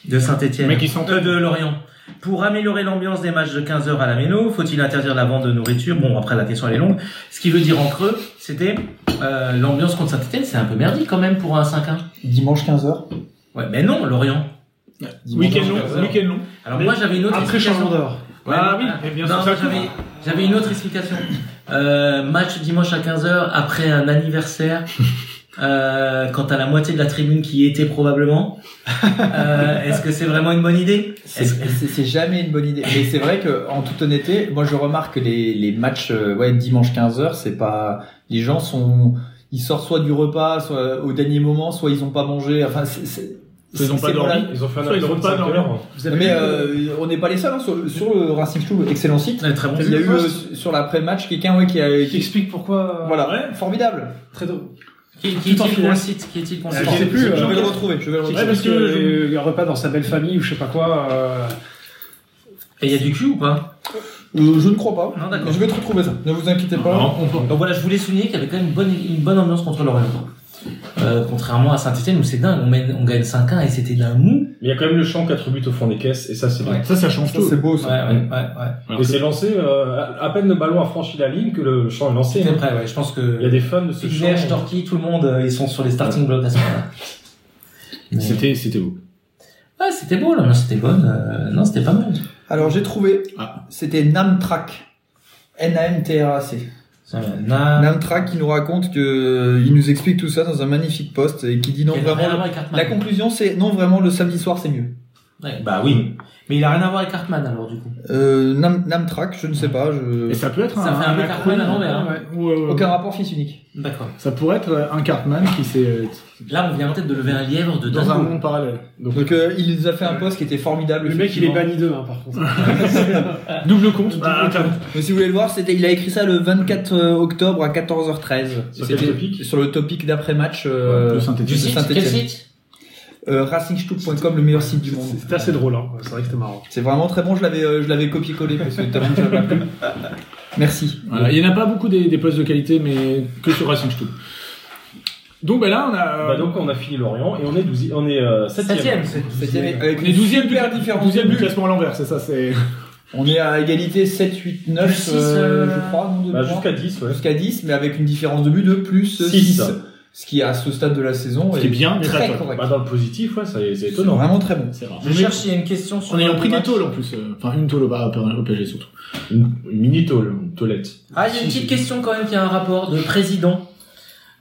Speaker 2: de Saint-Étienne,
Speaker 1: Mais qui sont-
Speaker 2: Euh, de Lorient. Pour améliorer l'ambiance des matchs de 15h à la Méno, faut-il interdire la vente de nourriture Bon, après la question elle est longue. Ce qui veut dire en creux, c'était euh, l'ambiance contre Saint-Étienne, c'est un peu merdique quand même pour un 5-1.
Speaker 10: Dimanche 15h.
Speaker 2: Ouais, mais non, Lorient.
Speaker 1: Week-end long, week-end long.
Speaker 2: Alors moi j'avais une autre
Speaker 8: Après
Speaker 2: explication.
Speaker 8: changement d'heure.
Speaker 2: Ouais,
Speaker 1: Ah oui,
Speaker 2: voilà.
Speaker 1: eh bien,
Speaker 2: Non,
Speaker 1: c'est ça
Speaker 2: j'avais-
Speaker 1: tout.
Speaker 2: J'avais une autre explication. Euh, match dimanche à 15h après un anniversaire. Euh, quand t'as la moitié de la tribune qui y était probablement, euh, est-ce que c'est vraiment une bonne idée
Speaker 10: C'est c'est- c'est jamais une bonne idée. Mais c'est vrai que, en toute honnêteté, moi je remarque que les, les matchs, euh, ouais, dimanche 15h, c'est pas, les gens sont, ils sortent soit du repas, soit au dernier moment, soit ils ont pas mangé, enfin, c'est, c'est-
Speaker 1: Ils ont
Speaker 10: c'est-
Speaker 1: pas
Speaker 10: c'est
Speaker 1: dormi.
Speaker 10: voilà.
Speaker 4: Ils ont fait un
Speaker 1: Soit ils
Speaker 4: apéro
Speaker 1: ont
Speaker 4: de
Speaker 1: pas
Speaker 4: 5
Speaker 1: dormi.
Speaker 4: heures.
Speaker 8: Vous avez
Speaker 10: Mais
Speaker 8: vu,
Speaker 10: euh, on n'est pas les seuls, hein, sur, sur le Racing Club, excellent site.
Speaker 2: Ouais, Très bon.
Speaker 10: Il y a
Speaker 8: le
Speaker 10: eu
Speaker 8: post
Speaker 10: euh, sur l'après-match quelqu'un ouais, qui a,
Speaker 8: Qui
Speaker 10: qui-
Speaker 8: explique pourquoi. euh,
Speaker 10: voilà, formidable.
Speaker 8: Très drôle.
Speaker 2: Qui, qui
Speaker 8: Tout en
Speaker 2: est-il qu'on
Speaker 8: finale.
Speaker 2: cite Qui est-il qu'on
Speaker 8: Je
Speaker 2: cite
Speaker 8: sais plus,
Speaker 10: Je
Speaker 8: euh,
Speaker 10: vais le retrouver, je vais le
Speaker 8: Qui
Speaker 10: retrouver.
Speaker 1: Ouais, parce
Speaker 8: explique
Speaker 1: que-
Speaker 8: euh, un repas dans sa belle famille ou je sais pas quoi. euh,
Speaker 2: Et il y a du cul ou pas
Speaker 10: Euh, je ne crois pas.
Speaker 2: Non, d'accord.
Speaker 10: Mais je vais te retrouver ça. Ne vous inquiétez pas.
Speaker 1: Alors, on- on-
Speaker 2: Donc voilà, je voulais souligner qu'il y avait quand même une bonne, une bonne ambiance contre l'Orient. Euh, contrairement à Saint-Etienne où c'est dingue, on, mène- on gagne 5-1 et c'était d'un mou.
Speaker 4: Mais il y a quand même le chant 4 buts au fond des caisses, et ça c'est bien.
Speaker 1: Ça, ça change
Speaker 10: Ça,
Speaker 1: tout.
Speaker 10: c'est beau ça.
Speaker 2: ouais.
Speaker 1: Alors
Speaker 4: Et
Speaker 1: que-
Speaker 4: c'est lancé, euh, à- à peine le ballon a franchi la ligne que le chant est lancé.
Speaker 2: C'était
Speaker 4: hein.
Speaker 2: prêt, ouais. Je pense que.
Speaker 4: Il y a des fans de ce chant.
Speaker 2: Fidèche, Torquay, tout le monde, euh, ils sont sur les starting blocks à ce moment-là. Mais-
Speaker 1: C'était, c'était beau.
Speaker 2: Ouais, c'était beau, là. C'était bonne. euh, non, c'était pas mal.
Speaker 10: Alors j'ai trouvé.
Speaker 1: Ah.
Speaker 10: C'était Namtrak. N-A-M-T-R-A-C.
Speaker 2: Ça, na-
Speaker 10: Namtrak qui nous raconte que il nous explique tout ça dans un magnifique post et qui dit non
Speaker 2: Il a rien à
Speaker 10: vraiment.
Speaker 2: voir avec Cartman.
Speaker 10: La conclusion c'est non vraiment le samedi soir c'est mieux.
Speaker 2: Ouais, bah oui. Mais il a rien à voir avec Cartman, alors, du coup.
Speaker 10: Euh, Nam, Namtrak, je ne sais pas.
Speaker 1: Et
Speaker 10: Je...
Speaker 1: ça peut être
Speaker 2: Ça
Speaker 1: un,
Speaker 2: fait un peu Cartman à
Speaker 1: acronyme.
Speaker 2: l'envers, hein.
Speaker 1: Ouais, ouais, ouais.
Speaker 10: Aucun rapport fils unique.
Speaker 2: D'accord.
Speaker 1: Ça pourrait être un Cartman qui s'est euh,
Speaker 2: Là, on vient peut-être de lever un lièvre de
Speaker 1: dans un
Speaker 2: dingo.
Speaker 1: monde parallèle. Donc,
Speaker 10: Donc euh, il nous a fait un post qui était formidable.
Speaker 8: Le mec, il est
Speaker 10: effectivement.
Speaker 8: banni d'eux, hein, par contre.
Speaker 1: double compte.
Speaker 10: Mais si vous voulez le voir, c'était il a écrit ça le 24 octobre à 14h13.
Speaker 4: Sur
Speaker 10: C'était
Speaker 4: quel topic
Speaker 10: sur le topic d'après match euh,
Speaker 1: de Saint-Étienne.
Speaker 10: de
Speaker 2: Du site Quel
Speaker 10: Saint-Étienne.
Speaker 2: site
Speaker 10: Euh, racingstoop.com, le meilleur site du monde.
Speaker 8: C'était assez drôle, hein. c'est vrai que c'était marrant.
Speaker 10: C'est vraiment très bon, je l'avais euh, je l'avais copié-collé parce que t'as vu que j'avais appelé. Merci.
Speaker 1: Voilà, il n'y en a pas beaucoup des, des postes de qualité, mais que sur Racing Stoop. Donc ben là, on a. euh,
Speaker 4: Bah donc on a fini l'Orient et on est 12 on est euh, septième.
Speaker 2: Septième.
Speaker 10: C'était avec
Speaker 1: on
Speaker 10: une
Speaker 1: est 12 e
Speaker 10: super différence de
Speaker 1: du
Speaker 10: but.
Speaker 1: classement à l'envers, c'est ça. C'est
Speaker 10: On est à égalité 7, 8, 9,
Speaker 2: Du six, euh,
Speaker 10: je crois, non, de
Speaker 4: Bah,
Speaker 10: mémoire.
Speaker 4: jusqu'à 10 ouais.
Speaker 10: Jusqu'à 10, mais avec une différence de but de plus 6.
Speaker 4: Six.
Speaker 10: Ce qui, à ce stade de la saison,
Speaker 1: Ce qui est bien, mais
Speaker 10: très
Speaker 1: pas top.
Speaker 10: correct.
Speaker 4: Bah dans le positif ouais, ça- c'est
Speaker 10: C'est
Speaker 4: étonnant.
Speaker 10: vraiment très bon.
Speaker 1: c'est rare.
Speaker 2: Je cherche s'il y a une question sur.
Speaker 1: En ayant pris
Speaker 2: le
Speaker 1: des
Speaker 2: match.
Speaker 1: tôles en plus, euh, enfin une tôle au, bas, au PSG surtout.
Speaker 4: Une, une mini tôle, une toilette.
Speaker 2: Ah, il y a une petite question quand même qui a un rapport de président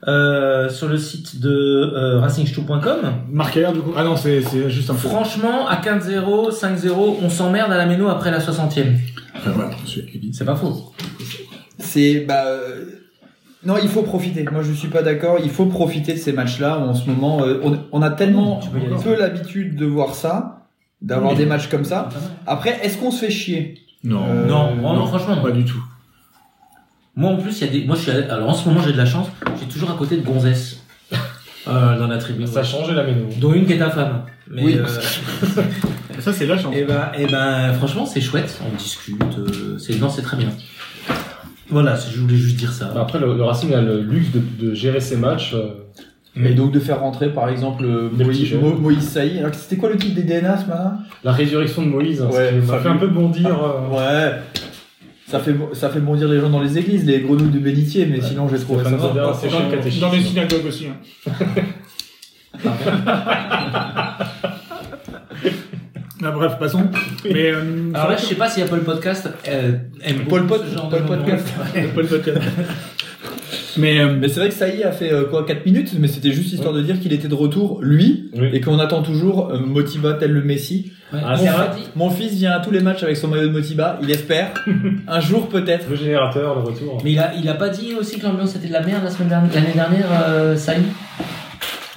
Speaker 2: euh, sur le site de euh, racingstoop.com.
Speaker 1: Marc Allaire, du coup. Ah non, c'est c'est juste un faux.
Speaker 2: Franchement, à 15-0, 5-0, on s'emmerde à la méno après la 60e.
Speaker 1: Enfin, voilà, je suis Kevin.
Speaker 2: C'est pas faux.
Speaker 10: C'est bah euh, non, il faut profiter. Moi, je suis pas d'accord. Il faut profiter de ces matchs-là. En ce moment, euh, on, on a tellement
Speaker 2: Tu peux y aller.
Speaker 10: peu l'habitude de voir ça, d'avoir
Speaker 1: Oui.
Speaker 10: des matchs comme ça. Après, est-ce qu'on se fait chier
Speaker 1: Non,
Speaker 10: Euh,
Speaker 2: non, vraiment,
Speaker 1: non,
Speaker 2: franchement, non.
Speaker 1: pas du tout.
Speaker 2: Moi en plus, il y a des. Moi, je suis. à- Alors en ce moment, j'ai de la chance. J'ai toujours à côté de Gonzès. euh, dans la tribune.
Speaker 4: Ça a changé la méno.
Speaker 2: Dont une qui est ta femme. Mais,
Speaker 1: Oui.
Speaker 2: euh,
Speaker 1: Ça, c'est la chance.
Speaker 2: et ben, et ben, franchement, c'est chouette. On discute. euh, c'est non, c'est très bien. Voilà, je voulais juste dire ça.
Speaker 4: Après, le, le Racing a le luxe de, de gérer ses matchs. euh,
Speaker 10: Mais donc de faire rentrer par exemple euh,
Speaker 4: Des petits
Speaker 10: Moïse,
Speaker 4: jeunes.
Speaker 10: Mo- Moïse Saï. Alors que c'était quoi le titre des DNA ce matin
Speaker 4: la résurrection de Moïse, hein,
Speaker 10: Ouais,
Speaker 4: ce qui m'a
Speaker 10: fabuleux.
Speaker 4: fait un peu bondir. euh,
Speaker 10: Ouais. Ça fait, ça fait bondir les gens dans les églises, les grenouilles de bénitier, mais sinon j'ai trouvé ça
Speaker 4: Stéphane Zadar,
Speaker 10: marrant.
Speaker 4: c'est dans le catéchisme.
Speaker 1: Dans les synagogues aussi. hein. Ah, bref, passons. Mais, euh,
Speaker 4: Ah
Speaker 2: Alors là, je sais pas si Apple Podcast euh, aime
Speaker 10: Paul
Speaker 2: beaucoup
Speaker 10: Pot-
Speaker 2: ce genre
Speaker 10: Paul
Speaker 2: de moment.
Speaker 10: Podcast.
Speaker 2: Ouais.
Speaker 1: Paul Podcast. Mais euh,
Speaker 10: Mais c'est vrai que Saï a fait euh, quoi 4 minutes, mais c'était juste histoire de dire qu'il était de retour, lui,
Speaker 4: Oui.
Speaker 10: et qu'on attend toujours euh, Motiba tel le Messi.
Speaker 2: Ouais.
Speaker 4: Ah,
Speaker 10: mon,
Speaker 2: c'est
Speaker 10: fi-
Speaker 2: vrai.
Speaker 10: mon fils vient à tous les matchs avec son maillot de Motiba, il espère, un jour peut-être.
Speaker 4: Le générateur, le retour.
Speaker 2: Mais il a, il a pas dit aussi que l'ambiance était de la merde la semaine dernière, l'année dernière, euh, Saïd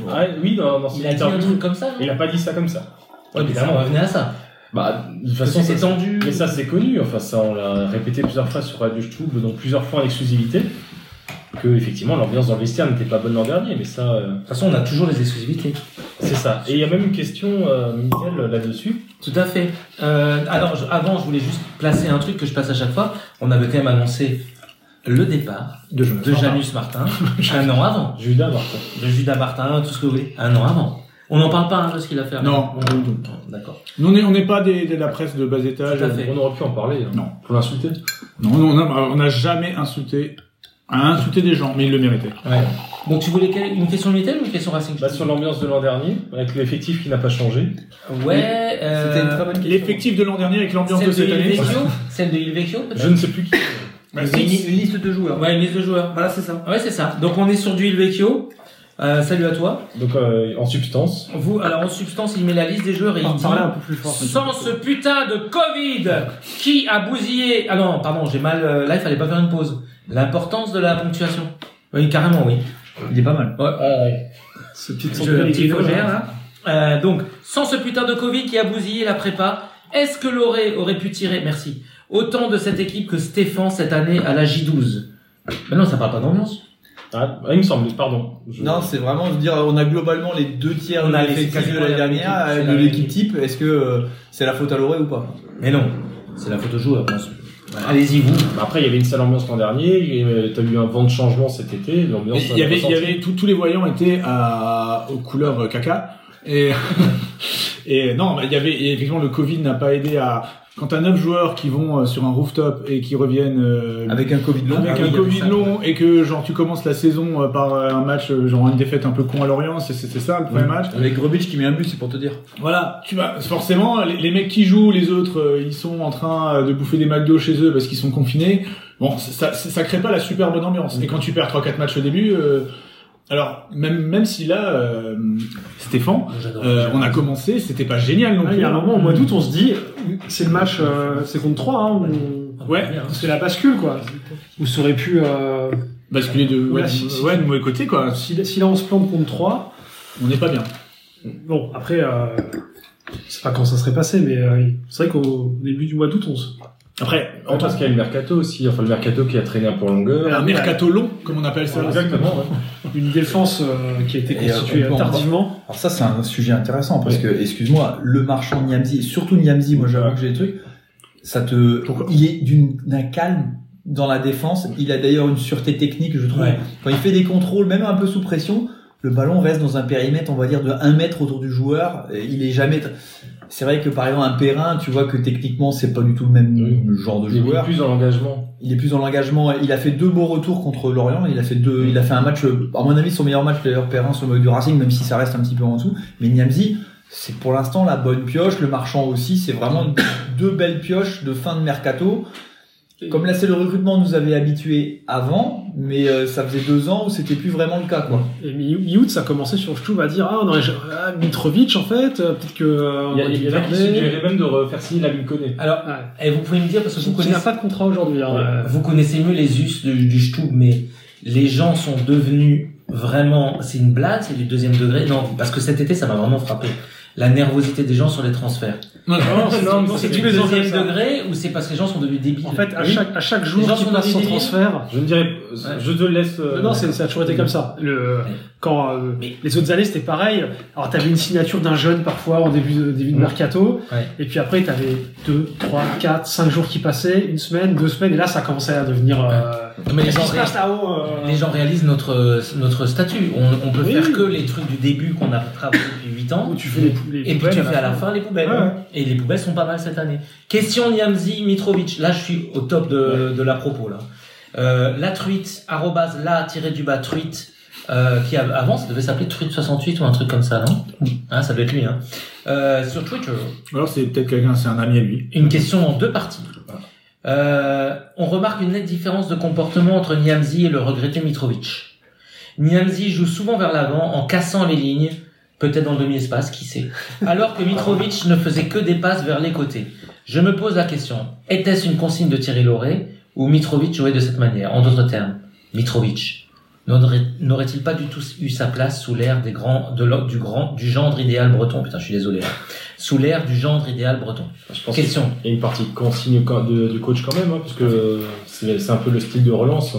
Speaker 4: Ah, oui, dans, dans cette
Speaker 2: Il a dit un
Speaker 4: interview,
Speaker 2: truc comme ça. non
Speaker 4: il a pas dit ça comme ça.
Speaker 2: Ouais, mais ça revenait à ça.
Speaker 4: Bah, de toute
Speaker 2: Parce
Speaker 4: façon,
Speaker 2: que c'est
Speaker 4: ça-
Speaker 2: tendu.
Speaker 4: Mais ça, c'est connu. Enfin, ça, on l'a répété plusieurs fois sur Radio Stube, donc plusieurs fois en exclusivité, que effectivement l'ambiance dans le vestiaire n'était pas bonne l'an dernier. Mais ça, euh,
Speaker 2: De toute façon, on a toujours les exclusivités.
Speaker 4: c'est ça. Et il y a même une question, euh, Mickaël, là-dessus.
Speaker 2: Tout à fait. Euh, alors, je- avant, je voulais juste placer un truc que je passe à chaque fois. On avait quand même annoncé le départ
Speaker 1: de Jonas
Speaker 2: de
Speaker 1: Martin.
Speaker 2: Janus Martin un an avant,
Speaker 4: Judas, Martin.
Speaker 2: de Judas Martin, tout ce que vous voulez, un an avant. On n'en parle pas hein, de ce qu'il a fait. avant.
Speaker 1: Non.
Speaker 2: Bon, d'accord.
Speaker 1: Nous, on n'est on n'est pas des- de la presse de bas étage.
Speaker 2: Tout à fait.
Speaker 4: On aurait pu en parler. hein.
Speaker 1: Non.
Speaker 4: Pour l'insulter.
Speaker 1: Non, non, non, on n'a jamais insulté, a insulté des gens, mais ils le méritaient.
Speaker 2: Ouais. Donc, tu voulais quelle- une question Minitel ou une question Racing
Speaker 4: Bah, sur l'ambiance de l'an dernier, avec l'effectif qui n'a pas changé.
Speaker 2: Ouais. euh,
Speaker 10: C'était une très bonne question.
Speaker 1: L'effectif de l'an dernier avec l'ambiance
Speaker 2: celle
Speaker 1: de cette année.
Speaker 2: Ilvecchio Celle de Ilvecchio peut-être
Speaker 4: Je ne sais plus qui.
Speaker 1: Bah,
Speaker 10: Une,
Speaker 1: six.
Speaker 10: une liste de joueurs.
Speaker 2: Ouais, une liste de joueurs.
Speaker 10: Voilà, c'est ça.
Speaker 2: Ouais, c'est ça. Donc, on est sur du Ilvecchio. Euh, salut à toi.
Speaker 4: Donc, euh, en substance.
Speaker 2: Vous, alors en substance, il met la liste des joueurs et il dit
Speaker 8: Parlez un peu plus fort.
Speaker 2: sans ce putain de Covid qui a bousillé. Ah non, pardon, j'ai mal. euh, Là, il fallait pas faire une pause. L'importance de la ponctuation. Oui, carrément, oui.
Speaker 10: Il est pas mal.
Speaker 2: Ouais,
Speaker 8: Ce petit
Speaker 2: Je- petit Faugère, là. Euh, donc, sans ce putain de Covid qui a bousillé la prépa, est-ce que Loré aurait pu tirer, merci, autant de cette équipe que Stéphane cette année à la J12 Mais non, ça parle pas d'ambiance.
Speaker 4: Ah, il me semble, pardon. Je-
Speaker 10: Non, c'est vraiment je veux dire, on a globalement les deux tiers
Speaker 2: On
Speaker 10: de
Speaker 2: a les-
Speaker 10: l'effectif de
Speaker 2: quasiment
Speaker 10: l'année
Speaker 2: la même
Speaker 10: dernière,
Speaker 2: équipe, c'est
Speaker 10: euh,
Speaker 2: la
Speaker 10: de
Speaker 2: même
Speaker 10: l'équipe
Speaker 2: équipe.
Speaker 10: type. Est-ce que euh, c'est la faute à Loré ou pas
Speaker 2: Mais non, c'est la photo joueur, je pense. Allez-y, vous.
Speaker 4: Après, il y avait une sale ambiance l'an dernier. il y avait- T'as eu un vent de changement cet été.
Speaker 1: Mais
Speaker 4: L'ambiance. euh,
Speaker 1: Il y
Speaker 4: on l'a
Speaker 1: avait, il y
Speaker 4: ressenti.
Speaker 1: avait tous- tous les voyants étaient à, aux couleurs euh, caca. Et, et non, bah, il y avait, et effectivement, le Covid n'a pas aidé à, quand t'as neuf joueurs qui vont euh, sur un rooftop et qui reviennent euh,
Speaker 10: Avec un Covid long.
Speaker 1: avec
Speaker 2: Ah oui,
Speaker 1: un
Speaker 2: il y a eu
Speaker 1: Covid
Speaker 2: ça.
Speaker 1: long et que genre tu commences la saison euh, par euh, un match euh, genre une défaite un peu con à Lorient, c'est- c'était ça le premier match.
Speaker 10: Avec Grubich qui met un but, c'est pour te dire.
Speaker 1: Voilà, tu vas forcément les, les mecs qui jouent, les autres, euh, ils sont en train euh, de bouffer des McDo chez eux parce qu'ils sont confinés. Bon, ça, ça, ça crée pas la super bonne ambiance. Et quand tu perds 3-4 matchs au début, euh, alors même même si là, euh, Stéphane,
Speaker 2: J'adore.
Speaker 1: euh, on a commencé, c'était pas génial non
Speaker 8: Ouais,
Speaker 1: plus.
Speaker 8: il y a un moment au mois d'août, on se dit, c'est le match, euh, c'est contre 3, hein, on-
Speaker 1: Ouais.
Speaker 8: c'est la bascule quoi. Où ça aurait pu, euh,
Speaker 1: basculer de ouais,
Speaker 8: Oula,
Speaker 1: de-
Speaker 8: si- si-
Speaker 1: ouais, de mauvais côté quoi.
Speaker 8: si, si là on se plante contre 3,
Speaker 1: On n'est pas bien.
Speaker 8: bon après, euh, je sais pas quand ça serait passé, mais euh, c'est vrai qu'au début du mois d'août, on se...
Speaker 1: Après, en
Speaker 4: En parce qu'il y a eu le mercato aussi, enfin le mercato qui a traîné un peu en longueur.
Speaker 1: un mercato long, comme on appelle ça.
Speaker 4: Exactement. ouais.
Speaker 8: une défense euh, qui a été
Speaker 10: Et, euh,
Speaker 8: constituée
Speaker 10: on peut en
Speaker 8: tardivement.
Speaker 10: Alors ça c'est un sujet intéressant parce que excuse-moi, le marchand Niamzi, surtout Niamzi, moi j'avoue que j'ai des trucs, ça te
Speaker 1: Pourquoi
Speaker 10: il est d'une d'un calme dans la défense, il a d'ailleurs une sûreté technique, je trouve.
Speaker 2: Ouais.
Speaker 10: Quand il fait des contrôles même un peu sous pression, le ballon reste dans un périmètre, on va dire de 1 mètre autour du joueur, et il est jamais C'est vrai que par exemple un Perrin, tu vois que techniquement c'est pas du tout le même
Speaker 4: Oui.
Speaker 10: genre de
Speaker 4: Il est beaucoup
Speaker 10: joueur.
Speaker 4: plus dans l'engagement.
Speaker 10: Il est plus dans l'engagement. Il a fait deux beaux retours contre Lorient. Il a fait deux, il a fait un match, euh, à mon avis, son meilleur match d'ailleurs, Perrin sur le mode du Racing, même si ça reste un petit peu en dessous. Mais Niamzi, c'est pour l'instant la bonne pioche. Le Marchand aussi, c'est vraiment deux belles pioches de fin de mercato. Comme là, c'est le recrutement nous avait habitués avant, mais euh, ça faisait deux ans où c'était plus vraiment le cas, quoi.
Speaker 8: Et mi- mi-août, ça commençait sur Stouv à dire, ah, on aurait, ah, Mitrovic en fait, euh, peut-être que... euh, on
Speaker 4: Il y a-
Speaker 8: aurait
Speaker 4: il
Speaker 8: dû
Speaker 4: y en a qui
Speaker 8: garder.
Speaker 4: suggéraient même de refaire signer la Mimcone.
Speaker 2: Alors,
Speaker 8: Ouais.
Speaker 2: et Eh, vous pouvez me dire, parce que vous
Speaker 8: Qui- qui
Speaker 2: connaissez.
Speaker 8: n'a pas de contrat aujourd'hui. hein. Euh,
Speaker 2: Vous connaissez mieux les us du, du Stub, mais les gens sont devenus vraiment. C'est une blague, c'est du deuxième degré. Non, parce que cet été, ça m'a vraiment frappé. la nervosité des gens sur les transferts.
Speaker 8: Non, non, non,
Speaker 2: c'est
Speaker 8: c'est
Speaker 2: du
Speaker 8: tous les ans comme
Speaker 2: deuxième
Speaker 8: ça.
Speaker 2: degré ou c'est parce que les gens sont devenus débiles
Speaker 8: En fait, à
Speaker 2: Oui.
Speaker 8: chaque, à chaque
Speaker 2: Les
Speaker 8: jour
Speaker 2: gens
Speaker 8: qui
Speaker 2: sont
Speaker 8: passe sans
Speaker 2: devenus
Speaker 8: transfert,
Speaker 4: Je ne dirais, je te laisse. euh,
Speaker 8: Non, non, c'est- ça a toujours été comme ça. Le, quand euh, les autres années, c'était pareil. Alors, t'avais une signature d'un jeune parfois en début de, début de mercato,
Speaker 2: Ouais.
Speaker 8: et puis après, t'avais deux, trois, quatre, cinq jours qui passaient, une semaine, deux semaines, et là, ça commençait à devenir. euh,
Speaker 2: Non, mais les
Speaker 8: qu'est-ce
Speaker 2: gens,
Speaker 8: qui se passe là-haut euh,
Speaker 2: les gens réalisent notre, euh, notre statut. On, on peut
Speaker 8: Oui.
Speaker 2: faire que les trucs du début qu'on a travaillé depuis 8 ans.
Speaker 8: où tu fais les, pou- les
Speaker 2: Et puis
Speaker 8: poubelles
Speaker 2: tu fais à la
Speaker 8: fin.
Speaker 2: fin les poubelles. hein.
Speaker 8: Ouais, ouais.
Speaker 2: Et les poubelles sont pas mal cette année. Question Niamzi Mitrovic. Là, je suis au top de, de la propos. Là. Euh, la truite, arrobase, la tiré du bas, truite, euh, qui av- avant, ça devait s'appeler truite68 ou un truc comme ça, non Hein, Ça devait être lui. Hein. Euh, sur Twitter,
Speaker 1: Alors c'est peut-être quelqu'un, c'est un ami à lui.
Speaker 2: une question en deux parties. Euh, on remarque une nette différence de comportement entre Niamzi et le regretté Mitrovic. Niamzi joue souvent vers l'avant en cassant les lignes, peut-être dans le demi-espace, qui sait. Alors que Mitrovic ne faisait que des passes vers les côtés. Je me pose la question, était-ce une consigne de Thierry Lauré ou Mitrovic jouait de cette manière En d'autres termes, Mitrovic n'aurait- n'aurait-il pas du tout eu sa place sous l'ère des grands, de l'homme- du grand, du gendre idéal breton Putain, je suis désolé. hein. Sous l'ère du gendre idéal breton.
Speaker 4: Je pense qu'il
Speaker 2: Question.
Speaker 4: y a une partie de consigne co- de- du coach quand même, hein, parce que euh, c'est c'est un peu le style de relance.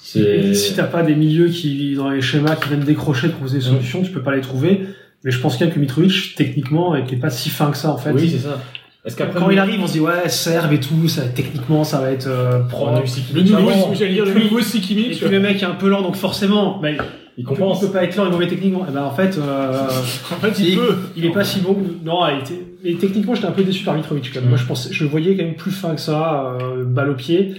Speaker 4: C'est
Speaker 8: Si t'as pas des milieux qui, dans les schémas, qui viennent décrocher de proposer des solutions, tu peux pas les trouver. Mais je pense quand même que Mitrovic, techniquement, il est pas si fin que ça, en fait.
Speaker 4: oui, c'est ça. Est-ce qu'après
Speaker 8: Quand il arrive, on se dit ouais, serbe et tout, ça, techniquement ça va être euh,
Speaker 4: Oh, on a eu
Speaker 8: propre.
Speaker 1: Le
Speaker 4: Sikimic
Speaker 1: nouveau,
Speaker 4: avant,
Speaker 1: j'allais dire, le nouveau Sikimi.
Speaker 8: Et
Speaker 1: tu
Speaker 8: puis le mec est un peu lent, donc forcément, bah, il,
Speaker 4: il
Speaker 8: il
Speaker 4: compense.
Speaker 8: peut pas être lent et mauvais techniquement. Et ben en fait, euh,
Speaker 1: vois. En fait, il peut.
Speaker 8: il est pas si bon. Non, il était- mais techniquement, j'étais un peu déçu par Mitrovic. Quand même.
Speaker 4: Mm.
Speaker 8: Moi, je pensais, je le voyais quand même plus fin que ça, euh, balle au pied.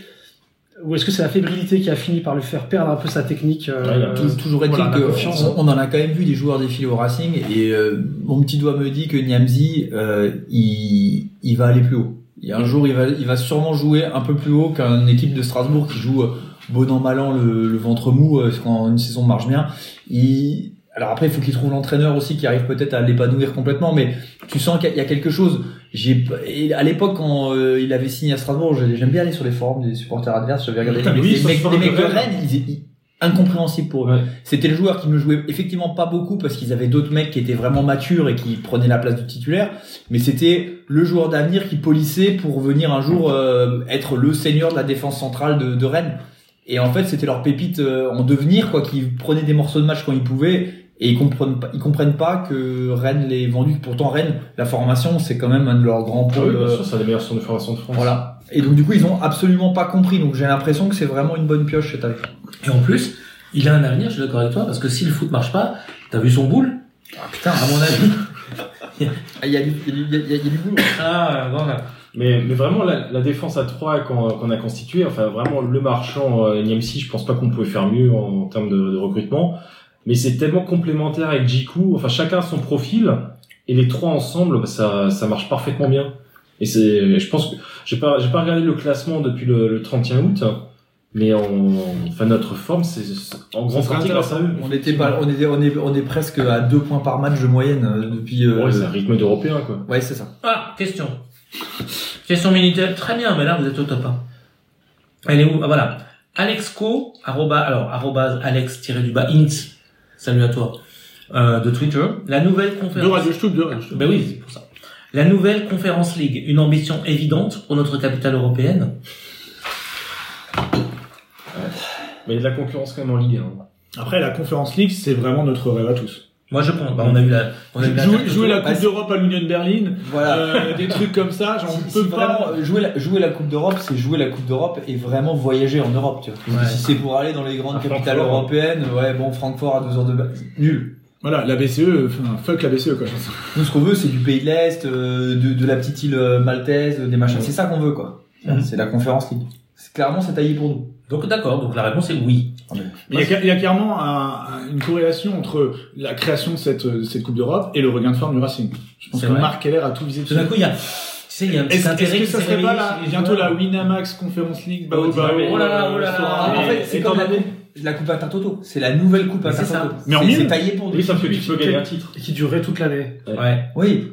Speaker 8: Ou est-ce que c'est la fébrilité qui a fini par lui faire perdre un peu sa technique euh,
Speaker 4: Ouais, il a
Speaker 10: Tou- toujours est-il
Speaker 8: voilà, la
Speaker 10: que
Speaker 8: confiance.
Speaker 10: on, on en a quand même vu des joueurs défiler au Racing et euh, mon petit doigt me dit que Niamzi euh, il, il va aller plus haut. Il y a un jour il va il va sûrement jouer un peu plus haut qu'une équipe de Strasbourg qui joue euh, bon an mal an le, le ventre mou euh, quand une saison marche bien. Il alors après, il faut qu'il trouve l'entraîneur aussi qui arrive peut-être à l'épanouir complètement, mais tu sens qu'il y a quelque chose. J'ai et à l'époque quand euh, il avait signé à Strasbourg, j'ai- j'aime bien aller sur les forums des supporters adverses, je vais regarder
Speaker 1: Putain,
Speaker 10: les,
Speaker 1: oui,
Speaker 10: les
Speaker 1: sur
Speaker 10: mecs,
Speaker 1: le
Speaker 10: les
Speaker 1: forum
Speaker 10: mecs
Speaker 1: de
Speaker 10: de
Speaker 1: Rennes.
Speaker 10: Rennes, ils- ils- incompréhensible pour eux.
Speaker 4: Ouais.
Speaker 10: C'était le joueur qui ne jouait effectivement pas beaucoup parce qu'ils avaient d'autres mecs qui étaient vraiment matures et qui prenaient la place du titulaire, mais c'était le joueur d'avenir qui polissait pour venir un jour euh, être le seigneur de la défense centrale de, de Rennes. Et en fait, c'était leur pépite euh, en devenir, quoi, qui prenaient des morceaux de match quand ils pouvaient. Et ils comprennent pas, ils comprennent pas que Rennes les vendu. Pourtant, Rennes, la formation, c'est quand même un de leurs grands
Speaker 4: Ah
Speaker 10: pôles.
Speaker 4: oui, bien
Speaker 10: euh,
Speaker 4: sûr, c'est un des meilleurs centres de formation de France.
Speaker 10: voilà. Et donc, du coup, ils ont absolument pas compris. Donc, j'ai l'impression que c'est vraiment une bonne pioche cette année.
Speaker 2: Et en plus, il a un avenir, je suis d'accord avec toi, parce que si le foot marche pas, t'as vu son boule
Speaker 10: Ah, putain,
Speaker 2: À mon avis.
Speaker 10: Ah, Il y a du, il y a- il y a- il y a du boulot.
Speaker 2: Ah, voilà.
Speaker 4: Mais, mais vraiment, la, la défense à 3 qu'on qu'on a constituée, enfin vraiment le marchand euh, Niamsi, je pense pas qu'on pouvait faire mieux en, termes de, de recrutement. Mais c'est tellement complémentaire avec Jiku, enfin chacun a son profil, et les trois ensemble, bah, ça, ça marche parfaitement bien. Et c'est, je pense que j'ai pas, j'ai pas regardé le classement depuis le, le 31 août, mais on, enfin notre forme, c'est c'est en grande
Speaker 1: sera
Speaker 4: partie grâce à eux.
Speaker 10: On était pas, on est, on est, on est presque à deux points par match de moyenne euh, depuis. euh,
Speaker 4: Ouais, c'est un rythme d'européen quoi.
Speaker 10: ouais, c'est ça.
Speaker 2: Ah, question. Question Minitel, très bien, mais là vous êtes au top 1. Elle est où Ah, Voilà. Alexco, arroba, alors, arrobase alex-du-bas, int, salut à toi, euh, de Twitter. La nouvelle
Speaker 1: De
Speaker 2: conférence.
Speaker 1: Radio Stub, de Radio Stub.
Speaker 2: Ben oui, c'est pour ça. La nouvelle Conférence League, une ambition évidente pour notre capitale européenne.
Speaker 4: Mais il y a de la concurrence quand même en Ligue 1.
Speaker 1: Après, la Conférence League, c'est vraiment notre rêve à tous.
Speaker 2: Moi je compte, Bah, on a eu la... On a eu la
Speaker 1: Jouer, jouer la
Speaker 10: Bah,
Speaker 1: Coupe
Speaker 10: c'est-
Speaker 1: d'Europe à l'Union de Berlin,
Speaker 10: Voilà.
Speaker 1: euh, des trucs comme ça, j'en
Speaker 10: Si- si
Speaker 1: peux pas.
Speaker 10: vraiment, euh, jouer, la, jouer la Coupe d'Europe, c'est jouer la Coupe d'Europe et vraiment voyager en Europe. Tu vois. Parce que
Speaker 2: Ouais.
Speaker 10: Si c'est pour aller dans les grandes
Speaker 4: À
Speaker 10: capitales
Speaker 4: Francfort.
Speaker 10: européennes, ouais, bon, Francfort à deux heures de ba- nul.
Speaker 1: Voilà, la BCE, enfin, fuck la BCE, quoi.
Speaker 10: Nous, ce qu'on veut, c'est du pays de l'Est, euh, de, de la petite île euh, maltaise, des machins. C'est ça qu'on veut, quoi.
Speaker 2: Mhm.
Speaker 10: C'est la conférence ligue. C'est clairement, c'est taillé pour nous.
Speaker 2: Donc d'accord, donc la réponse est oui.
Speaker 1: Mais il y a ca- il y, a clairement un- un- une corrélation entre la création de cette, euh, cette Coupe d'Europe et le regain de forme du Racing. Je pense
Speaker 2: C'est
Speaker 1: que
Speaker 2: vrai.
Speaker 1: Marc Keller a tout visé
Speaker 2: Tout
Speaker 1: dessus.
Speaker 2: d'un coup, il y a, tu sais, il y a un petit
Speaker 1: Est-ce est-ce
Speaker 2: intérêt
Speaker 1: que
Speaker 2: qui
Speaker 1: ça
Speaker 2: s'est
Speaker 1: serait pas
Speaker 2: réveillé
Speaker 1: la,
Speaker 2: chez les
Speaker 1: bientôt la
Speaker 2: joueurs.
Speaker 1: Winamax Conference League
Speaker 2: Bah,
Speaker 1: Bao
Speaker 2: on dit,
Speaker 1: Bao,
Speaker 2: mais- oh là là,
Speaker 1: euh,
Speaker 2: oh là là.
Speaker 1: Sora.
Speaker 10: en fait, c'est comme la, la Coupe Intertoto. C'est la nouvelle Coupe
Speaker 2: Mais c'est
Speaker 10: Intertoto.
Speaker 1: Mais en
Speaker 10: C'est-
Speaker 1: mille.
Speaker 10: C'est taillé pour nous.
Speaker 4: Oui, sauf que tu peux gagner un titre.
Speaker 8: et qui durait toute l'année.
Speaker 2: Ouais.
Speaker 10: Oui.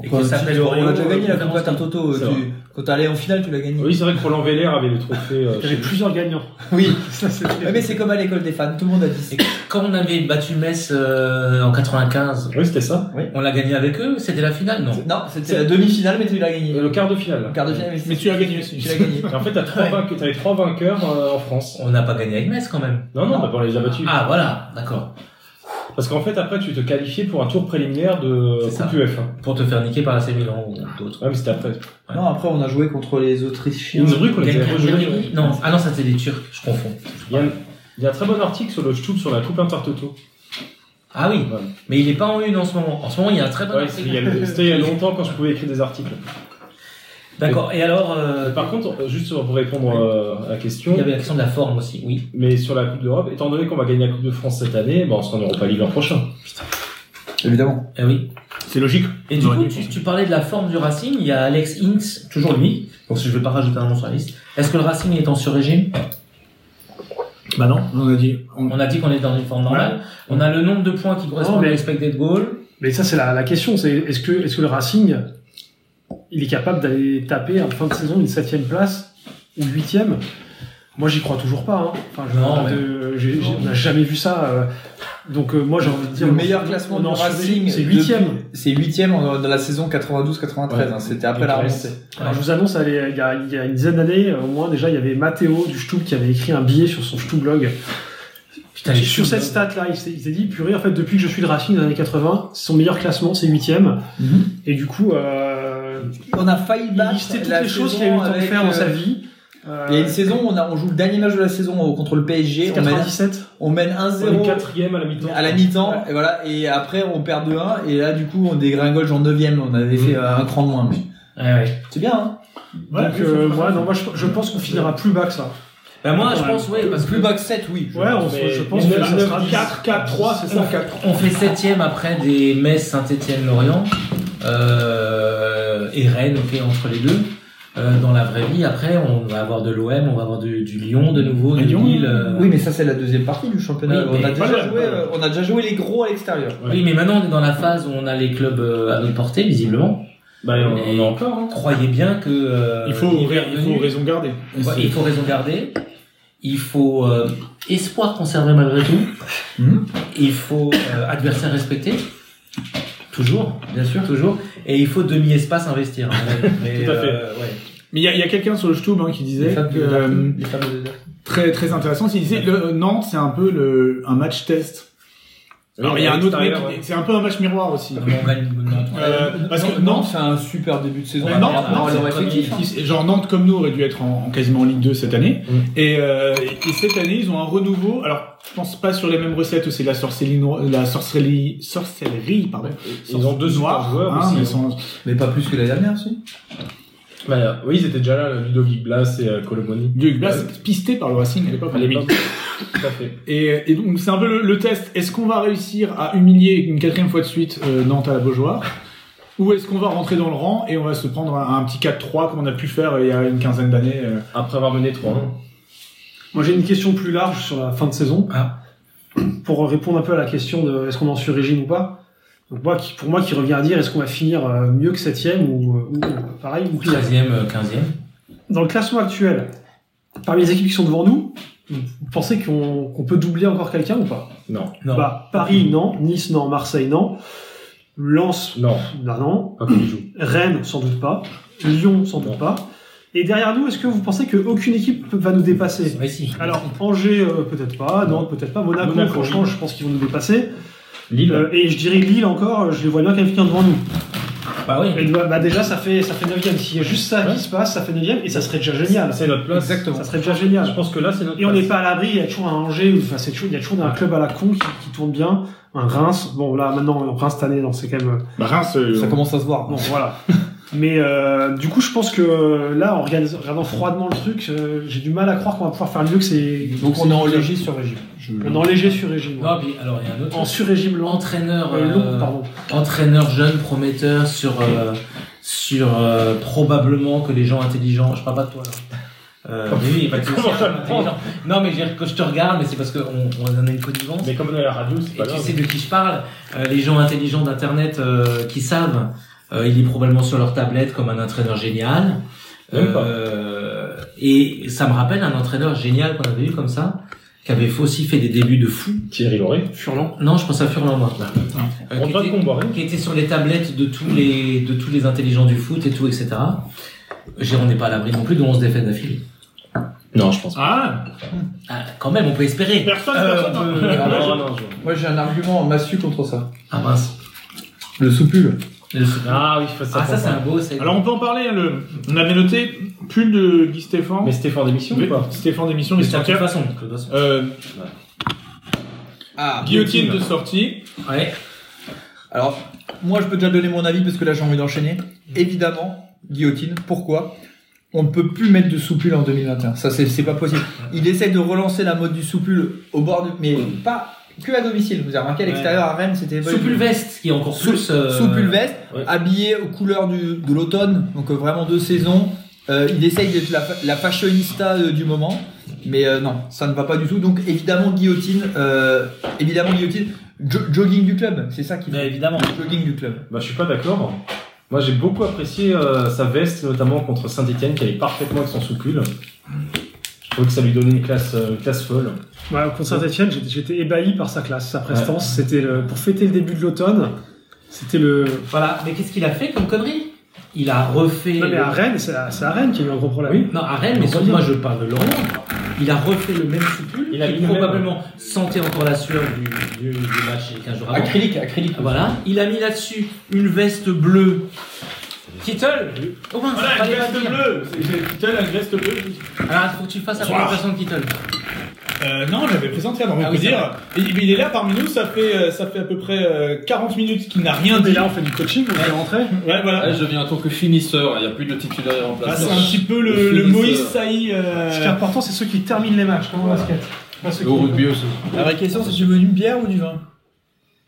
Speaker 2: Et
Speaker 10: Enfin,
Speaker 2: qui s'appelle
Speaker 10: tu-
Speaker 2: Oreo.
Speaker 10: On a déjà gagné la Coupe
Speaker 2: Conférence League.
Speaker 10: Intertoto.
Speaker 4: C'est
Speaker 10: Tu-
Speaker 4: vrai.
Speaker 10: Quand t'es allé en finale, tu l'as gagné.
Speaker 4: Oui, c'est vrai que Roland Véler avait le trophée. euh,
Speaker 8: Il y avait
Speaker 4: chez lui.
Speaker 8: plusieurs gagnants.
Speaker 10: Oui.
Speaker 8: Ça, c'était-
Speaker 10: Ouais, mais c'est comme à l'école des fans, tout le monde a dit.
Speaker 2: Quand on avait battu Metz euh, en 95,
Speaker 4: oui, c'était ça.
Speaker 2: on l'a gagné avec eux, c'était la finale, non
Speaker 10: Non, c'était la demi-finale, mais tu l'as gagné.
Speaker 4: Euh,
Speaker 1: Euh,
Speaker 4: Le quart de finale.
Speaker 10: Quart de finale, mais,
Speaker 1: Mais tu as gagné aussi.
Speaker 10: tu l'as gagné.
Speaker 4: Et en fait, t'as trois
Speaker 2: Ouais.
Speaker 4: vainque- t'avais trois vainqueurs euh, en France.
Speaker 2: On n'a pas gagné avec Metz quand même.
Speaker 4: Non, non, bah, on les a battus.
Speaker 2: Ah voilà, d'accord.
Speaker 4: Parce qu'en fait, après, tu te qualifiais pour un tour préliminaire de
Speaker 2: C'est ça.
Speaker 4: Coupe UEFA.
Speaker 2: Pour te faire niquer par AC Milan ou d'autres.
Speaker 4: Ouais, mais c'était après.
Speaker 2: Ouais.
Speaker 10: Non, après, on a joué contre les Autrichiens.
Speaker 4: Innsbruck, on les avait rejoués.
Speaker 2: Galtier- Non, ah non, ça c'était les Turcs, je confonds.
Speaker 4: Il y, a, il y a un très bon article sur le Stub sur la Coupe Intertoto.
Speaker 2: Ah oui,
Speaker 4: Ouais.
Speaker 2: mais il est pas en une en ce moment. En ce moment, il y a un très bon
Speaker 4: Ouais, c'est-
Speaker 2: article.
Speaker 4: il y a le- c'était il y a longtemps quand je pouvais écrire des articles.
Speaker 2: D'accord. Et alors, euh,
Speaker 4: Euh, Par contre, euh, juste pour répondre euh, à la question,
Speaker 2: il y avait la question de la forme aussi. Oui.
Speaker 4: mais sur la Coupe d'Europe, étant donné qu'on va gagner la Coupe de France cette année, bah, on sera en Europa League l'an prochain.
Speaker 10: Évidemment.
Speaker 2: Eh oui.
Speaker 1: C'est logique.
Speaker 2: Et du coup, tu, tu parlais de la forme du Racing. Il y a Alex Hintz, toujours lui. Donc, je vais pas rajouter un nom sur la liste. Est-ce que le Racing est en sur-régime
Speaker 1: Bah non, on a dit. on-
Speaker 2: On a dit qu'on est dans une forme normale. On a le nombre de points qui correspondent
Speaker 8: Non, mais-
Speaker 2: au expected goal.
Speaker 8: Mais ça, c'est la, la question. C'est est-ce que, est-ce que le Racing, il est capable d'aller taper en fin de saison une septième place ou huitième Moi, j'y crois toujours pas. hein. Enfin, je-
Speaker 2: Non, mais-
Speaker 8: de- j'ai- j'ai- on n'a jamais vu ça. euh. donc, euh, moi, j'ai envie de dire
Speaker 10: Le meilleur classement
Speaker 8: on est en
Speaker 10: du Racing,
Speaker 8: c'est huitième.
Speaker 10: depuis- C'est huitième en- dans la saison 92-93. hein, C'était après la remontée.
Speaker 8: Alors, je vous annonce, elle est- il y, a, il y a une dizaine d'années, euh, au moins déjà, il y avait Matteo du Stub qui avait écrit un billet sur son Stub blog.
Speaker 2: Putain, les
Speaker 8: sur
Speaker 2: Stubs,
Speaker 8: cette
Speaker 2: hein.
Speaker 8: stat-là, il s'est il s'est dit, purée, en fait, depuis que je suis le Racing dans les années 80, son meilleur classement, c'est huitième.
Speaker 10: Mhm.
Speaker 8: Et du coup, euh,
Speaker 10: On a failli
Speaker 8: il
Speaker 10: battre
Speaker 8: listait toutes
Speaker 10: Bah, la
Speaker 8: les choses qu'il
Speaker 10: saison
Speaker 8: a eu le temps de
Speaker 10: avec,
Speaker 8: faire dans sa
Speaker 10: euh,
Speaker 8: vie. Euh,
Speaker 10: Il y a une saison, on, a, on joue le dernier match de la saison au- contre le PSG. On mène,
Speaker 8: 97.
Speaker 10: on mène
Speaker 4: On est
Speaker 10: 1-0
Speaker 4: quatrième à la mi-temps.
Speaker 10: à la mi-temps. Et voilà. Et après, on perd 2-1. Et là, du coup, on dégringole genre 9ème. On avait
Speaker 8: Mhm.
Speaker 10: fait euh, un cran de moins. mais
Speaker 2: Ouais, ouais.
Speaker 10: C'est bien, hein
Speaker 1: Ouais,
Speaker 8: Donc,
Speaker 1: oui,
Speaker 8: euh,
Speaker 1: ça,
Speaker 8: moi,
Speaker 1: ça,
Speaker 8: non, moi, je, je pense qu'on finira plus bas que ça.
Speaker 2: Bah, moi, je
Speaker 8: Ouais.
Speaker 2: pense, oui, parce que
Speaker 10: Plus bas que 7, oui.
Speaker 8: Ouais, on,
Speaker 4: mais-
Speaker 8: je pense
Speaker 4: mais
Speaker 8: que
Speaker 4: neuf,
Speaker 8: ça sera
Speaker 4: neuf,
Speaker 1: 4, 4, 3, c'est ça, 4.
Speaker 2: On fait septième après des Metz, Saint-Étienne, Lorient euh, et Rennes, ok, entre les deux. Euh, dans la vraie vie, après, on va avoir de l'OM, on va avoir du, du Lyon de nouveau,
Speaker 1: Et
Speaker 2: du
Speaker 1: Lyon,
Speaker 2: Lille. euh,
Speaker 10: Oui, mais ça, c'est la deuxième partie du championnat.
Speaker 2: Oui,
Speaker 10: on, a
Speaker 2: mais-
Speaker 10: déjà
Speaker 1: voilà.
Speaker 10: joué, euh, on a déjà joué les gros à l'extérieur.
Speaker 2: oui, mais maintenant on est dans la phase où on a les clubs euh, à notre portée, visiblement.
Speaker 4: Bah, on on a encore. hein.
Speaker 2: Croyez bien que euh,
Speaker 1: Il faut,
Speaker 2: l'hiver
Speaker 1: il faut
Speaker 2: venu-
Speaker 1: raison garder.
Speaker 2: Ouais, il faut raison garder. Il faut euh, espoir conserver malgré tout.
Speaker 10: Mhm.
Speaker 2: Il faut euh, adversaire respecté. Toujours, bien sûr, toujours. Et il faut demi-espace investir. hein. Mais,
Speaker 4: Tout à fait.
Speaker 2: euh, ouais.
Speaker 1: Mais il y a, il y a quelqu'un sur le Stub hein, qui
Speaker 10: Les
Speaker 1: disait
Speaker 10: femmes
Speaker 1: que,
Speaker 10: de-
Speaker 1: euh,
Speaker 10: les femmes de-
Speaker 1: très très intéressant, il disait le, Nantes c'est un peu le un match test. Alors il y a un autre mec,
Speaker 4: Extérieur, ouais.
Speaker 1: qui- c'est un peu un match miroir aussi.
Speaker 2: Comment on gagne non,
Speaker 1: Euh, parce que
Speaker 10: Nantes
Speaker 1: Nantes,
Speaker 10: fait un super début de saison.
Speaker 1: Ouais, Nantes,
Speaker 10: Ah,
Speaker 1: Nantes,
Speaker 10: leur
Speaker 1: c'est-
Speaker 10: effectif, hein.
Speaker 1: ils- ils- genre Nantes comme nous aurait dû être en, en quasiment en Ligue 2 cette année.
Speaker 4: Mm.
Speaker 1: Et, euh, et, et cette année, ils ont un renouveau. Alors, je pense pas sur les mêmes recettes où c'est la sorcellerie, no- la sorcellerie, sorcellerie, pardon.
Speaker 4: Ils ont deux super
Speaker 1: noirs,
Speaker 4: joueurs aussi,
Speaker 1: mais
Speaker 4: hein.
Speaker 1: sans-
Speaker 10: Mais pas plus que la dernière, si.
Speaker 4: Bah, euh, oui, ils étaient déjà là, Ludovic Blas et euh, Colomoni.
Speaker 1: Ludovic Blas pisté par le Racing à l'époque.
Speaker 4: À l'époque. Tout à fait.
Speaker 1: Et, et donc c'est un peu le, le test. Est-ce qu'on va réussir à humilier une quatrième fois de suite euh, Nantes à la Beaujoire ou est-ce qu'on va rentrer dans le rang et on va se prendre un, un petit 4-3 comme on a pu faire euh, il y a une quinzaine d'années euh.
Speaker 4: Après avoir mené 3
Speaker 8: Moi, j'ai une question plus large sur la fin de saison.
Speaker 2: Ah.
Speaker 8: Pour répondre un peu à la question de est-ce qu'on est en sur-régime ou pas. Donc, moi, qui, pour moi, qui revient à dire est-ce qu'on va finir euh, mieux que septième ou, euh, ou, euh, pareil ou pire.
Speaker 2: 13e, euh, 15e.
Speaker 8: Dans le classement actuel, parmi les équipes qui sont devant nous, vous pensez qu'on qu'on peut doubler encore quelqu'un ou pas
Speaker 4: Non.
Speaker 2: Non.
Speaker 8: Bah, Paris, non. Nice, non. Marseille, non. Lens,
Speaker 4: Non,
Speaker 8: non, non.
Speaker 4: pas comme ils jouent.
Speaker 8: Rennes, sans doute pas. Lyon, sans doute pas. Et derrière nous, est-ce que vous pensez qu'aucune équipe va nous dépasser
Speaker 2: Mais si.
Speaker 8: Alors, Angers, euh, peut-être pas. Nantes, peut-être pas. Monaco,
Speaker 4: Monaco,
Speaker 8: franchement, je pense qu'ils vont nous dépasser.
Speaker 4: Lille.
Speaker 8: Euh, et je dirais Lille encore, euh, je les vois bien quelqu'un devant nous.
Speaker 2: Bah oui.
Speaker 8: Et bah, bah, déjà, ça fait, ça fait 9ème. S'il y a juste ça
Speaker 4: Ouais.
Speaker 8: qui se passe, ça fait 9ème et ça serait déjà génial.
Speaker 4: c'est notre place.
Speaker 8: Ça serait déjà génial.
Speaker 4: Je pense que là, c'est notre
Speaker 8: Et on
Speaker 4: place.
Speaker 8: n'est pas à l'abri, il y a toujours un Angers, ou- enfin, c'est toujours, il y a toujours un club à la con qui, qui tourne bien. Un Reims. Bon, là, maintenant, Reims cette année, non, c'est quand même.
Speaker 1: Bah, Reims, euh,
Speaker 10: Ça
Speaker 1: on-
Speaker 10: commence à se voir.
Speaker 8: Bon, voilà. Mais euh, du coup, je pense que euh, là, en regardant, regardant froidement le truc, euh, j'ai du mal à croire qu'on va pouvoir faire mieux que c'est.
Speaker 10: Donc on est en léger sur régime. Ah,
Speaker 8: On est en léger sur régime.
Speaker 2: Non, puis, alors il y a un autre.
Speaker 8: En sur-régime lent.
Speaker 2: Entraîneur,
Speaker 8: euh, long,
Speaker 2: euh,
Speaker 8: pardon.
Speaker 2: entraîneur jeune, prometteur sur euh, sur euh, probablement que les gens intelligents. Je parle pas de toi là. Euh, mais oui, pas de souci,
Speaker 4: Comment ça
Speaker 2: hein,
Speaker 4: me
Speaker 2: intelligent. Non, mais je veux dire, quand je te regarde, mais c'est parce qu'on on en a une connivence.
Speaker 4: Mais comme on est à la radio, c'est
Speaker 2: Et
Speaker 4: pas
Speaker 2: tu
Speaker 4: grave.
Speaker 2: sais de qui je parle, euh, les gens intelligents d'internet euh, qui savent, euh, il est probablement sur leur tablette comme un entraîneur génial.
Speaker 4: Même pas.
Speaker 2: Euh, et ça me rappelle un entraîneur génial qu'on avait eu comme ça, qui avait aussi fait des débuts de fou.
Speaker 4: Thierry Lauré.
Speaker 8: Furlan.
Speaker 2: Non, je pense à Furlan maintenant. Euh, qui,
Speaker 4: Antoine
Speaker 2: était,
Speaker 4: Comboiré.
Speaker 2: qui était sur les tablettes de tous les de tous les intelligents du foot et tout, etc. J'ai- On n'est pas à l'abri non plus de 11 défaites d'affilée.
Speaker 4: Non, je pense pas.
Speaker 1: Ah
Speaker 2: Ah, quand même, on peut espérer.
Speaker 1: Personne, personne. hein.
Speaker 10: Euh, alors moi,
Speaker 4: Non,
Speaker 10: j'ai-
Speaker 4: non, Ah, je-
Speaker 10: moi j'ai un argument massu contre ça.
Speaker 2: Ah mince.
Speaker 10: Le soupule.
Speaker 4: Ah oui, faut ça.
Speaker 2: Ah
Speaker 4: faut
Speaker 2: ça c'est
Speaker 4: pas.
Speaker 2: un beau. c'est-
Speaker 1: Alors on peut en parler. hein, le... On avait noté pull de Guy Stéphane.
Speaker 4: Mais c'était fort d'émission ou pas
Speaker 1: Stéphane d'émission,
Speaker 2: Mais
Speaker 1: mais
Speaker 2: c'est de toute
Speaker 1: sortir.
Speaker 2: façon. de toute façon.
Speaker 1: Euh,
Speaker 10: Ah,
Speaker 1: guillotine de sortie.
Speaker 2: Ouais.
Speaker 10: Alors, moi, je peux déjà donner mon avis parce que là, j'ai envie d'enchaîner. Évidemment, guillotine. Pourquoi On ne peut plus mettre de soupule en 2021. Ça, c'est c'est pas possible. Il essaie de relancer la mode du soupule au bord du. Mais pas que à domicile. Vous avez remarqué, à l'extérieur, à Rennes, c'était.
Speaker 2: Sous Pulvest qui est encore
Speaker 10: Sous,
Speaker 2: plus. euh,
Speaker 10: sous pulvestre,
Speaker 4: ouais.
Speaker 10: habillé aux couleurs du- de l'automne, donc euh, vraiment deux saisons. Euh, il essaye d'être la, fa- la fashionista euh, du moment, mais euh, non, ça ne va pas du tout. Donc évidemment guillotine, euh, évidemment guillotine, Jo- jogging du club, c'est ça qui
Speaker 2: Mais bah, évidemment.
Speaker 10: le jogging du club.
Speaker 4: Bah, je suis pas d'accord. Moi, j'ai beaucoup apprécié euh, sa veste, notamment contre Saint-Etienne, qui allait parfaitement avec son soupule. Je trouvais que ça lui donnait une classe, euh, une classe folle.
Speaker 8: Ouais, au concert d'Etienne, j'étais- j'étais ébahi par sa classe, sa prestance. C'était le, pour fêter le début de l'automne. C'était le.
Speaker 2: Voilà. Mais qu'est-ce qu'il a fait comme connerie Il a refait.
Speaker 8: Non, mais
Speaker 2: le-
Speaker 8: à Rennes, c'est à, c'est à Rennes qu'il y a eu un gros problème.
Speaker 2: Non, à Rennes, mais
Speaker 4: On peut
Speaker 2: sur-
Speaker 4: dire.
Speaker 2: moi je parle de Laurent. Il a refait le même soupule.
Speaker 4: Il a mis
Speaker 2: qui
Speaker 4: le même.
Speaker 2: probablement sentait encore la sueur du, du, du match il y a 15 jours avant.
Speaker 10: Acrylique, acrylique.
Speaker 2: Voilà. Il a mis là-dessus une veste bleue. Kittle Oh mince,
Speaker 1: Voilà,
Speaker 2: fallait
Speaker 1: une
Speaker 2: pas
Speaker 1: veste
Speaker 2: dire.
Speaker 1: bleue. C'est- j'ai- Putain, la veste bleue.
Speaker 2: Alors, il faut que tu fasses la
Speaker 1: Bonsoir.
Speaker 2: présentation de Kittle.
Speaker 1: Euh, non, j'avais présenté avant. On
Speaker 2: Ah
Speaker 1: peut
Speaker 2: oui, c'est
Speaker 1: dire. Et- mais Il est là parmi nous. Ça fait, euh, ça fait à peu près euh, 40 minutes qu'il n'a rien
Speaker 8: Mais
Speaker 1: dit.
Speaker 8: là, on fait du coaching, on est rentré.
Speaker 1: Ouais, voilà.
Speaker 12: Là, je viens en tant que finisseur, hein. il n'y a plus de titulaire en
Speaker 1: Ah,
Speaker 12: place.
Speaker 1: c'est un petit peu le,
Speaker 12: Le
Speaker 1: le
Speaker 12: finisseur.
Speaker 1: Moïse Saï. euh,
Speaker 8: Ce qui est important, c'est ceux qui terminent les matchs, hein, au basket. Pas ceux
Speaker 12: Au
Speaker 8: qui-
Speaker 12: rugby aussi.
Speaker 10: La vraie question, c'est tu veux une bière ou du vin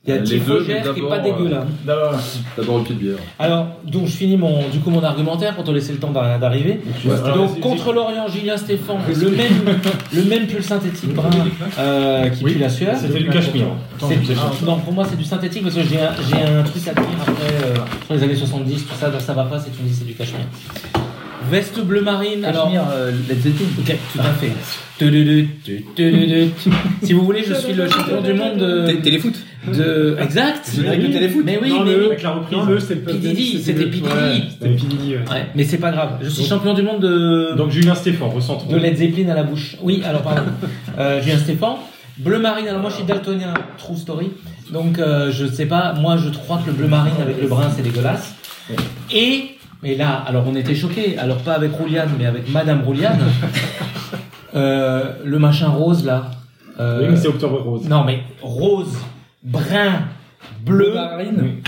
Speaker 2: Il y a
Speaker 12: Les
Speaker 2: Tim
Speaker 12: deux, mais
Speaker 2: Fougère qui est
Speaker 12: d'abord,
Speaker 2: pas dégueu
Speaker 12: euh,
Speaker 2: là.
Speaker 1: d'abord.
Speaker 12: D'abord une petite bière.
Speaker 2: Alors, donc je finis mon, du coup mon argumentaire pour te laisser le temps d'ar- d'arriver.
Speaker 1: vas-y,
Speaker 2: Bah, donc
Speaker 1: vas-y.
Speaker 2: contre l'Orient, Julien Stéphane, le même, le même pull synthétique brun euh, qui
Speaker 1: Oui,
Speaker 2: pue la sueur.
Speaker 4: Ah, C'était du cachemire.
Speaker 2: C'est- non, pour moi c'est du synthétique parce que j'ai un, j'ai un truc à dire après euh, sur les années 70, tout ça, donc ça va pas, c'est tu me dis c'est du cachemire. Veste bleu marine, alors
Speaker 10: Cachemire, euh, Led Zeppelin.
Speaker 2: Ok, tout à fait. Tududu, tududu. Si vous voulez, je suis le champion du monde
Speaker 10: Té-
Speaker 2: de.
Speaker 10: Téléfoot.
Speaker 2: de- Exact.
Speaker 10: C'est avec le téléfoot.
Speaker 2: Mais oui,
Speaker 8: Non,
Speaker 2: mais
Speaker 8: le-
Speaker 2: oui.
Speaker 8: avec la reprise, le, c'était le
Speaker 2: Pididi, c'était
Speaker 8: le-
Speaker 2: Pididi.
Speaker 8: ouais, C'était Pididi, ouais.
Speaker 2: Ouais, mais c'est pas grave. Je suis
Speaker 4: Donc-
Speaker 2: champion du monde de,
Speaker 4: Donc, Julien Stéphane, ressent
Speaker 2: de Led Zeppelin à la bouche. Oui, alors pardon. euh, Julien Stéphane. Bleu marine, alors moi je suis daltonien, true story. Donc euh, je sais pas, moi je crois que le bleu marine avec le brun c'est dégueulasse. Et, mais là, alors on était choqués, alors pas avec Rouliane, mais avec Madame Rouliane. Euh, le machin rose là. Euh,
Speaker 4: Oui, mais c'est Octobre Rose.
Speaker 2: non mais rose, brun, bleu,
Speaker 10: marine.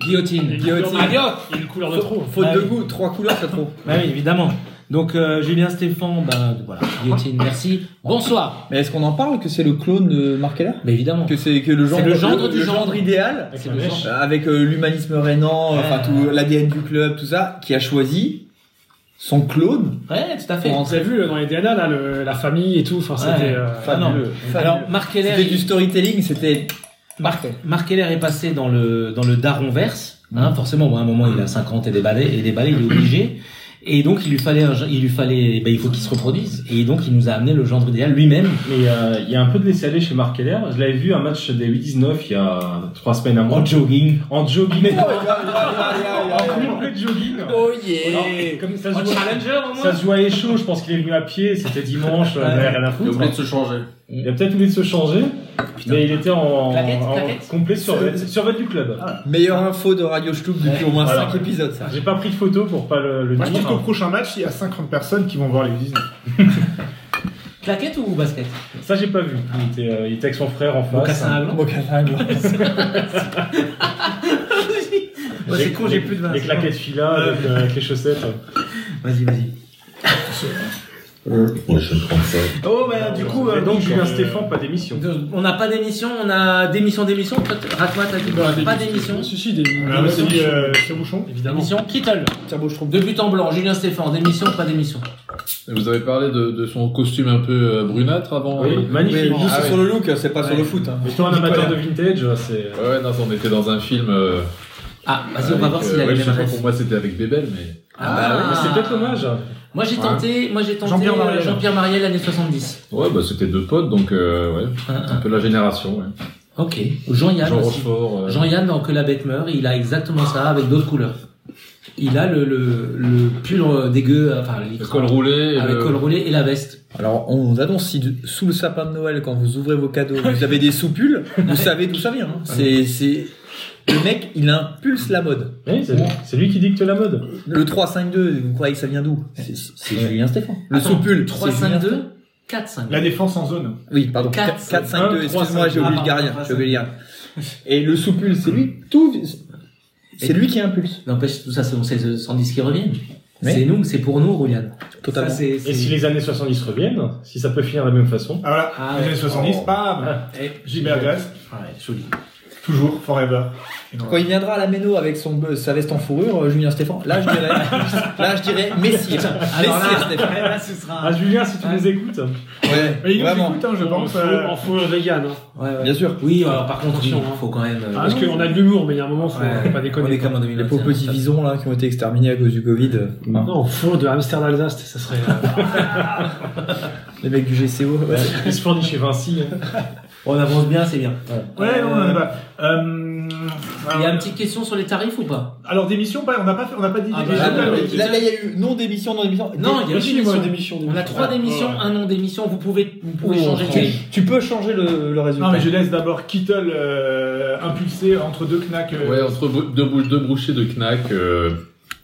Speaker 2: guillotine.
Speaker 10: Guillotine.
Speaker 2: Adios.
Speaker 8: Il y a une couleur de trop.
Speaker 10: Faute
Speaker 2: Ah
Speaker 10: de
Speaker 2: oui.
Speaker 10: goût, trois couleurs, c'est trop.
Speaker 2: Bah oui, évidemment. Donc euh, Julien Stéphane, ben voilà, guillotine, merci. Bonsoir.
Speaker 10: Mais est-ce qu'on en parle que c'est le clone de Markella
Speaker 2: Mais évidemment.
Speaker 10: Que c'est que le genre
Speaker 2: C'est le gendre du gendre.
Speaker 10: idéal
Speaker 2: C'est le genre.
Speaker 10: Euh, avec euh, l'humanisme rénan, euh, enfin
Speaker 2: Ah.
Speaker 10: tout l'ADN du club, tout ça, qui a choisi son clone
Speaker 2: Ouais, tout à fait.
Speaker 10: pour
Speaker 8: Vous avez
Speaker 10: rentrer.
Speaker 8: vu euh, dans les DNA, là, le- la famille et tout. Enfin,
Speaker 2: Ouais.
Speaker 8: c'était. euh,
Speaker 2: Ah non.
Speaker 10: Fabuleux.
Speaker 2: Alors
Speaker 10: Fabuleux.
Speaker 2: Marc Heller,
Speaker 10: C'était du storytelling, c'était
Speaker 2: Marc, Marc Heller est passé dans le dans le daron verse. Hein, forcément, bon, à un moment il a 50 et des balais et des balais, il est obligé. Et donc il lui fallait un, il lui fallait, ben, il faut qu'il se reproduise. Et donc il nous a amené le gendre idéal lui-même.
Speaker 4: Mais euh, il y a un peu de laisser aller chez Marc Keller. Je l'avais vu un match des 8-19 il y a 3 semaines à moi.
Speaker 2: En jogging.
Speaker 4: En jogging. en
Speaker 10: Oh
Speaker 4: complet de jogging. Alors, comme ça, se
Speaker 2: En
Speaker 4: joue-
Speaker 2: challenger au
Speaker 4: ça se jouait à Échaud, je pense qu'il est venu à pied, c'était dimanche, euh, il avait rien à
Speaker 12: Il a
Speaker 4: foutre.
Speaker 12: oublié de se changer.
Speaker 4: Il a peut-être oublié de se changer, mais il était en,
Speaker 2: Claquette,
Speaker 4: en
Speaker 2: claquette.
Speaker 4: complet survêt, survêt du club.
Speaker 13: Ah.
Speaker 10: Meilleure info de Radio Stoup depuis au moins
Speaker 4: Voilà.
Speaker 10: 5 épisodes ça.
Speaker 4: J'ai pas pris de photo pour pas le, le
Speaker 13: Moi, je
Speaker 4: dire.
Speaker 13: pense qu'au prochain match, il y a 50 personnes qui vont voir les 19.
Speaker 2: Claquette ou basket
Speaker 4: Ça, j'ai pas vu. Il était, euh, il était avec son frère en face.
Speaker 2: Mocassin à blanc. Ouais,
Speaker 4: Avec-
Speaker 2: c'est con, j'ai plus de 20.
Speaker 4: Les claquettes fila, avec, euh, avec les chaussettes.
Speaker 2: Vas-y, vas-y.
Speaker 10: Euh,
Speaker 2: Oh,
Speaker 10: Ah,
Speaker 2: bah, du coup, euh,
Speaker 4: Et donc,
Speaker 2: donc,
Speaker 4: Julien Stéphane, pas d'émission.
Speaker 2: on n'a pas d'émission, on a démission, démission. En fait, Ratmat a dit qu'on n'a pas d'émission.
Speaker 8: Si, si, des.
Speaker 13: Alors,
Speaker 8: des-
Speaker 13: c'est dit, euh, c'est bouchon.
Speaker 8: Évidemment.
Speaker 2: Démission, Kittle. Deux buts en blanc, Julien Stéphane, démission, pas démission.
Speaker 12: Et Vous avez parlé de, de son costume un peu euh, brunâtre avant.
Speaker 4: Oui,
Speaker 12: euh,
Speaker 4: magnifique.
Speaker 10: Mais nous,
Speaker 12: Ah
Speaker 10: c'est
Speaker 12: ouais.
Speaker 10: sur le look, c'est pas sur
Speaker 2: Ouais.
Speaker 10: le foot. hein.
Speaker 4: Mais toi, un amateur de vintage, c'est.
Speaker 14: euh,
Speaker 12: Ouais, ouais, non, on était dans un film. euh,
Speaker 2: Ah, vas-y, on va
Speaker 12: avec,
Speaker 2: voir
Speaker 12: euh,
Speaker 2: s'il a
Speaker 12: ouais,
Speaker 2: les
Speaker 12: je sais
Speaker 2: mêmes
Speaker 12: pas,
Speaker 2: rêves.
Speaker 12: Pour moi, c'était avec Bébel, mais.
Speaker 14: Ah, bah oui, mais c'est peut-être hommage.
Speaker 2: Moi j'ai
Speaker 14: Ouais.
Speaker 2: tenté, moi j'ai tenté
Speaker 14: Jean-Pierre Mariel.
Speaker 2: euh, Jean-Pierre Mariel années 70.
Speaker 12: Ouais, bah c'était deux potes, donc euh, ouais, un peu la génération. Ouais.
Speaker 2: Ok. Jean-Yann
Speaker 12: Jean
Speaker 2: aussi.
Speaker 12: Rochefort. euh,
Speaker 2: Jean-Yann dans Que la bête meurt, il a exactement ça avec d'autres couleurs. Il a le, le, le pull euh, dégueu, euh, enfin Ah, le
Speaker 12: col roulé,
Speaker 2: avec
Speaker 12: le-
Speaker 2: col roulé et la veste.
Speaker 10: Alors, on vous annonce si de- sous le sapin de Noël, quand vous ouvrez vos cadeaux, vous avez des soupules, vous savez d'où ça vient. hein. C'est, c'est, le mec, il impulse la mode.
Speaker 14: Oui, c'est- lui qui dicte la mode.
Speaker 10: Le 3-5-2, vous croyez que ça vient d'où C'est, c'est Julien Stéphane. Le
Speaker 2: Attends,
Speaker 10: soupule.
Speaker 2: 3-5-2 4-5.
Speaker 10: La défense en zone. Oui, pardon.
Speaker 2: 4-5-2,
Speaker 10: 4-5-2, excuse-moi, j'ai oublié le gardien.
Speaker 2: Ah,
Speaker 10: J'ai oublié le gardien. Et le soupule, c'est lui, tout, c'est lui qui impulse.
Speaker 2: N'empêche, tout ça, c'est on sait le 110 qui reviennent. C'est nous, c'est pour nous, Rouliane.
Speaker 10: Totalement.
Speaker 2: Ça, c'est- c'est-
Speaker 14: Et si les années 70 reviennent, si ça peut finir de la même façon.
Speaker 1: Ah voilà,
Speaker 2: Ah
Speaker 1: les
Speaker 2: ouais.
Speaker 1: années 70,
Speaker 2: Oh.
Speaker 1: bam Gilbert Grasse.
Speaker 2: Ouais, joli.
Speaker 1: Toujours, forever. Et
Speaker 10: Quand il viendra à la méno avec son, sa veste en fourrure, euh, Julien Stéphane, là je dirais, là je dirais Messire.
Speaker 2: Alors là,
Speaker 10: Messire Stéphane.
Speaker 2: ouais, là, ce sera.
Speaker 14: Ah, Julien, si tu nous écoutes.
Speaker 10: Ouais,
Speaker 8: Mais il nous
Speaker 10: vraiment.
Speaker 8: écoute, hein, je pense.
Speaker 10: fourrure-
Speaker 8: euh, En fourrure vegan. hein.
Speaker 2: Ouais, ouais.
Speaker 10: Bien sûr.
Speaker 2: Oui, alors par contre, il
Speaker 8: Attention, hein.
Speaker 2: faut quand même. euh,
Speaker 8: Parce qu'on a de l'humour, mais il y a un moment, faut
Speaker 2: Ouais.
Speaker 8: faut pas
Speaker 2: On est
Speaker 8: déconner.
Speaker 2: comme en
Speaker 10: Les
Speaker 2: 2021.
Speaker 10: pauvres petits visons là qui ont été exterminés à cause du Covid. Ah.
Speaker 8: Non, fourrure de hamster d'Alsace, ça serait. euh,
Speaker 10: Les mecs du GCO. ouais.
Speaker 14: Il se fournit chez Vinci. hein.
Speaker 2: On avance bien, c'est bien.
Speaker 1: Ouais, bah, non, on en a pas.
Speaker 2: euh, Il y a une petite question sur les tarifs ou pas
Speaker 1: Alors, d'émission, pas- on n'a pas, fait- on n'a pas dit
Speaker 2: Ah
Speaker 1: d'émission.
Speaker 2: bah,
Speaker 1: pas-
Speaker 2: là,
Speaker 1: mais-
Speaker 2: là,
Speaker 10: Là, là, il y a eu non démission, non démission.
Speaker 2: Non, il y a
Speaker 10: Démission.
Speaker 2: une
Speaker 8: moi,
Speaker 2: émission.
Speaker 8: démission,
Speaker 2: On a trois démissions, un non démission. Vous pouvez, vous pouvez
Speaker 10: Oh,
Speaker 2: changer de
Speaker 10: tu-
Speaker 2: thème.
Speaker 10: Tu peux changer le, le résultat.
Speaker 1: Non, mais je laisse d'abord Kittle euh, impulser entre deux knacks. euh,
Speaker 12: Ouais, entre brou- deux, brou- deux bouchées de knack, euh,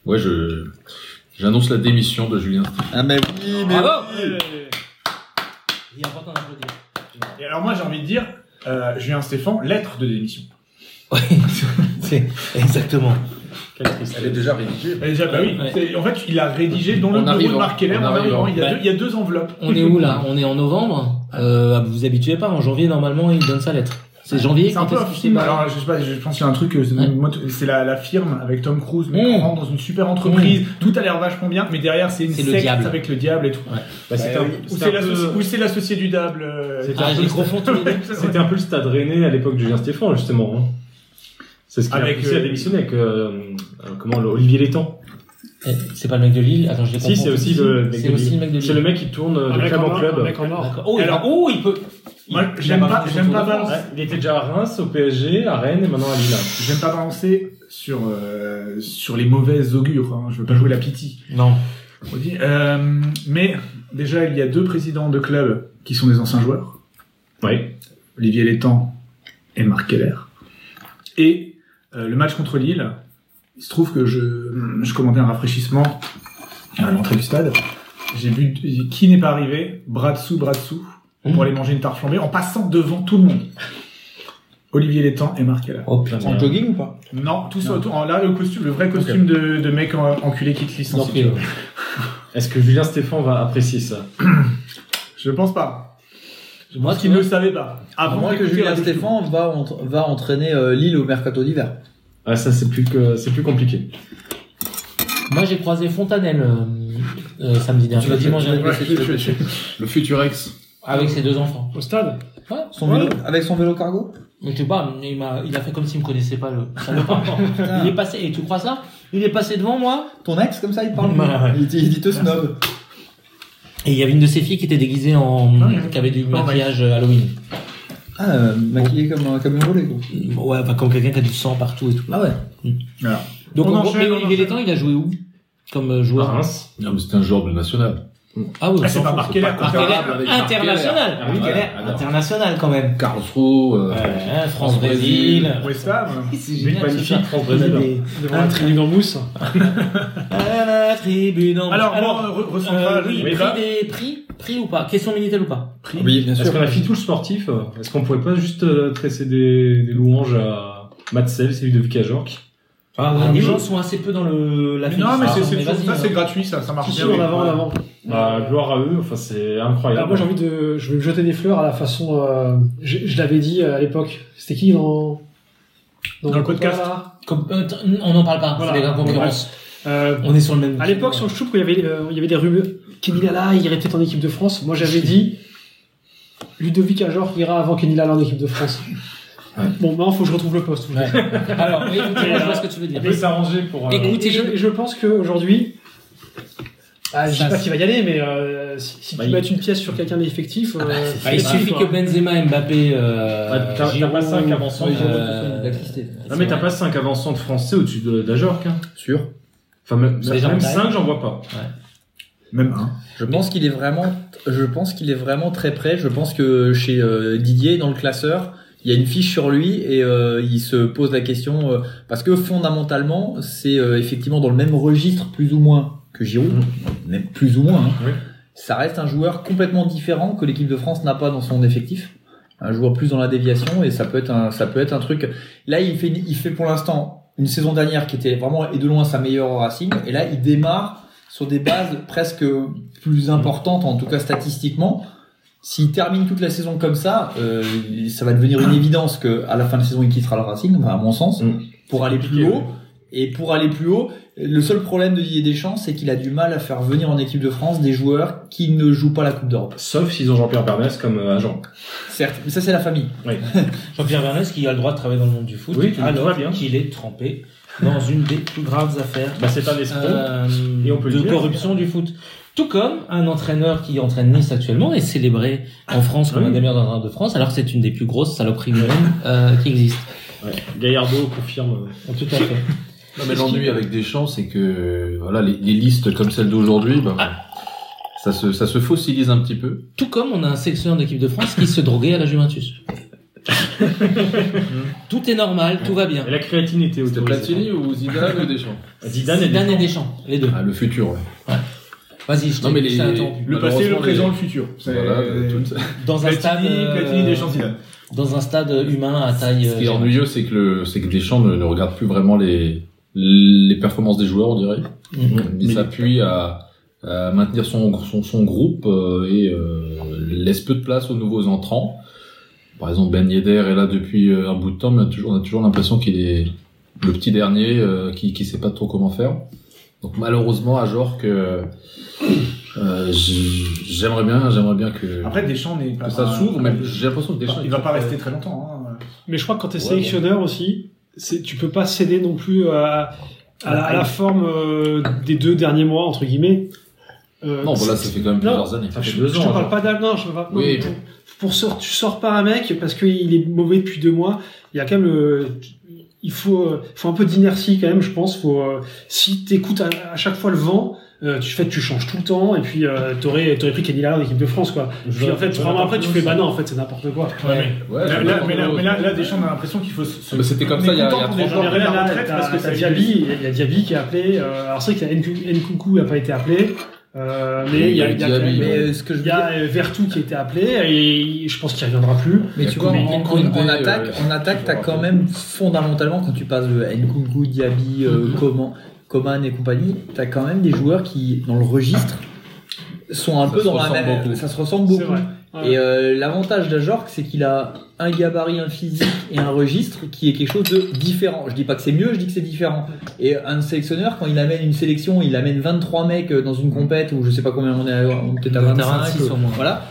Speaker 12: ouais, je j'annonce la démission de Julien.
Speaker 10: Ah mais oui, mais
Speaker 2: Bravo Il est important
Speaker 1: Et alors, moi, j'ai envie de dire, euh, Julien Stéphane, lettre de démission.
Speaker 2: d'applaudir. Exactement.
Speaker 12: Elle est déjà rédigée.
Speaker 1: Elle est déjà- bah oui.
Speaker 2: Ouais.
Speaker 1: C'est- En fait, il a rédigé dans le
Speaker 2: En
Speaker 1: bureau de
Speaker 2: arrivant.
Speaker 1: Marc Keller
Speaker 2: En
Speaker 1: en arrivant. Il y a
Speaker 2: arrivant.
Speaker 1: deux- il y a deux enveloppes.
Speaker 2: On est où là On est en novembre. Euh, vous vous habituez pas, en janvier normalement il donne sa lettre. C'est Ah, janvier
Speaker 1: C'est un
Speaker 2: quand
Speaker 1: peu
Speaker 2: est-ce
Speaker 1: un
Speaker 2: qu'il
Speaker 1: film.
Speaker 2: s'est barré
Speaker 1: Alors, je sais pas, je pense qu'il y a un truc, euh, c'est moi, t- c'est la, la firme avec Tom Cruise, mais on rentre dans une super entreprise, tout a l'air vachement bien, mais derrière, c'est une
Speaker 2: C'est le
Speaker 1: secte
Speaker 2: diable.
Speaker 1: avec le diable et tout. Euh,
Speaker 14: Bah, c'était un-
Speaker 1: Ou
Speaker 14: c'était
Speaker 1: c'est
Speaker 14: un
Speaker 1: l'associ-
Speaker 14: peu-
Speaker 1: ou c'est l'associé du diable. euh,
Speaker 14: c'était
Speaker 1: qui-
Speaker 14: un peu le- C'était un peu le stade rennais à l'époque de Julien Stéphane, justement. hein. C'est ce qui l'a
Speaker 1: Avec,
Speaker 14: poussé
Speaker 1: euh,
Speaker 14: à démissionner avec euh, euh, comment, le- Olivier Létang.
Speaker 2: Eh, C'est pas le mec de Lille Attends, je l'ai
Speaker 14: Si, c'est aussi le mec
Speaker 2: C'est
Speaker 14: de
Speaker 2: aussi
Speaker 14: Lille.
Speaker 2: le mec de Lille.
Speaker 14: C'est le mec qui tourne euh,
Speaker 8: Un
Speaker 14: de
Speaker 8: mec
Speaker 14: club
Speaker 8: en
Speaker 14: en
Speaker 8: or,
Speaker 14: club.
Speaker 8: un mec en or.
Speaker 2: Oh, il,
Speaker 1: Alors-
Speaker 2: oh, il peut.
Speaker 1: Moi,
Speaker 2: il- il
Speaker 1: j'aime
Speaker 2: a
Speaker 1: pas-
Speaker 2: marqué son
Speaker 1: j'aime
Speaker 2: tour
Speaker 1: pas
Speaker 2: de France.
Speaker 1: Valence.
Speaker 14: Il était déjà à Reims, au PSG, à Rennes et maintenant à Lille.
Speaker 1: J'aime pas balancer sur, euh, sur les mauvaises augures, hein, je veux pas jouer la pitié.
Speaker 2: Non.
Speaker 1: On dit, euh, mais déjà, il y a deux présidents de clubs qui sont des anciens joueurs.
Speaker 14: Oui.
Speaker 1: Olivier Létang et Marc Keller. Et euh, le match contre Lille, il se trouve que je, je commandais un rafraîchissement à l'entrée du stade. J'ai vu qui n'est pas arrivé, bras dessous, bras dessous, pour aller manger une tarte flambée, en passant devant tout le monde. Olivier Létang et Marc Keller.
Speaker 2: Oh putain.
Speaker 10: En jogging ou pas
Speaker 1: Non, tout ça autour. en- Là, le costume, le vrai costume de, de mec en- enculé qui te licencie. tu vois.
Speaker 14: Est-ce que Julien Stéphane va apprécier ça
Speaker 1: Je pense pas. Je
Speaker 2: Moi,
Speaker 1: pense qu'il
Speaker 2: tu
Speaker 1: ne
Speaker 2: vois-
Speaker 1: le savait pas.
Speaker 10: À moins que
Speaker 1: d'écouter
Speaker 10: Julien
Speaker 1: Radio
Speaker 10: Stéphane va, en- va entraîner euh, Lille au mercato d'hiver.
Speaker 14: Ah, ça, c'est plus, que- c'est plus compliqué.
Speaker 2: Moi j'ai croisé Fontanelle euh, euh, samedi dernier.
Speaker 10: Tu vas te-
Speaker 2: dimanche
Speaker 10: tu vas te
Speaker 2: dernier.
Speaker 10: blesser, tu vas te blesser.
Speaker 12: Le Futurex.
Speaker 2: Avec ses deux enfants.
Speaker 8: Au stade
Speaker 2: Ouais.
Speaker 10: Son vélo- Avec son vélo cargo
Speaker 2: Mais tu sais pas, mais il m'a, il a fait comme s'il me connaissait pas le. salopard. il est passé, et tu crois ça Il est passé devant moi.
Speaker 10: Ton ex, comme ça, il parle
Speaker 2: Bah,
Speaker 10: Il, te- il te snob.
Speaker 2: Et il y avait une de ses filles qui était déguisée en,
Speaker 1: Ah, ouais.
Speaker 2: qui avait du
Speaker 1: Ah, ouais.
Speaker 2: maquillage euh, Halloween.
Speaker 10: Ah, euh, maquillé comme un camion volé, quoi.
Speaker 2: Ouais, enfin comme quelqu'un qui a du sang partout et tout.
Speaker 10: Ah ouais.
Speaker 1: Alors,
Speaker 2: Donc
Speaker 1: On
Speaker 2: en gros,
Speaker 1: enchaîne,
Speaker 2: mais
Speaker 1: on
Speaker 2: Olivier
Speaker 1: enchaîne.
Speaker 2: Létang, il a joué où comme euh,
Speaker 14: À
Speaker 2: joueur
Speaker 14: Reims.
Speaker 12: Non, mais c'était un joueur de national.
Speaker 2: Ah oui,
Speaker 1: Ah, c'est pas Marc Keller,
Speaker 2: Marc Keller,
Speaker 1: comparable
Speaker 12: avec Marc
Speaker 2: international.
Speaker 12: Keller.
Speaker 2: Marc Keller,
Speaker 12: Ah, ouais,
Speaker 2: international quand même.
Speaker 12: Carlsruhe. euh,
Speaker 2: Ouais, France Brésil.
Speaker 1: West Ham.
Speaker 2: C'est
Speaker 14: But
Speaker 2: génial. ce
Speaker 14: magnifique,
Speaker 2: soir.
Speaker 14: France-Brésil.
Speaker 8: Devant la tribune en mousse.
Speaker 2: À la tribune. en-
Speaker 1: Alors, bon, re-
Speaker 2: euh,
Speaker 1: recentrage.
Speaker 2: oui,
Speaker 1: Mais
Speaker 2: prix
Speaker 1: pas-
Speaker 2: des prix, prix ou pas Question minitel ou pas
Speaker 10: Oui, bien
Speaker 14: Est-ce
Speaker 10: sûr.
Speaker 14: qu'on a fini tout le sportif euh, Est-ce qu'on pourrait pas juste euh, tresser des, des louanges à Matzel, celui de Vikajork
Speaker 2: Ah,
Speaker 1: ouais,
Speaker 2: Les
Speaker 1: oui.
Speaker 2: gens sont assez peu dans le la
Speaker 1: Mais non, mais c'est- c'est
Speaker 2: félicitation,
Speaker 1: toujours-
Speaker 2: vas-y,
Speaker 1: ça, c'est
Speaker 2: euh,
Speaker 1: gratuit, ça, ça marche
Speaker 8: Si, si,
Speaker 1: bien.
Speaker 8: en avant, en avant.
Speaker 14: Bah, gloire à eux, enfin, c'est incroyable.
Speaker 1: Ah,
Speaker 8: Alors moi j'ai envie de, je vais me jeter des fleurs à la façon, euh, je, je l'avais dit euh, à l'époque. C'était qui dans
Speaker 1: Dans le podcast.
Speaker 8: là
Speaker 2: comme- euh, t- on n'en parle pas.
Speaker 8: Voilà.
Speaker 2: C'est la concurrence.
Speaker 8: Euh,
Speaker 2: On est sur le même.
Speaker 8: À l'époque sur le choup, il y avait, euh, il y avait des rumeurs. Kenny Lala il irait peut-être en équipe de France. Moi j'avais dit Ludovic Ajor ira avant Kenny Lala en équipe de France. Bon, maintenant faut que je retrouve le poste.
Speaker 2: Ouais. Alors, oui, effectivement,
Speaker 8: Et,
Speaker 2: je vois
Speaker 8: euh,
Speaker 2: ce que tu veux dire.
Speaker 8: Ah,
Speaker 14: On peut s'arranger pour. euh,
Speaker 2: Écoute,
Speaker 8: Et, et je, et je pense qu'aujourd'hui, Ah, je
Speaker 2: Ça,
Speaker 8: sais pas
Speaker 2: c'est-
Speaker 8: qui va y aller, mais euh, si, si
Speaker 2: Bah,
Speaker 8: tu
Speaker 2: il-
Speaker 8: mets une pièce sur quelqu'un d'effectif, euh,
Speaker 2: Bah, il suffit que Benzema, Mbappé, euh,
Speaker 1: Ah, t'as- T'as pas 5 avançants. hein,
Speaker 2: euh,
Speaker 1: Non, mais t'as pas 5 avançants de français au-dessus de d'Ajorque. Hein. Sûr. Enfin, même
Speaker 10: C'est déjà
Speaker 1: 5,
Speaker 10: pareil.
Speaker 1: j'en vois pas.
Speaker 10: Même un. Je pense qu'il est vraiment, je pense qu'il est vraiment très près. Je pense que chez euh, Didier, dans le classeur, il y a une fiche sur lui et euh, il se pose la question euh, parce que fondamentalement, c'est euh, effectivement dans le même registre plus ou moins que Giroud, même plus ou moins. hein. Ça reste un joueur complètement différent que l'équipe de France n'a pas dans son effectif. Un joueur plus dans la déviation et ça peut être un, ça peut être un truc. Là, il fait, il fait pour l'instant une saison dernière qui était vraiment et de loin sa meilleure au Racing et là, il démarre sur des bases presque plus importantes, en tout cas statistiquement. S'il termine toute la saison comme ça, euh, ça va devenir une évidence que à la fin de la saison, il quittera le Racing, enfin, à mon sens, pour aller plus haut. Et pour aller plus haut, le seul problème de Didier Deschamps, c'est qu'il a du mal à faire venir en équipe de France des joueurs qui ne jouent pas la Coupe d'Europe.
Speaker 1: Sauf s'ils ont Jean-Pierre Bernès comme euh, agent.
Speaker 10: Certes, mais ça c'est la famille.
Speaker 2: Jean-Pierre Bernès qui a le droit de travailler dans le monde du foot,
Speaker 1: Oui, tout
Speaker 2: alors
Speaker 1: va bien.
Speaker 2: qu'il est trempé dans une des plus graves affaires
Speaker 1: Bah, c'est un escroc.
Speaker 2: euh,
Speaker 1: Et on peut le
Speaker 2: de
Speaker 1: dire.
Speaker 2: corruption du foot. Tout comme un entraîneur qui entraîne Nice actuellement est célébré en France comme
Speaker 1: Ah Oui.
Speaker 2: un des meilleurs entraîneurs de France, alors que c'est une des plus grosses saloperies humaines euh, qui existe.
Speaker 1: Gaillardo confirme. euh,
Speaker 2: Tout à fait.
Speaker 12: Non, mais l'ennui avec Deschamps, c'est que voilà, les, les listes comme celle d'aujourd'hui, ben,
Speaker 10: Ah.
Speaker 12: ça, se, ça se fossilise un petit peu.
Speaker 2: Tout comme on a un sélectionneur d'équipe de France qui se droguait à la Juventus. tout est normal, tout va bien.
Speaker 1: Et la créatine était
Speaker 2: au
Speaker 12: Platini ou Zidane ou Deschamps
Speaker 2: Zidane, et Deschamps, les deux.
Speaker 12: Ah, le futur, ouais.
Speaker 2: Vas-y, je
Speaker 12: Non, mais
Speaker 15: Le
Speaker 12: les-
Speaker 15: passé, le
Speaker 12: Malheureusement,
Speaker 15: présent,
Speaker 12: les-
Speaker 15: le futur. C'est-
Speaker 12: Voilà, euh, tout-
Speaker 2: dans un stade
Speaker 15: Platini,
Speaker 2: euh,
Speaker 15: Platini, Deschamps, Zidane.
Speaker 2: dans un stade humain à taille
Speaker 12: Ce qui est
Speaker 2: euh,
Speaker 12: ennuyeux, c'est que, le, c'est que Deschamps ne, ne regarde plus vraiment les, les performances des joueurs, on dirait.
Speaker 15: Mm-hmm.
Speaker 12: Euh,
Speaker 2: Mhm.
Speaker 12: Il s'appuie à, à maintenir son, son, son groupe euh, et euh, laisse peu de place aux nouveaux entrants. Par exemple, Ben Yedder est là depuis euh, un bout de temps, mais on a toujours, on a toujours l'impression qu'il est le petit dernier euh, qui ne sait pas trop comment faire. Donc malheureusement, à Jorque, euh, euh, j- j'aimerais bien, j'aimerais bien que,
Speaker 15: Après, Deschamps n'est pas.
Speaker 12: que ça s'ouvre, mais j'ai l'impression que Deschamps
Speaker 15: Il va pas rester très longtemps. hein.
Speaker 8: Mais je crois que quand tu es
Speaker 15: Ouais,
Speaker 8: sélectionneur aussi, c'est, tu peux pas céder non plus à, à, la, à la forme euh, des deux derniers mois, entre guillemets. Euh,
Speaker 12: Non, voilà,
Speaker 8: c'est-
Speaker 12: ça fait quand même
Speaker 8: Non,
Speaker 12: plusieurs années. Ça fait deux
Speaker 8: je te
Speaker 1: hein.
Speaker 8: parle pas d'âge, non, je veux pas.
Speaker 12: Oui.
Speaker 8: pour, pour sort- tu sors pas un mec parce qu'il est mauvais depuis deux mois. Il y a quand même le, il faut, euh, faut un peu d'inertie quand même, je pense. Faut, euh, si t'écoutes à, à chaque fois le vent, euh, tu fais, tu changes tout le temps, et puis euh, t'aurais, t'aurais pris Kenny Lallana en équipe de France, quoi.
Speaker 15: Je
Speaker 8: puis
Speaker 15: vois-
Speaker 8: en fait,
Speaker 15: je
Speaker 8: trois
Speaker 15: vois
Speaker 8: mois après, tu
Speaker 15: n'importe
Speaker 8: fais,
Speaker 15: où,
Speaker 8: bah
Speaker 15: ça.
Speaker 8: non, en fait, c'est n'importe quoi.
Speaker 15: Ouais, mais-
Speaker 8: Ouais,
Speaker 15: là, là,
Speaker 8: c'est n'importe
Speaker 15: mais là,
Speaker 8: quoi.
Speaker 15: mais là, là, Deschamps, on a l'impression qu'il faut. se-
Speaker 12: Ah, mais c'était comme
Speaker 15: on
Speaker 12: ça
Speaker 15: est
Speaker 12: il y a-
Speaker 15: content
Speaker 12: il y
Speaker 15: pour
Speaker 12: a 30
Speaker 15: Deschamps
Speaker 12: ans.
Speaker 15: d'être à la retraite
Speaker 8: T'as-
Speaker 15: parce que
Speaker 8: t'as
Speaker 15: ça
Speaker 8: Diaby, il y a- il y a Diaby qui est appelé. euh, alors c'est vrai qu'il y a Nkunku n'a pas été appelé. euh, mais il y a, il y a-
Speaker 12: Diaby,
Speaker 8: mais,
Speaker 12: ouais.
Speaker 8: euh, ce que je veux dire- il y a euh, Vertu qui a été appelé et je pense qu'il reviendra plus.
Speaker 10: Mais tu vois, en, en-
Speaker 12: euh,
Speaker 10: en attaque, en attaque, t'as quand même fondamentalement quand tu passes de Nkunku, Diaby,
Speaker 12: Mm-hmm.
Speaker 10: euh, Coman, Coman et compagnie, t'as quand même des joueurs qui, dans le registre, sont un
Speaker 12: Ça
Speaker 10: peu
Speaker 12: se
Speaker 10: dans la
Speaker 12: ressemble
Speaker 10: même.
Speaker 12: beaucoup.
Speaker 10: Ça se ressemble beaucoup.
Speaker 12: vrai.
Speaker 8: Ouais.
Speaker 10: Et euh, l'avantage d'Ajorc, c'est qu'il a un gabarit, un physique et un registre qui est quelque chose de différent. Je dis pas que c'est mieux, je dis que c'est différent. Et un sélectionneur, quand il amène une sélection, il amène 23 mecs euh, dans une compète ou je sais pas combien on est, à- on est peut-être à
Speaker 2: On est à
Speaker 10: 25.
Speaker 2: 26 au moins.
Speaker 10: Voilà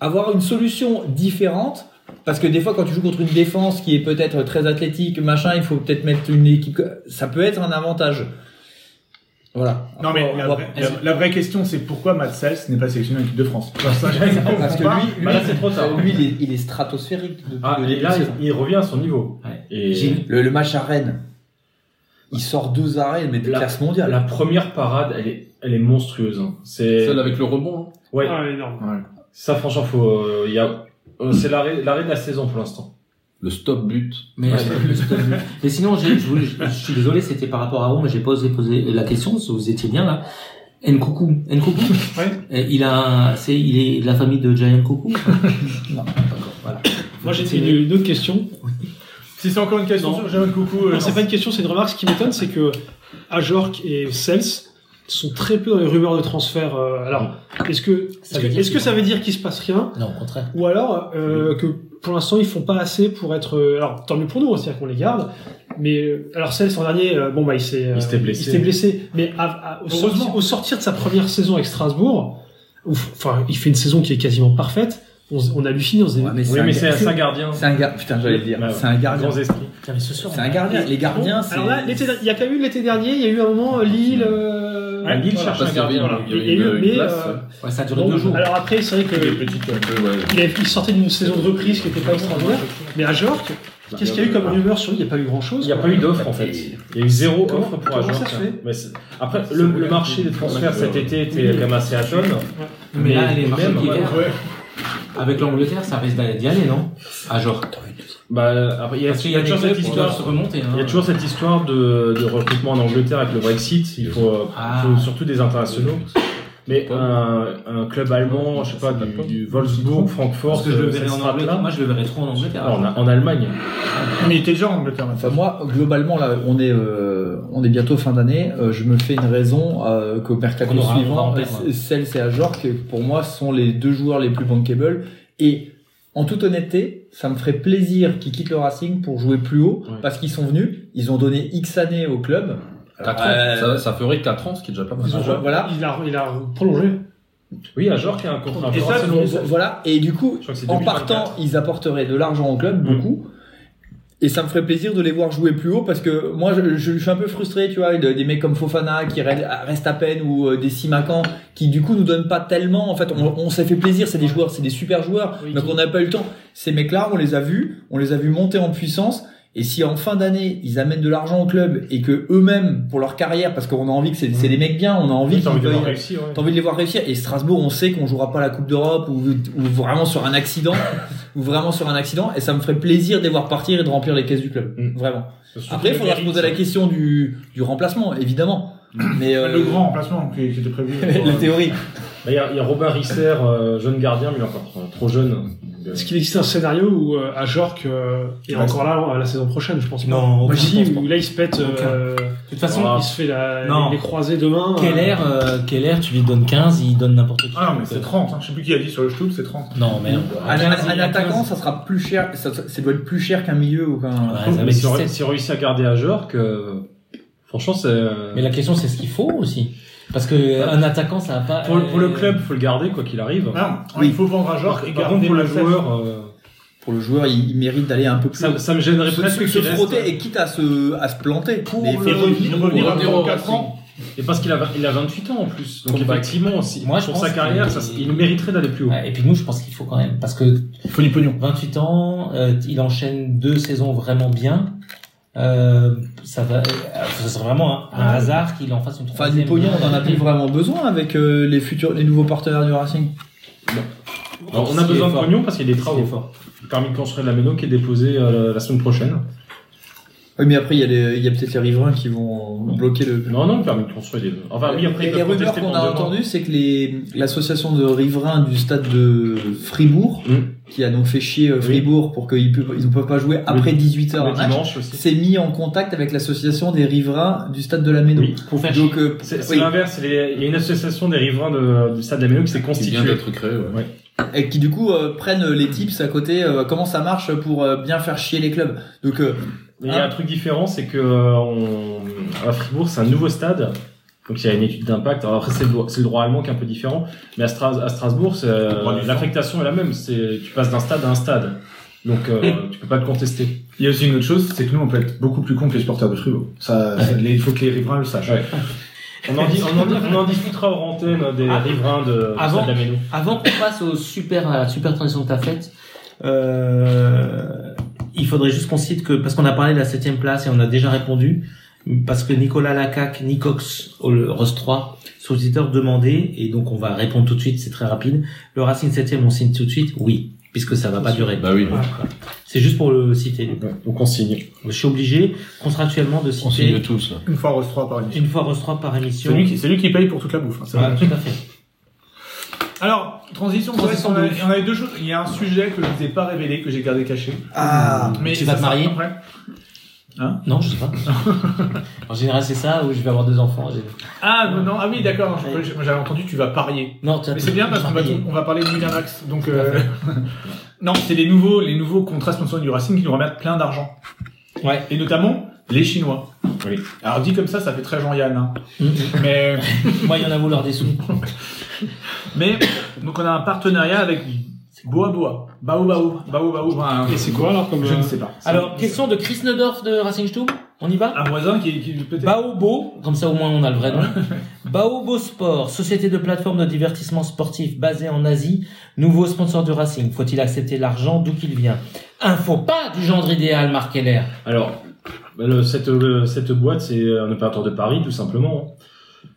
Speaker 10: avoir une solution différente. Parce que des fois, quand tu joues contre une défense qui est peut-être très athlétique, machin, il faut peut-être mettre une équipe. Ça peut être un avantage. Voilà.
Speaker 15: Non mais la,
Speaker 10: on va-
Speaker 15: vraie- la- la vraie question c'est pourquoi Matt Sals n'est pas sélectionné en équipe de France
Speaker 10: Parce que lui, lui,
Speaker 15: Bah là, c'est trop tard.
Speaker 10: lui, il, est, il est stratosphérique. Depuis
Speaker 1: Ah,
Speaker 10: le
Speaker 1: et
Speaker 10: début
Speaker 1: là,
Speaker 10: de saison.
Speaker 1: il, il revient à son niveau. Et
Speaker 10: J'ai- le, le match à Rennes, il sort deux arrêts, mais de classe mondiale.
Speaker 1: la première parade, elle est, elle est monstrueuse. hein. C'est
Speaker 12: Celle avec le rebond. hein.
Speaker 1: Ouais.
Speaker 8: Ah, énorme.
Speaker 1: Ça, franchement, faut. euh, il y a... euh, C'est l'arrêt l'arrêt de la saison pour l'instant.
Speaker 12: Le stop but.
Speaker 2: Mais, euh, stop but. Mais sinon, j'ai- je, voulais- je- je suis désolé, c'était par rapport à vous, mais j'ai pas osé poser la question, parce que vous étiez bien là. Nkoukou. Nkoukou. Euh, Il a, un- c'est, il est de la famille de Giant Coucou.
Speaker 10: Ah
Speaker 2: non, d'accord, voilà.
Speaker 8: Moi j'ai une, une autre question.
Speaker 15: Si c'est encore une question sur Jérôme Coucou, euh,
Speaker 8: Non, c'est pas une question, c'est une remarque. Ce qui m'étonne, c'est que Ajorc et Sels sont très peu dans les rumeurs de transfert. euh, alors, est-ce que, est-ce
Speaker 2: veut
Speaker 8: que,
Speaker 2: dire
Speaker 8: est-ce que
Speaker 2: qu'ils-
Speaker 8: ça veut dire qu'il se passe rien
Speaker 2: Non, au contraire.
Speaker 8: Ou alors euh, que pour l'instant ils font pas assez pour être. euh, alors tant mieux pour nous, hein, c'est-à-dire qu'on les garde. Mais euh, alors celle en dernier, euh, bon bah il s'est. euh,
Speaker 1: Il s'était blessé.
Speaker 8: blessé. Mais à- à- au,
Speaker 1: Heureusement.
Speaker 8: sorti- au sortir de sa première saison avec Strasbourg, où f- enfin il fait une saison qui est quasiment parfaite. On, s- on hallucine, on se dit.
Speaker 10: mais
Speaker 1: Oui, mais c'est un saint gardien.
Speaker 10: C'est un gardien. Putain, j'allais le
Speaker 2: Bah
Speaker 10: dire. c'est un gardien.
Speaker 1: Grands esprits.
Speaker 2: mais ce soir,
Speaker 8: Ah,
Speaker 10: C'est un gardien. Les gardiens, c'est.
Speaker 8: Alors là, l'été- il y a quand même eu l'été dernier, il y a eu un moment euh, Lille. euh, Ouais, Lille
Speaker 12: voilà,
Speaker 8: cherche un
Speaker 12: parce qu'il y
Speaker 8: gardien.
Speaker 12: avait
Speaker 8: voilà.
Speaker 12: un- il y avait
Speaker 8: Et- euh, et
Speaker 12: une-
Speaker 8: eux,
Speaker 12: une
Speaker 8: mais,
Speaker 12: place,
Speaker 8: euh,
Speaker 12: ouais. Ouais, ça a duré
Speaker 8: donc,
Speaker 12: deux jours.
Speaker 8: Alors après, c'est vrai que il, avait- il sortait d'une saison de reprise qui n'était pas extraordinaire. Mais à Jork, qu'est-ce qu'il y a eu comme rumeur sur lui Il n'y a pas eu grand-chose.
Speaker 1: Il n'y a pas eu d'offre en fait. Il y a eu zéro offre pour
Speaker 8: comment
Speaker 1: Ajorque.
Speaker 8: ça se fait
Speaker 1: Mais c'est- Après, le, le marché des transferts cet été était quand même assez à tonne.
Speaker 2: Mais là, les marchés
Speaker 1: même,
Speaker 2: d'hiver,
Speaker 1: ouais.
Speaker 2: avec l'Angleterre, ça risque d'aller- d'y aller, non À genre.
Speaker 1: Bah, après, il y a,
Speaker 2: Parce qu'il
Speaker 1: il
Speaker 2: y
Speaker 1: y
Speaker 2: a
Speaker 1: a toujours
Speaker 2: des clubs
Speaker 1: cette
Speaker 2: qui
Speaker 1: histoire
Speaker 2: doivent se remonter, hein.
Speaker 1: Il y a toujours cette histoire de, de recrutement en Angleterre avec le Brexit. Il faut, euh, faut surtout des internationaux. Mais un, un club allemand, je sais pas, du, du Wolfsburg, Francfort,
Speaker 2: Parce que je le
Speaker 1: euh,
Speaker 2: verrai
Speaker 1: cette
Speaker 2: en
Speaker 1: strate-là.
Speaker 2: Angleterre. Moi, je le verrai trop en Angleterre.
Speaker 1: Ah, en- en Allemagne.
Speaker 16: On était déjà en Angleterre.
Speaker 10: Enfin, moi, globalement, là, on est, euh, on est bientôt fin d'année. Euh, je me fais une raison euh, qu'au mercato
Speaker 2: On aura- on va en
Speaker 10: suivant,
Speaker 2: perdre.
Speaker 10: euh, c- celle c'est à Jork, pour moi, ce sont les deux joueurs les plus bankable. Et en toute honnêteté, ça me ferait plaisir qu'ils quittent le Racing pour jouer plus haut, parce qu'ils sont venus, ils ont donné X années au club.
Speaker 12: Quatre
Speaker 10: Euh,
Speaker 12: ans. Ça, ça ferait 4 ans, ce qui est déjà pas mal.
Speaker 10: Ils ont- voilà.
Speaker 8: Il a, il a prolongé.
Speaker 1: Oui, à Jork, il y a un contrat.
Speaker 10: Et ça,
Speaker 1: assez
Speaker 10: bon,
Speaker 1: long.
Speaker 10: bon, voilà. Et du coup,
Speaker 1: que c'est
Speaker 10: en
Speaker 1: 2024.
Speaker 10: partant, ils apporteraient de l'argent au club,
Speaker 1: Mm.
Speaker 10: beaucoup. Et ça me ferait plaisir de les voir jouer plus haut parce que moi, je, je suis un peu frustré, tu vois, de- des mecs comme Fofana qui re- restent à peine ou euh, des Simacan qui, du coup, nous donnent pas tellement. En fait, on,
Speaker 1: Mm.
Speaker 10: on s'est fait plaisir. C'est des joueurs, c'est des super joueurs. donc, on n'a pas eu le temps. Ces mecs-là, on les a vus, on les a vus monter en puissance. Et si en fin d'année, ils amènent de l'argent au club et que eux-mêmes, pour leur carrière, parce qu'on a envie que c'est c'est des mecs bien, on a envie
Speaker 1: Mm. Oui, t'as envie de les
Speaker 10: veuillent-
Speaker 1: voir réussir, ouais.
Speaker 10: t'as envie de les voir réussir. Et Strasbourg, on sait qu'on jouera pas la Coupe d'Europe ou, ou vraiment sur un accident, ou vraiment sur un accident. Et ça me ferait plaisir de les voir partir et de remplir les caisses du club, vraiment.
Speaker 16: surtout
Speaker 10: Après, il
Speaker 16: le
Speaker 10: faudra se
Speaker 16: mérite,
Speaker 10: poser la
Speaker 16: ça.
Speaker 10: question du, du remplacement, évidemment. Mais euh,
Speaker 16: Le grand remplacement qui qui était prévu.
Speaker 10: La théorie.
Speaker 1: Bah, Il y, a- il y a Robin Risser, euh, jeune gardien, mais il est encore trop- trop jeune. euh,
Speaker 8: Est-ce qu'il existe un scénario où euh, à Jork euh, est
Speaker 1: Ouais.
Speaker 8: encore là euh, la saison prochaine Je pense pas.
Speaker 2: Non,
Speaker 8: Moi,
Speaker 2: aucun,
Speaker 8: si,
Speaker 2: je pense
Speaker 8: où là il se pète. euh,
Speaker 2: De toute façon,
Speaker 8: il se fait la,
Speaker 2: Non.
Speaker 8: les croisés demain. euh,
Speaker 2: Quel air, euh, quel air, tu lui donnes 15, il donne n'importe qui.
Speaker 16: Ah non, mais c'est 30, hein. je sais plus qui a dit sur le Stub, c'est 30.
Speaker 2: Non, merde.
Speaker 10: un, un attaquant, ça sera plus cher, ça, ça doit être plus cher qu'un milieu ou qu'un.
Speaker 1: Ah, mais si on ré- si on réussit à garder à Jork, euh, franchement, c'est.
Speaker 2: Mais la question, c'est ce qu'il faut aussi. Parce que euh, un attaquant, ça va pas.
Speaker 1: Bah,
Speaker 2: euh,
Speaker 1: Pour, le- pour le club, faut le garder quoi qu'il arrive.
Speaker 16: Ah, Il faut vendre à Jorge et
Speaker 1: Par
Speaker 16: garder
Speaker 1: contre, pour le
Speaker 16: Malsac.
Speaker 1: joueur, euh,
Speaker 10: Pour le joueur, il, il mérite d'aller un peu plus.
Speaker 1: Ça- ça me gênerait
Speaker 10: se,
Speaker 1: presque
Speaker 10: se, se
Speaker 1: qu'il reste. euh,
Speaker 10: frotter et quitte à se à se planter. Mais il faut-
Speaker 1: ans. Et parce qu'il a, vingt- il a 28 ans en plus. Donc
Speaker 2: Faut pas-
Speaker 1: effectivement, si,
Speaker 2: Moi, je
Speaker 1: pour
Speaker 2: pense
Speaker 1: sa carrière,
Speaker 2: que-
Speaker 1: ça, il mériterait d'aller plus haut.
Speaker 2: Ouais, Et puis nous, je pense qu'il faut quand même. Parce que.
Speaker 16: faut du pognon.
Speaker 2: 28 ans, euh, il enchaîne deux saisons vraiment bien. Euh, ça va, euh, ce serait vraiment un,
Speaker 1: Ah.
Speaker 2: un hasard qu'il en fasse une
Speaker 10: Enfin,
Speaker 2: troisième.
Speaker 10: du pognon, on en a plus vraiment besoin avec euh, les futurs, les nouveaux partenaires du Racing.
Speaker 1: Alors, on a
Speaker 10: Ce qui
Speaker 1: besoin
Speaker 10: est
Speaker 1: de
Speaker 10: fort.
Speaker 1: pognon parce qu'il y a des travaux. Permis de construire de la méno qui est déposé euh, la semaine prochaine.
Speaker 10: Oui, mais après, il y a, les- il y a peut-être les riverains qui vont bloquer le.
Speaker 1: Non, non, le permis de construire. il est- Enfin, oui, après,
Speaker 10: les,
Speaker 1: ils
Speaker 10: les
Speaker 1: peuvent
Speaker 10: rumeurs
Speaker 1: contester
Speaker 10: qu'on a
Speaker 1: pendant deux ans.
Speaker 10: entendues, c'est que les- l'association de riverains du stade de Fribourg, qui a donc fait chier euh, Fribourg pour qu'ils peuvent- ils ne peuvent pas jouer après 18h
Speaker 1: le
Speaker 10: un match,
Speaker 1: dimanche aussi.
Speaker 10: s'est mis en contact avec l'association des riverains du stade de la Méno.
Speaker 2: pour faire
Speaker 10: donc, euh,
Speaker 1: C'est c'est
Speaker 10: oui.
Speaker 1: l'inverse. c'est les- Il y a une association des riverains de- du stade de la Méno qui s'est constituée.
Speaker 12: d'être créée,
Speaker 1: ouais.
Speaker 10: et qui du coup euh, prennent les tips à côté euh, comment ça marche pour euh, bien faire chier les clubs. Donc euh,
Speaker 1: Mais il y a
Speaker 16: Ah.
Speaker 10: hein,
Speaker 1: un truc différent, c'est que euh, on- à Fribourg, c'est un nouveau stade. Donc il y a une étude d'impact. Alors après, c'est le, droit- c'est le droit allemand qui est un peu différent. Mais à, Stras- à Strasbourg, c'est, euh, l'affectation est la même. C'est tu passes d'un stade à un stade. Donc euh, tu peux pas le contester.
Speaker 16: Il y a aussi une autre chose, c'est que nous on peut être beaucoup plus cons que les supporters de Fribourg. Ça, ça- les- il faut que les riverains le sachent.
Speaker 1: On en, dit, on, en dit- on en discutera hors antenne des
Speaker 16: Ah.
Speaker 1: riverains de du
Speaker 2: Avant,
Speaker 1: stade de la Méno.
Speaker 2: avant qu'on passe au super, à la super transition que t'as faite, euh, il faudrait juste qu'on cite que, parce qu'on a parlé de la septième place et on a déjà répondu, parce que Nicolas Lacac, Nicox, au le Ross 3, sous-auditeur demandé, et donc on va répondre tout de suite, c'est très rapide. Le Racing septième, on signe tout de suite? Oui. Puisque ça va pas durer. Bah
Speaker 12: oui.
Speaker 2: C'est juste pour le citer.
Speaker 1: Donc on signe.
Speaker 2: Je suis obligé, contractuellement, de citer.
Speaker 12: On signe tous.
Speaker 16: Une fois Rose 3 par émission.
Speaker 2: Une fois Rose 3 par émission.
Speaker 16: C'est lui, qui- c'est lui qui paye pour toute la bouffe. hein, ça.
Speaker 2: Ouais, tout à fait.
Speaker 16: Alors, transition, ouais,
Speaker 2: Transition
Speaker 16: on,
Speaker 2: de
Speaker 16: a,
Speaker 2: ouf.
Speaker 16: on avait deux choses. Il y a un sujet que je ne vous ai pas révélé, que j'ai gardé caché.
Speaker 2: Ah, tu vas
Speaker 16: ça
Speaker 2: te
Speaker 16: sera
Speaker 2: marier
Speaker 16: après.
Speaker 2: Non, je sais pas. en général, c'est ça où je vais avoir deux enfants. en général.
Speaker 16: Ah non, non, ah oui d'accord, je- je- j'avais entendu tu vas parier.
Speaker 2: Non, tu as
Speaker 16: Mais
Speaker 2: tout
Speaker 16: c'est bien
Speaker 2: dit,
Speaker 16: parce qu'on va,
Speaker 2: parier.
Speaker 16: on va parler de Milan Max. Donc euh, non, c'est les nouveaux les nouveaux contrats sponsors du Racing qui nous remettent plein d'argent.
Speaker 2: Ouais.
Speaker 16: Et notamment les Chinois.
Speaker 1: Oui.
Speaker 16: Alors dit comme ça, ça fait très Jean-Yann. hein.
Speaker 12: Mm-hmm.
Speaker 16: Mais
Speaker 2: Moi, il y en a vouloir des sous.
Speaker 16: mais donc on a un partenariat avec
Speaker 12: Boa Boa. Bao Bao. Bao Bao.
Speaker 8: Et c'est quoi alors comme
Speaker 12: hein.
Speaker 8: euh,
Speaker 12: Je ne sais pas.
Speaker 2: Alors, question de Chris Neudorf de Racing Stube. On y va
Speaker 1: Ah.
Speaker 12: Un voisin qui, qui peut-être.
Speaker 2: Baobo, comme ça au moins on a le vrai nom. Baobo Sport, société de plateforme de divertissement sportif basée en Asie, nouveau sponsor du Racing. Faut-il accepter l'argent d'où qu'il vient Info pas du genre idéal, Marc Keller.
Speaker 1: Alors, bah, le- cette, euh, cette boîte, c'est un opérateur de Paris, tout simplement. hein.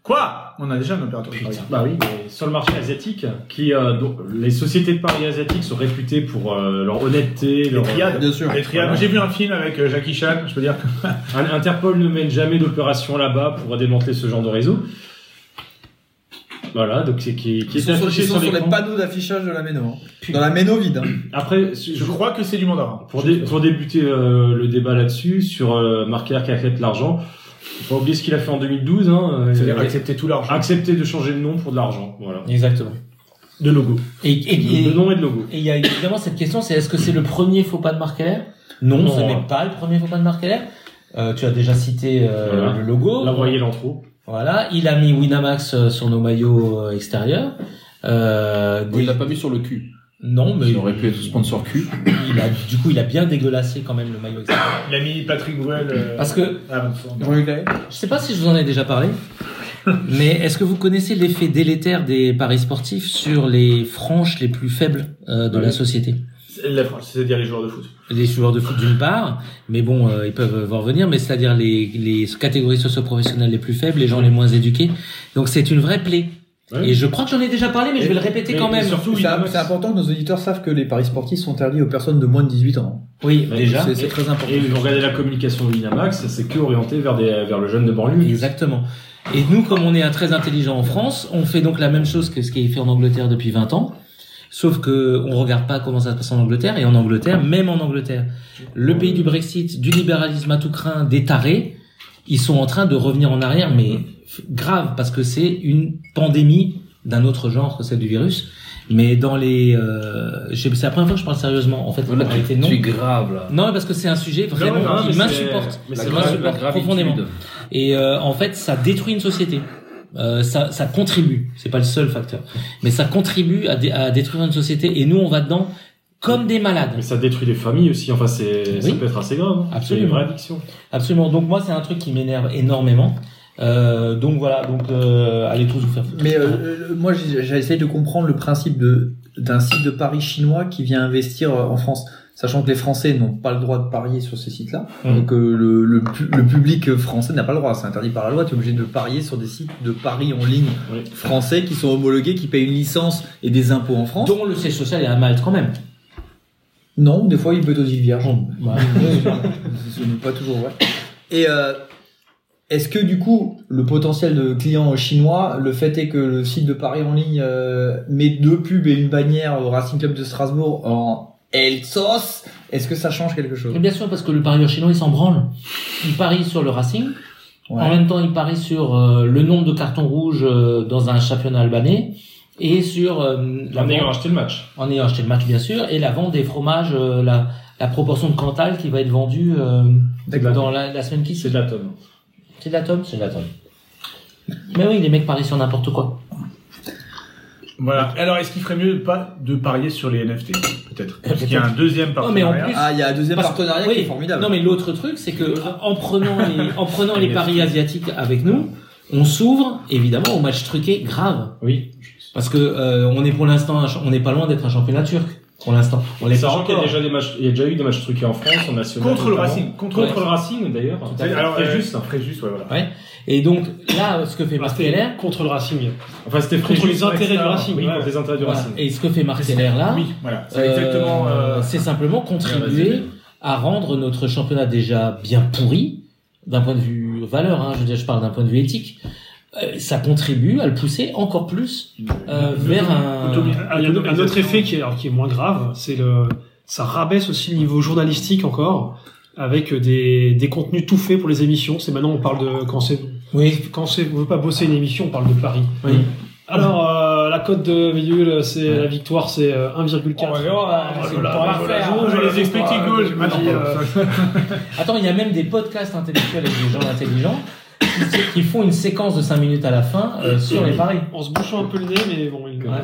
Speaker 12: Quoi On a déjà un opérateur de Paris.
Speaker 1: Bah oui, mais sur le marché asiatique, qui euh, donc, les sociétés de Paris asiatiques sont réputées pour euh, leur honnêteté,
Speaker 12: Les
Speaker 1: leur
Speaker 12: triades,
Speaker 1: bien
Speaker 12: Les triades. J'ai vu un film avec euh, Jackie Chan, je peux dire. que-
Speaker 1: Interpol ne mène jamais d'opération là-bas pour démanteler ce genre de réseau. Voilà, donc c'est qui, qui
Speaker 10: Ils
Speaker 1: est
Speaker 10: sont sur,
Speaker 1: affiché
Speaker 10: ils sont
Speaker 1: sur
Speaker 10: sur les
Speaker 1: l'écran.
Speaker 10: panneaux d'affichage de la Méno. hein. Dans la Méno vide. hein.
Speaker 1: Après, je,
Speaker 12: Je crois que c'est du mandarin.
Speaker 1: Pour, dé- pour débuter euh, le débat là-dessus, sur euh, Marc Keller qui accepte l'argent, faut pas oublier ce qu'il a fait en 2012. Hein, euh,
Speaker 12: C'est-à-dire
Speaker 1: euh,
Speaker 12: accepter tout l'argent.
Speaker 1: Accepter de changer de nom pour de l'argent. Voilà.
Speaker 2: Exactement.
Speaker 12: De logo.
Speaker 2: Et, et, et-
Speaker 1: De, de nom et de logo.
Speaker 2: et il y a évidemment cette question, c'est est-ce que c'est le premier faux pas de Marc Keller Non, ce n'est pas le premier faux pas de Marc Keller. Euh, tu as déjà cité euh,
Speaker 1: Voilà.
Speaker 2: le logo.
Speaker 1: L'envoyer l'intro.
Speaker 2: Voilà, il a mis Winamax euh, sur nos maillots euh, extérieurs. Euh,
Speaker 17: Il l'a pas mis sur le cul.
Speaker 2: Non, mais
Speaker 17: Il aurait pu être sponsor cul.
Speaker 2: il a, du coup, il a bien dégueulassé quand même le maillot extérieur.
Speaker 12: Il a mis Patrick Bruel. euh,
Speaker 2: Parce que-
Speaker 12: à Montfort.
Speaker 2: Je sais pas si je vous en ai déjà parlé, mais est-ce que vous connaissez l'effet délétère des paris sportifs sur les franches les plus faibles euh, de
Speaker 12: Oui.
Speaker 2: la société
Speaker 12: C'est La France, c'est-à-dire les joueurs de foot.
Speaker 2: les joueurs de foot d'une part, mais bon, euh, ils peuvent en revenir, mais c'est-à-dire les, les catégories socio-professionnelles les plus faibles, les gens les moins éduqués. Donc c'est une vraie plaie.
Speaker 1: Ouais.
Speaker 2: Et je crois que j'en ai déjà parlé, mais je vais le répéter quand même.
Speaker 10: C'est
Speaker 16: hein.
Speaker 10: c'est important que nos auditeurs savent que les paris sportifs sont interdits aux personnes de moins de 18 ans. hein.
Speaker 2: Oui,
Speaker 1: Ouais,
Speaker 2: déjà.
Speaker 10: C'est c'est très important.
Speaker 1: Et vous regardez la communication de Winamax, c'est que orienté vers, des, vers le jeune de banlieue.
Speaker 2: Exactement. Et nous, comme on est un très intelligent en France, on fait donc la même chose que ce qui est fait en Angleterre depuis 20 ans. Sauf que on regarde pas comment ça se passe en Angleterre et en Angleterre, même en Angleterre, le pays du Brexit, du libéralisme à tout craint, des tarés, ils sont en train de revenir en arrière, mais f- grave parce que c'est une pandémie d'un autre genre que celle du virus. Mais dans les, euh, j'ai- c'est la première fois que je parle sérieusement. En fait, en réalité, Ah, non.
Speaker 17: Tu es grave là.
Speaker 2: Non, parce que c'est un sujet vraiment
Speaker 1: Non, non, mais
Speaker 2: qui
Speaker 1: c'est-
Speaker 2: m'insupporte,
Speaker 1: mais
Speaker 2: qui
Speaker 1: c'est vrai,
Speaker 2: m'insupporte
Speaker 17: la gravitude.
Speaker 2: profondément. Et euh, en fait, ça détruit une société. Euh, ça, ça contribue. C'est pas le seul facteur, mais ça contribue à, dé- à détruire une société. Et nous, on va dedans comme des malades.
Speaker 1: Mais ça détruit des familles aussi. Enfin, c'est ça
Speaker 2: Oui.
Speaker 1: peut être assez grave. hein.
Speaker 2: Absolument.
Speaker 1: C'est une vraie addiction.
Speaker 2: Absolument. Donc moi, c'est un truc qui m'énerve énormément. Euh, donc voilà. Donc euh, allez tous vous faire foutre.
Speaker 10: Mais euh, euh, moi, j'ai j'ai essayé de comprendre le principe de d'un site de paris chinois qui vient investir euh, en France, sachant que les Français n'ont pas le droit de parier sur ces sites-là.
Speaker 2: Mhm.
Speaker 10: Donc euh, le, le, pu- le public français n'a pas le droit, c'est interdit par la loi. Tu es obligé de parier sur des sites de paris en ligne
Speaker 1: Oui.
Speaker 10: français qui sont homologués, qui payent une licence et des impôts en France.
Speaker 2: dont le siège social est à Malte quand même.
Speaker 10: Non, des fois il peut être aux îles Vierges.
Speaker 2: Bah,
Speaker 10: Ce n'est pas toujours vrai. Et euh, est-ce que du coup, le potentiel de clients chinois, le fait est que le site de Paris en ligne euh, met deux pubs et une bannière au Racing Club de Strasbourg en Elsos, est-ce que ça change quelque chose
Speaker 2: Mais bien sûr, parce que le parieur chinois, il s'en branle. Il parie sur le Racing.
Speaker 10: Ouais.
Speaker 2: En même temps, il parie sur euh, le nombre de cartons rouges euh, dans un championnat albanais et sur euh, la
Speaker 1: En ayant
Speaker 2: vente,
Speaker 1: acheté le match.
Speaker 2: en ayant acheté le match bien sûr et la vente des fromages, euh, la, la proportion de Cantal qui va être vendue euh,
Speaker 10: D'accord.
Speaker 2: dans la, la semaine qui
Speaker 1: C'est
Speaker 2: suit.
Speaker 1: de la tonne.
Speaker 2: C'est de la tome, c'est de la tome. Mais oui, les mecs parient sur n'importe quoi.
Speaker 12: Voilà. Alors, est-ce qu'il ferait mieux de pas de parier sur les NFT Eh, Peut-être. Parce qu'il y a un deuxième
Speaker 2: Non mais
Speaker 12: partenariat.
Speaker 2: en plus.
Speaker 10: Ah, il y a un deuxième
Speaker 2: parce-
Speaker 10: partenariat
Speaker 2: oui.
Speaker 10: qui est formidable.
Speaker 2: Non mais l'autre truc, c'est que en prenant les, en prenant les paris asiatiques avec nous, on s'ouvre évidemment au match truqué grave.
Speaker 1: Oui.
Speaker 2: Parce que euh, on est pour l'instant, un cha- on n'est pas loin d'être un championnat turc. Pour l'instant, on l'est pas
Speaker 1: Sachant qu'il y a
Speaker 2: encore.
Speaker 1: déjà des matchs, il y a déjà eu des matchs truqués en France, en national.
Speaker 12: Contre le
Speaker 1: notamment.
Speaker 12: Racing. Contre,
Speaker 1: Contre
Speaker 12: le
Speaker 1: le
Speaker 12: Racing.
Speaker 1: Racing d'ailleurs.
Speaker 2: Tout à fait.
Speaker 12: Alors,
Speaker 1: Très
Speaker 12: euh,
Speaker 1: juste.
Speaker 12: Fréjus, ouais, voilà.
Speaker 2: Ouais. Et donc là, ce que fait Marc Keller,
Speaker 8: contre le Racing.
Speaker 1: Enfin, c'était
Speaker 8: Contre
Speaker 1: Fréjus,
Speaker 8: les intérêts
Speaker 1: Rexham,
Speaker 8: du Racing,
Speaker 1: Oui,
Speaker 8: ouais.
Speaker 1: contre les intérêts du
Speaker 2: voilà,
Speaker 1: Racing.
Speaker 2: et ce que fait Marc Keller là,
Speaker 12: Ah Oui, voilà. C'est exactement.
Speaker 2: euh,
Speaker 12: euh,
Speaker 2: c'est simplement contribuer à rendre notre championnat déjà bien pourri d'un point de vue valeur. Hein, je veux dire, je parle d'un point de vue éthique. Euh, ça contribue à le pousser encore plus euh, vers un.
Speaker 12: automi-
Speaker 8: Ah, il y a un, un autre effet qui est, alors, qui est moins grave, c'est le, ça rabaisse aussi le niveau journalistique encore, avec des, des contenus tout faits pour les émissions. C'est maintenant, on parle de, quand c'est,
Speaker 2: Oui.
Speaker 8: quand c'est, on veut pas bosser une émission, on parle de Paris.
Speaker 2: Oui.
Speaker 8: Alors, euh, la cote de Véhicule, c'est, la victoire, c'est euh, 1,4. hein.
Speaker 12: Oh là là, oh là là,
Speaker 1: hein.
Speaker 12: oh, les expecting goals,
Speaker 8: Ah,
Speaker 12: maintenant.
Speaker 8: euh,
Speaker 2: Attends, il y a même des podcasts intellectuels avec des gens intelligents
Speaker 18: qui font une séquence de 5 minutes à la fin euh, sur les paris.
Speaker 8: En se bouchant un peu le nez, mais bon, il
Speaker 4: Ouais.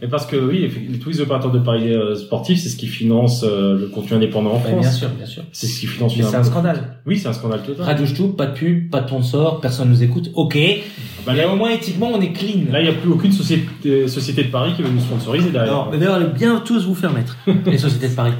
Speaker 4: Mais parce que oui, les- tous les opérateurs de paris euh, sportifs, c'est ce qui finance euh, le contenu indépendant en
Speaker 18: Ouais,
Speaker 4: France.
Speaker 18: bien sûr, bien sûr.
Speaker 4: C'est ce qui finance.
Speaker 18: Mais c'est un
Speaker 4: finalement-
Speaker 18: scandale.
Speaker 4: Oui, c'est un scandale total.
Speaker 18: Radio Stube, pas de pub, pas de sponsor, personne nous écoute. Ok.
Speaker 1: Bah,
Speaker 18: Mais au moins éthiquement, on est clean.
Speaker 4: Là, il n'y a plus aucune société, euh, société de paris qui veut nous sponsoriser derrière.
Speaker 18: Alors, mais d'ailleurs, bien tous vous faire mettre. les sociétés de paris.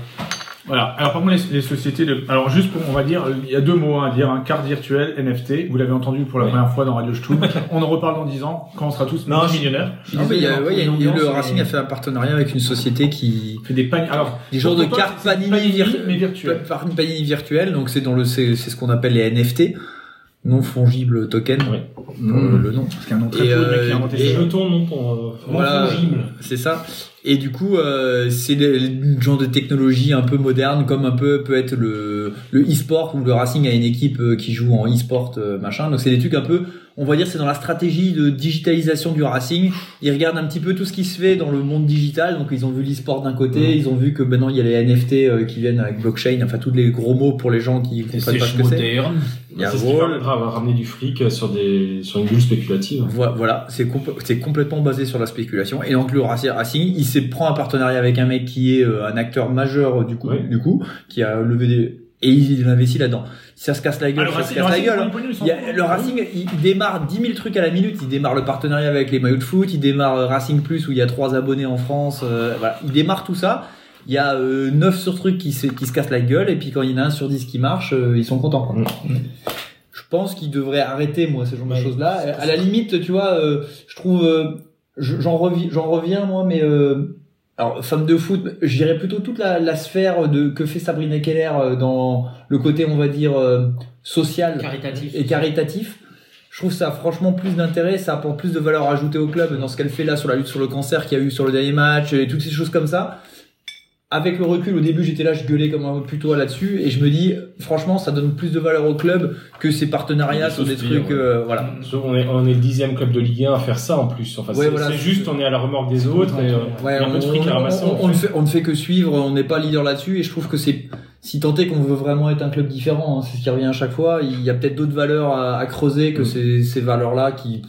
Speaker 1: Voilà. Alors par contre, les, les sociétés de... Alors juste pour, on va dire, il y a deux mots à dire, un carte virtuelle, NFT. Vous l'avez entendu pour la première fois dans Radio Stube. on en reparle dans 10 ans, quand on sera tous
Speaker 10: Non, je-
Speaker 1: millionnaires.
Speaker 10: Je suis désolé, Ah il y a- ouais, il y a- il y a eu le Racing a fait un partenariat avec une société qui
Speaker 1: fait des paniers. Alors
Speaker 10: des genres de
Speaker 1: pourquoi
Speaker 10: cartes panini, vir- pa- par- panini virtuelles. Donc c'est dans le c'est c'est ce qu'on appelle les NFT, non fongibles token. pour
Speaker 1: Mmh.
Speaker 10: le- euh, le nom.
Speaker 1: Parce qu'il y a un nom très
Speaker 10: Et,
Speaker 1: cool, le mec qui a
Speaker 10: euh,
Speaker 1: inventé
Speaker 10: et-
Speaker 1: ça.
Speaker 4: Jetons, non, pour, euh,
Speaker 10: Voilà,
Speaker 4: fongible.
Speaker 10: c'est ça. Et du coup, euh, c'est le- le genre de technologie un peu moderne, comme un peu peut être le le e-sport où le Racing a une équipe euh, qui joue en e-sport euh, machin. Donc c'est des trucs un peu, on va dire, c'est dans la stratégie de digitalisation du Racing. Ils regardent un petit peu tout ce qui se fait dans le monde digital. Donc ils ont vu l'e-sport d'un côté,
Speaker 4: Mmh.
Speaker 10: ils ont vu que maintenant il y a les NFT euh, qui viennent avec blockchain. Enfin, tous les gros mots pour les gens qui comprennent pas ce que c'est. Il y a
Speaker 4: C'est ce qui permettra de ramener du fric sur des sur une bulle spéculative.
Speaker 10: Voi- Voilà, c'est comp- c'est complètement basé sur la spéculation. Et donc le Raci- Racing, il se prend un partenariat avec un mec qui est euh, un acteur majeur euh, du coup, du coup, qui a levé des et il il investit là-dedans. Si ça se casse la gueule,
Speaker 1: Ah, le
Speaker 10: ça
Speaker 1: Racing-
Speaker 10: se
Speaker 1: le
Speaker 10: casse la
Speaker 1: Racing
Speaker 10: gueule. hein.
Speaker 1: prend une bonne, hein, ils s'en
Speaker 10: Il y a-
Speaker 1: foutent.
Speaker 10: le Racing, il, il démarre 10 000 trucs à la minute. Il démarre le partenariat avec les maillots de foot. Il démarre euh, Racing Plus où il y a trois abonnés en France. euh, voilà, il démarre tout ça. Il y a 9 sur trucs qui se, qui se cassent la gueule et puis quand il y en a un sur 10 qui marche, euh, ils sont contents. quoi. Je pense qu'il devrait arrêter moi ce genre de choses là. À la limite, tu vois, euh, je trouve, euh, je- j'en reviens, j'en reviens moi, mais euh, alors femme de foot, je dirais plutôt toute la, la sphère de que fait Sabrina Keller euh, dans le côté, on va dire, euh, social et caritatif. Je trouve ça franchement plus d'intérêt, ça apporte plus de valeur ajoutée au club dans ce qu'elle fait là sur la lutte sur le cancer qu'il y a eu sur le dernier match et toutes ces choses comme ça avec le recul, au début, j'étais là, je gueulais comme un putois là-dessus, et je me dis, franchement, ça donne plus de valeur au club que ces partenariats sur des trucs, euh,
Speaker 1: Mm.
Speaker 10: voilà.
Speaker 4: On est, on est le dixième club de Ligue 1 à faire ça en plus. Enfin,
Speaker 10: Ouais,
Speaker 4: c'est
Speaker 10: voilà.
Speaker 4: c'est juste, on est à la remorque des autres et euh, il y
Speaker 10: Ouais,
Speaker 4: a un peu de fric à ramasser.
Speaker 10: on-
Speaker 4: en
Speaker 10: on ne
Speaker 4: fait.
Speaker 10: fait, on ne fait que suivre, on n'est pas leader là-dessus, et je trouve que c'est, si tant est qu'on veut vraiment être un club différent, hein, c'est ce qui revient à chaque fois, il y a peut-être d'autres valeurs à, à creuser
Speaker 4: Mm.
Speaker 10: que ces, ces valeurs-là qui,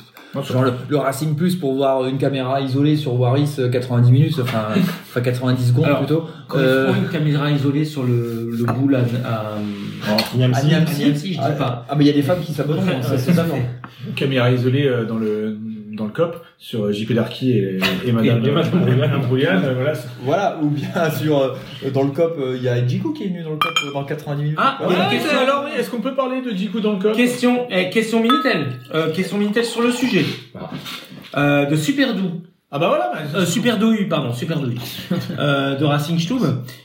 Speaker 10: genre le, le Racing Plus pour voir une caméra isolée sur Waris euh, 90 minutes, enfin, enfin 90 secondes
Speaker 18: Alors,
Speaker 10: plutôt.
Speaker 18: Quand
Speaker 10: Euh,
Speaker 18: ils font une caméra isolée sur le, le boule à, à,
Speaker 10: Niamsi.
Speaker 18: à Niamsi, je dis
Speaker 10: Ah,
Speaker 18: pas.
Speaker 10: ah, mais il y a des femmes qui s'abonnent, hein, ça, c'est ça, non.
Speaker 1: Caméra isolée euh, dans le dans le cop sur euh, JP Darky et, et Madame euh,
Speaker 10: Et- et Madame Brouillane.
Speaker 1: Brouillane, euh, voilà.
Speaker 10: Voilà, ou bien sur euh, dans le COP, euh, il y a Jiku qui est venu dans le COP euh, dans 90 minutes.
Speaker 18: Ah, il y a une question.
Speaker 1: Alors, oui, est-ce qu'on peut parler de Jiku dans le cop
Speaker 18: Question, eh, question Minitel. Euh, question Minitel sur le sujet. Euh, de Superdou.
Speaker 1: Ah bah voilà.
Speaker 18: Euh, Superdouille, pardon, Superdouille. euh, de Racing Stube.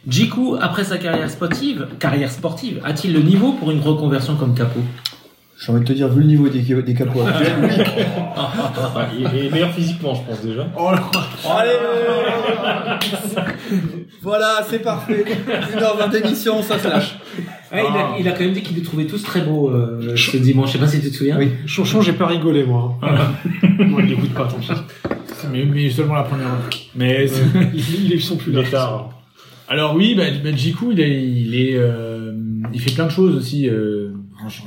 Speaker 18: Jiku, après sa carrière sportive, carrière sportive, a-t-il le niveau pour une reconversion comme capot
Speaker 10: J'ai envie de te dire, vu le niveau des, des capots actuels, oui.
Speaker 4: Ouais, il, il est meilleur physiquement, je pense déjà.
Speaker 10: Allez Voilà, c'est parfait. 1h20 d'émission, ça se lâche.
Speaker 1: Ah.
Speaker 18: Ouais, il, a, il a quand même dit qu'il les trouvait tous très beaux euh, ce dimanche. Je sais pas si tu te souviens.
Speaker 10: Oui.
Speaker 8: Chonchon, j'ai pas rigolé, moi. moi, il n'écoute pas, tant pis.
Speaker 1: Mais, mais seulement la première. Mais
Speaker 8: ils, ils sont plus
Speaker 1: là. Alors oui, bah, bah, Jiku, il est, il, est, euh, il fait plein de choses aussi. euh,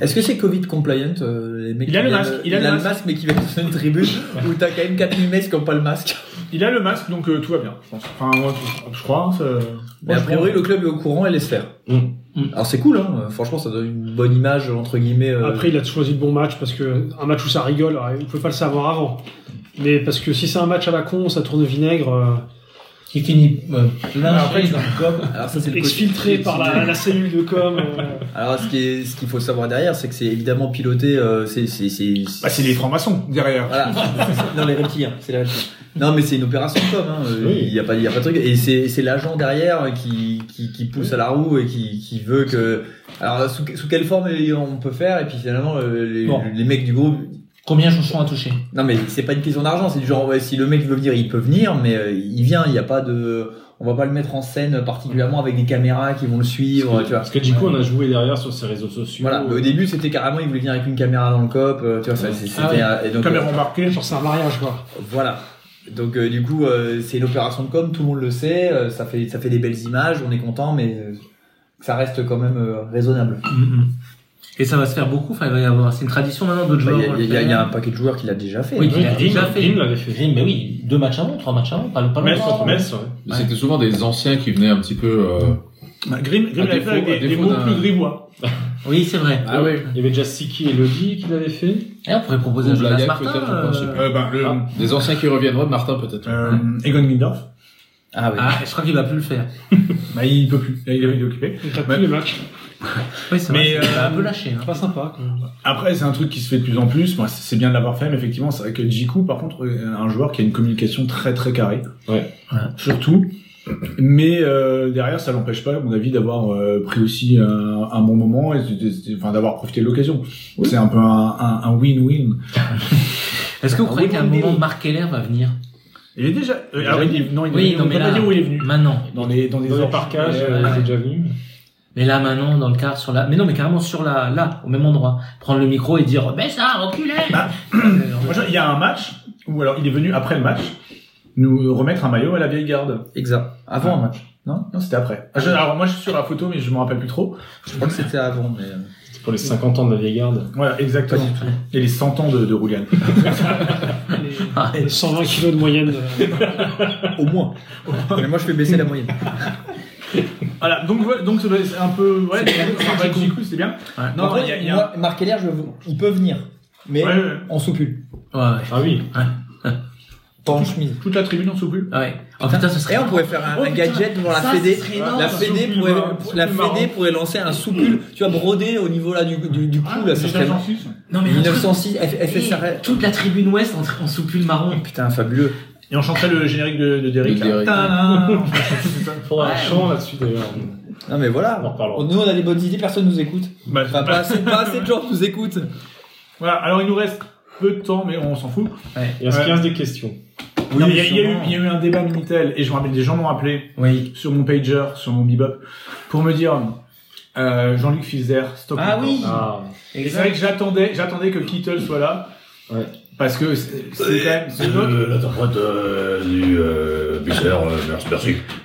Speaker 10: Est-ce que c'est Covid compliant euh, les mecs
Speaker 1: Il a
Speaker 10: qui
Speaker 1: le
Speaker 10: viennent-
Speaker 1: masque,
Speaker 10: Il, a, le masque, mais qui vient de une tribune où t'as quand même 4000 mecs qui n'ont pas le masque.
Speaker 1: Il a le masque, donc euh, tout va bien. je pense. Enfin, moi, je- je crois. ça- moi,
Speaker 10: Mais a
Speaker 1: je
Speaker 10: priori,
Speaker 1: crois.
Speaker 10: le club est au courant et laisse faire. Alors c'est cool, hein. franchement, ça donne une bonne image, entre guillemets. euh,
Speaker 8: Après, il a choisi le bon match parce que un match où ça rigole, euh, il ne peut pas le savoir avant. Mais parce que si c'est un match à la con, ça tourne vinaigre. euh,
Speaker 18: Qui finit
Speaker 10: euh, après, tu- Alors ça, c'est le côté-
Speaker 8: exfiltré par la, la cellule de com. euh,
Speaker 10: Alors, ce qui est- ce qu'il faut savoir derrière, c'est que c'est évidemment piloté. euh, c'est c'est c'est.
Speaker 1: Bah, c'est les francs-maçons derrière.
Speaker 10: Voilà. non les reptiliens, c'est les reptiliens. Non mais c'est une opération com. hein, euh, Il y a pas il y a pas de truc. Et c'est c'est l'agent derrière euh, qui qui, qui pousse à la roue et qui qui veut que. Alors sous, sous quelle forme on peut faire et puis finalement euh, les,
Speaker 18: Bon.
Speaker 10: les mecs du groupe.
Speaker 18: Combien Chonchon a touché
Speaker 10: Non mais c'est pas une question d'argent, c'est du genre ouais, si le mec veut venir, il peut venir, mais euh, il vient, il n'y a pas de, on va pas le mettre en scène particulièrement avec des caméras qui vont le suivre, tu vois.
Speaker 4: Parce que Jiku, on a joué derrière sur ses réseaux sociaux.
Speaker 10: Voilà,
Speaker 8: euh,
Speaker 10: mais au début c'était carrément, il voulait venir avec une caméra dans le cop, euh, tu vois,
Speaker 8: Ah
Speaker 10: ça, c'est- c'était un- et donc, euh,
Speaker 1: embarquée,
Speaker 8: genre c'est un mariage quoi.
Speaker 10: Voilà. Donc euh, du coup, euh, c'est une opération de com, tout le monde le sait, euh, ça fait ça fait des belles images, on est content, mais euh, ça reste quand même euh, raisonnable.
Speaker 2: Et ça va se faire beaucoup. Enfin, il va y avoir. C'est une tradition maintenant d'autres
Speaker 10: Bah,
Speaker 2: joueurs.
Speaker 10: Il y a- il y, a- il y a un
Speaker 2: Oui,
Speaker 10: paquet de joueurs qui l'a déjà fait. hein.
Speaker 2: Oui, il l'a déjà fait.
Speaker 12: Grimm l'avait fait.
Speaker 2: Grimm, mais oui, deux matchs avant, trois matchs avant, pas, pas
Speaker 12: Metz
Speaker 2: longtemps.
Speaker 12: contre Metz, Mais C'était souvent des anciens qui venaient un petit peu. Euh,
Speaker 8: Bah, Grimm, Grimm
Speaker 12: à
Speaker 8: l'avait fait avec
Speaker 12: défaut- à
Speaker 8: des, des
Speaker 12: défaut
Speaker 8: mots
Speaker 12: d'un-
Speaker 8: plus grivois.
Speaker 2: Oui, c'est vrai.
Speaker 12: Ah oui.
Speaker 1: Il y avait déjà Siki et Lodi qui l'avaient fait.
Speaker 2: Et on pourrait proposer
Speaker 12: Ou
Speaker 2: un jeu de
Speaker 12: Blagnac,
Speaker 2: Martin.
Speaker 12: peut-être, je crois, je sais plus.
Speaker 8: Euh, ben, le-
Speaker 12: Ah, Des anciens qui reviendront, Martin peut-être.
Speaker 1: Euh,
Speaker 8: Euh, Egon Gindorf.
Speaker 10: Ah oui.
Speaker 2: Ah, je crois qu'il va plus le faire.
Speaker 8: Bah, il peut plus. Il est il est occupé. Ouais.
Speaker 2: Oui, c'est vrai.
Speaker 8: Mais,
Speaker 2: c'est- ça a
Speaker 8: euh,
Speaker 2: un peu lâché. Hein.
Speaker 19: Pas sympa. quoi.
Speaker 8: Après, c'est un truc qui se fait de plus en plus. Moi, c'est c'est bien de l'avoir fait, mais effectivement, c'est vrai que Jiku, par contre, est un joueur qui a une communication très très carrée.
Speaker 1: Ouais.
Speaker 8: Surtout. Mais euh, derrière, ça l'empêche pas, à mon avis, d'avoir euh, pris aussi un, un bon moment et de- de- de- enfin, d'avoir profité de l'occasion. C'est un peu un- un un win-win.
Speaker 2: Est-ce que vous
Speaker 8: Ah,
Speaker 2: croyez
Speaker 8: oui,
Speaker 2: qu'à un
Speaker 8: oui,
Speaker 2: moment, Marc Keller va venir
Speaker 8: Il est déjà. euh,
Speaker 2: Il est
Speaker 8: ah
Speaker 2: déjà
Speaker 8: oui,
Speaker 2: venu.
Speaker 8: il- non, il
Speaker 2: Oui,
Speaker 8: est,
Speaker 2: non,
Speaker 8: on
Speaker 2: mais
Speaker 8: peut pas
Speaker 2: là-
Speaker 8: dire où il est venu.
Speaker 2: Maintenant.
Speaker 8: Dans les dans les
Speaker 1: Dans les
Speaker 8: orgies.
Speaker 1: parkages,
Speaker 2: Ouais,
Speaker 1: euh,
Speaker 2: ouais.
Speaker 1: c'est déjà venu.
Speaker 2: Mais là, maintenant, dans le quart, sur la, mais non, mais carrément sur la, là, au même endroit. Prendre le micro et dire, baisse ça, Euh, reculez!
Speaker 8: Bah, Moi, je- Il y a un match où alors il est venu après le match nous remettre un maillot à la vieille garde.
Speaker 10: Exact. Avant un match.
Speaker 8: Non, non, c'était après. Ah, je- alors moi, je suis sur la photo, mais je me rappelle plus trop.
Speaker 10: Je crois que c'était avant, mais. euh,
Speaker 1: Pour les 50 ans de la vieille garde.
Speaker 8: Voilà, exactement. Et les 100 ans de, de Roulian.
Speaker 19: Les 120 kilos de moyenne. euh,
Speaker 10: Au moins. mais moi, je fais baisser la moyenne.
Speaker 8: voilà, donc voilà, donc c'est un peu ouais, c'est un vrai petit coup, c'est bien. Non,
Speaker 10: Après,
Speaker 8: il y a- il y a-
Speaker 10: moi, Marc Keller, je... il peut venir, mais
Speaker 8: Ouais, ouais.
Speaker 10: en soupule.
Speaker 2: Ouais, ouais.
Speaker 1: Ah oui.
Speaker 10: Pas en chemise.
Speaker 8: Toute la tribune en soupule.
Speaker 2: Ouais. En putain, ce serait.
Speaker 10: Et on pourrait faire un,
Speaker 2: Oh,
Speaker 10: un
Speaker 2: putain,
Speaker 10: gadget devant la
Speaker 2: ça,
Speaker 10: Fédé.
Speaker 2: ce serait énorme.
Speaker 10: La Fédé
Speaker 8: Soupule
Speaker 10: pourrait,
Speaker 8: marrant.
Speaker 10: la
Speaker 8: Soupule marrant.
Speaker 10: Fédé pourrait lancer un soupule, tu vois, brodé au niveau là du, du, du cou, là, ce serait.
Speaker 2: Non, mais.
Speaker 10: 1906, F- FSRL.
Speaker 2: Et toute la tribune ouest en, en soupule marron.
Speaker 10: Putain, fabuleux.
Speaker 8: Et on chanterait le générique de, de Derrick. Ah,
Speaker 12: De Derrick.
Speaker 8: là. Tadam
Speaker 1: Il faudra un chant là-dessus d'ailleurs.
Speaker 10: Non, mais
Speaker 1: On en
Speaker 10: voilà.
Speaker 1: reparlera.
Speaker 10: Nous, on a des bonnes idées, personne nous écoute.
Speaker 8: Bah,
Speaker 10: Enfin, pas assez, pas assez de gens nous écoutent.
Speaker 8: Voilà, alors il nous reste peu de temps, mais on s'en fout.
Speaker 1: Il reste
Speaker 8: Ouais.
Speaker 1: 15 des questions.
Speaker 8: Non, mais il y a- il y, a eu-
Speaker 10: sûrement.
Speaker 8: il y a eu un débat Minitel, et je me rappelle, des gens m'ont appelé
Speaker 10: Oui.
Speaker 8: sur mon pager, sur mon bebop, pour me dire euh, Jean-Luc Filzer, stop.
Speaker 10: Ah
Speaker 8: encore.
Speaker 10: oui.
Speaker 1: Ah.
Speaker 8: Et c'est vrai que j'attendais, j'attendais que Kittle soit là.
Speaker 1: Ouais.
Speaker 8: Parce que c'est c'est quand même. C'est notre-
Speaker 3: L'interprète du euh, merci.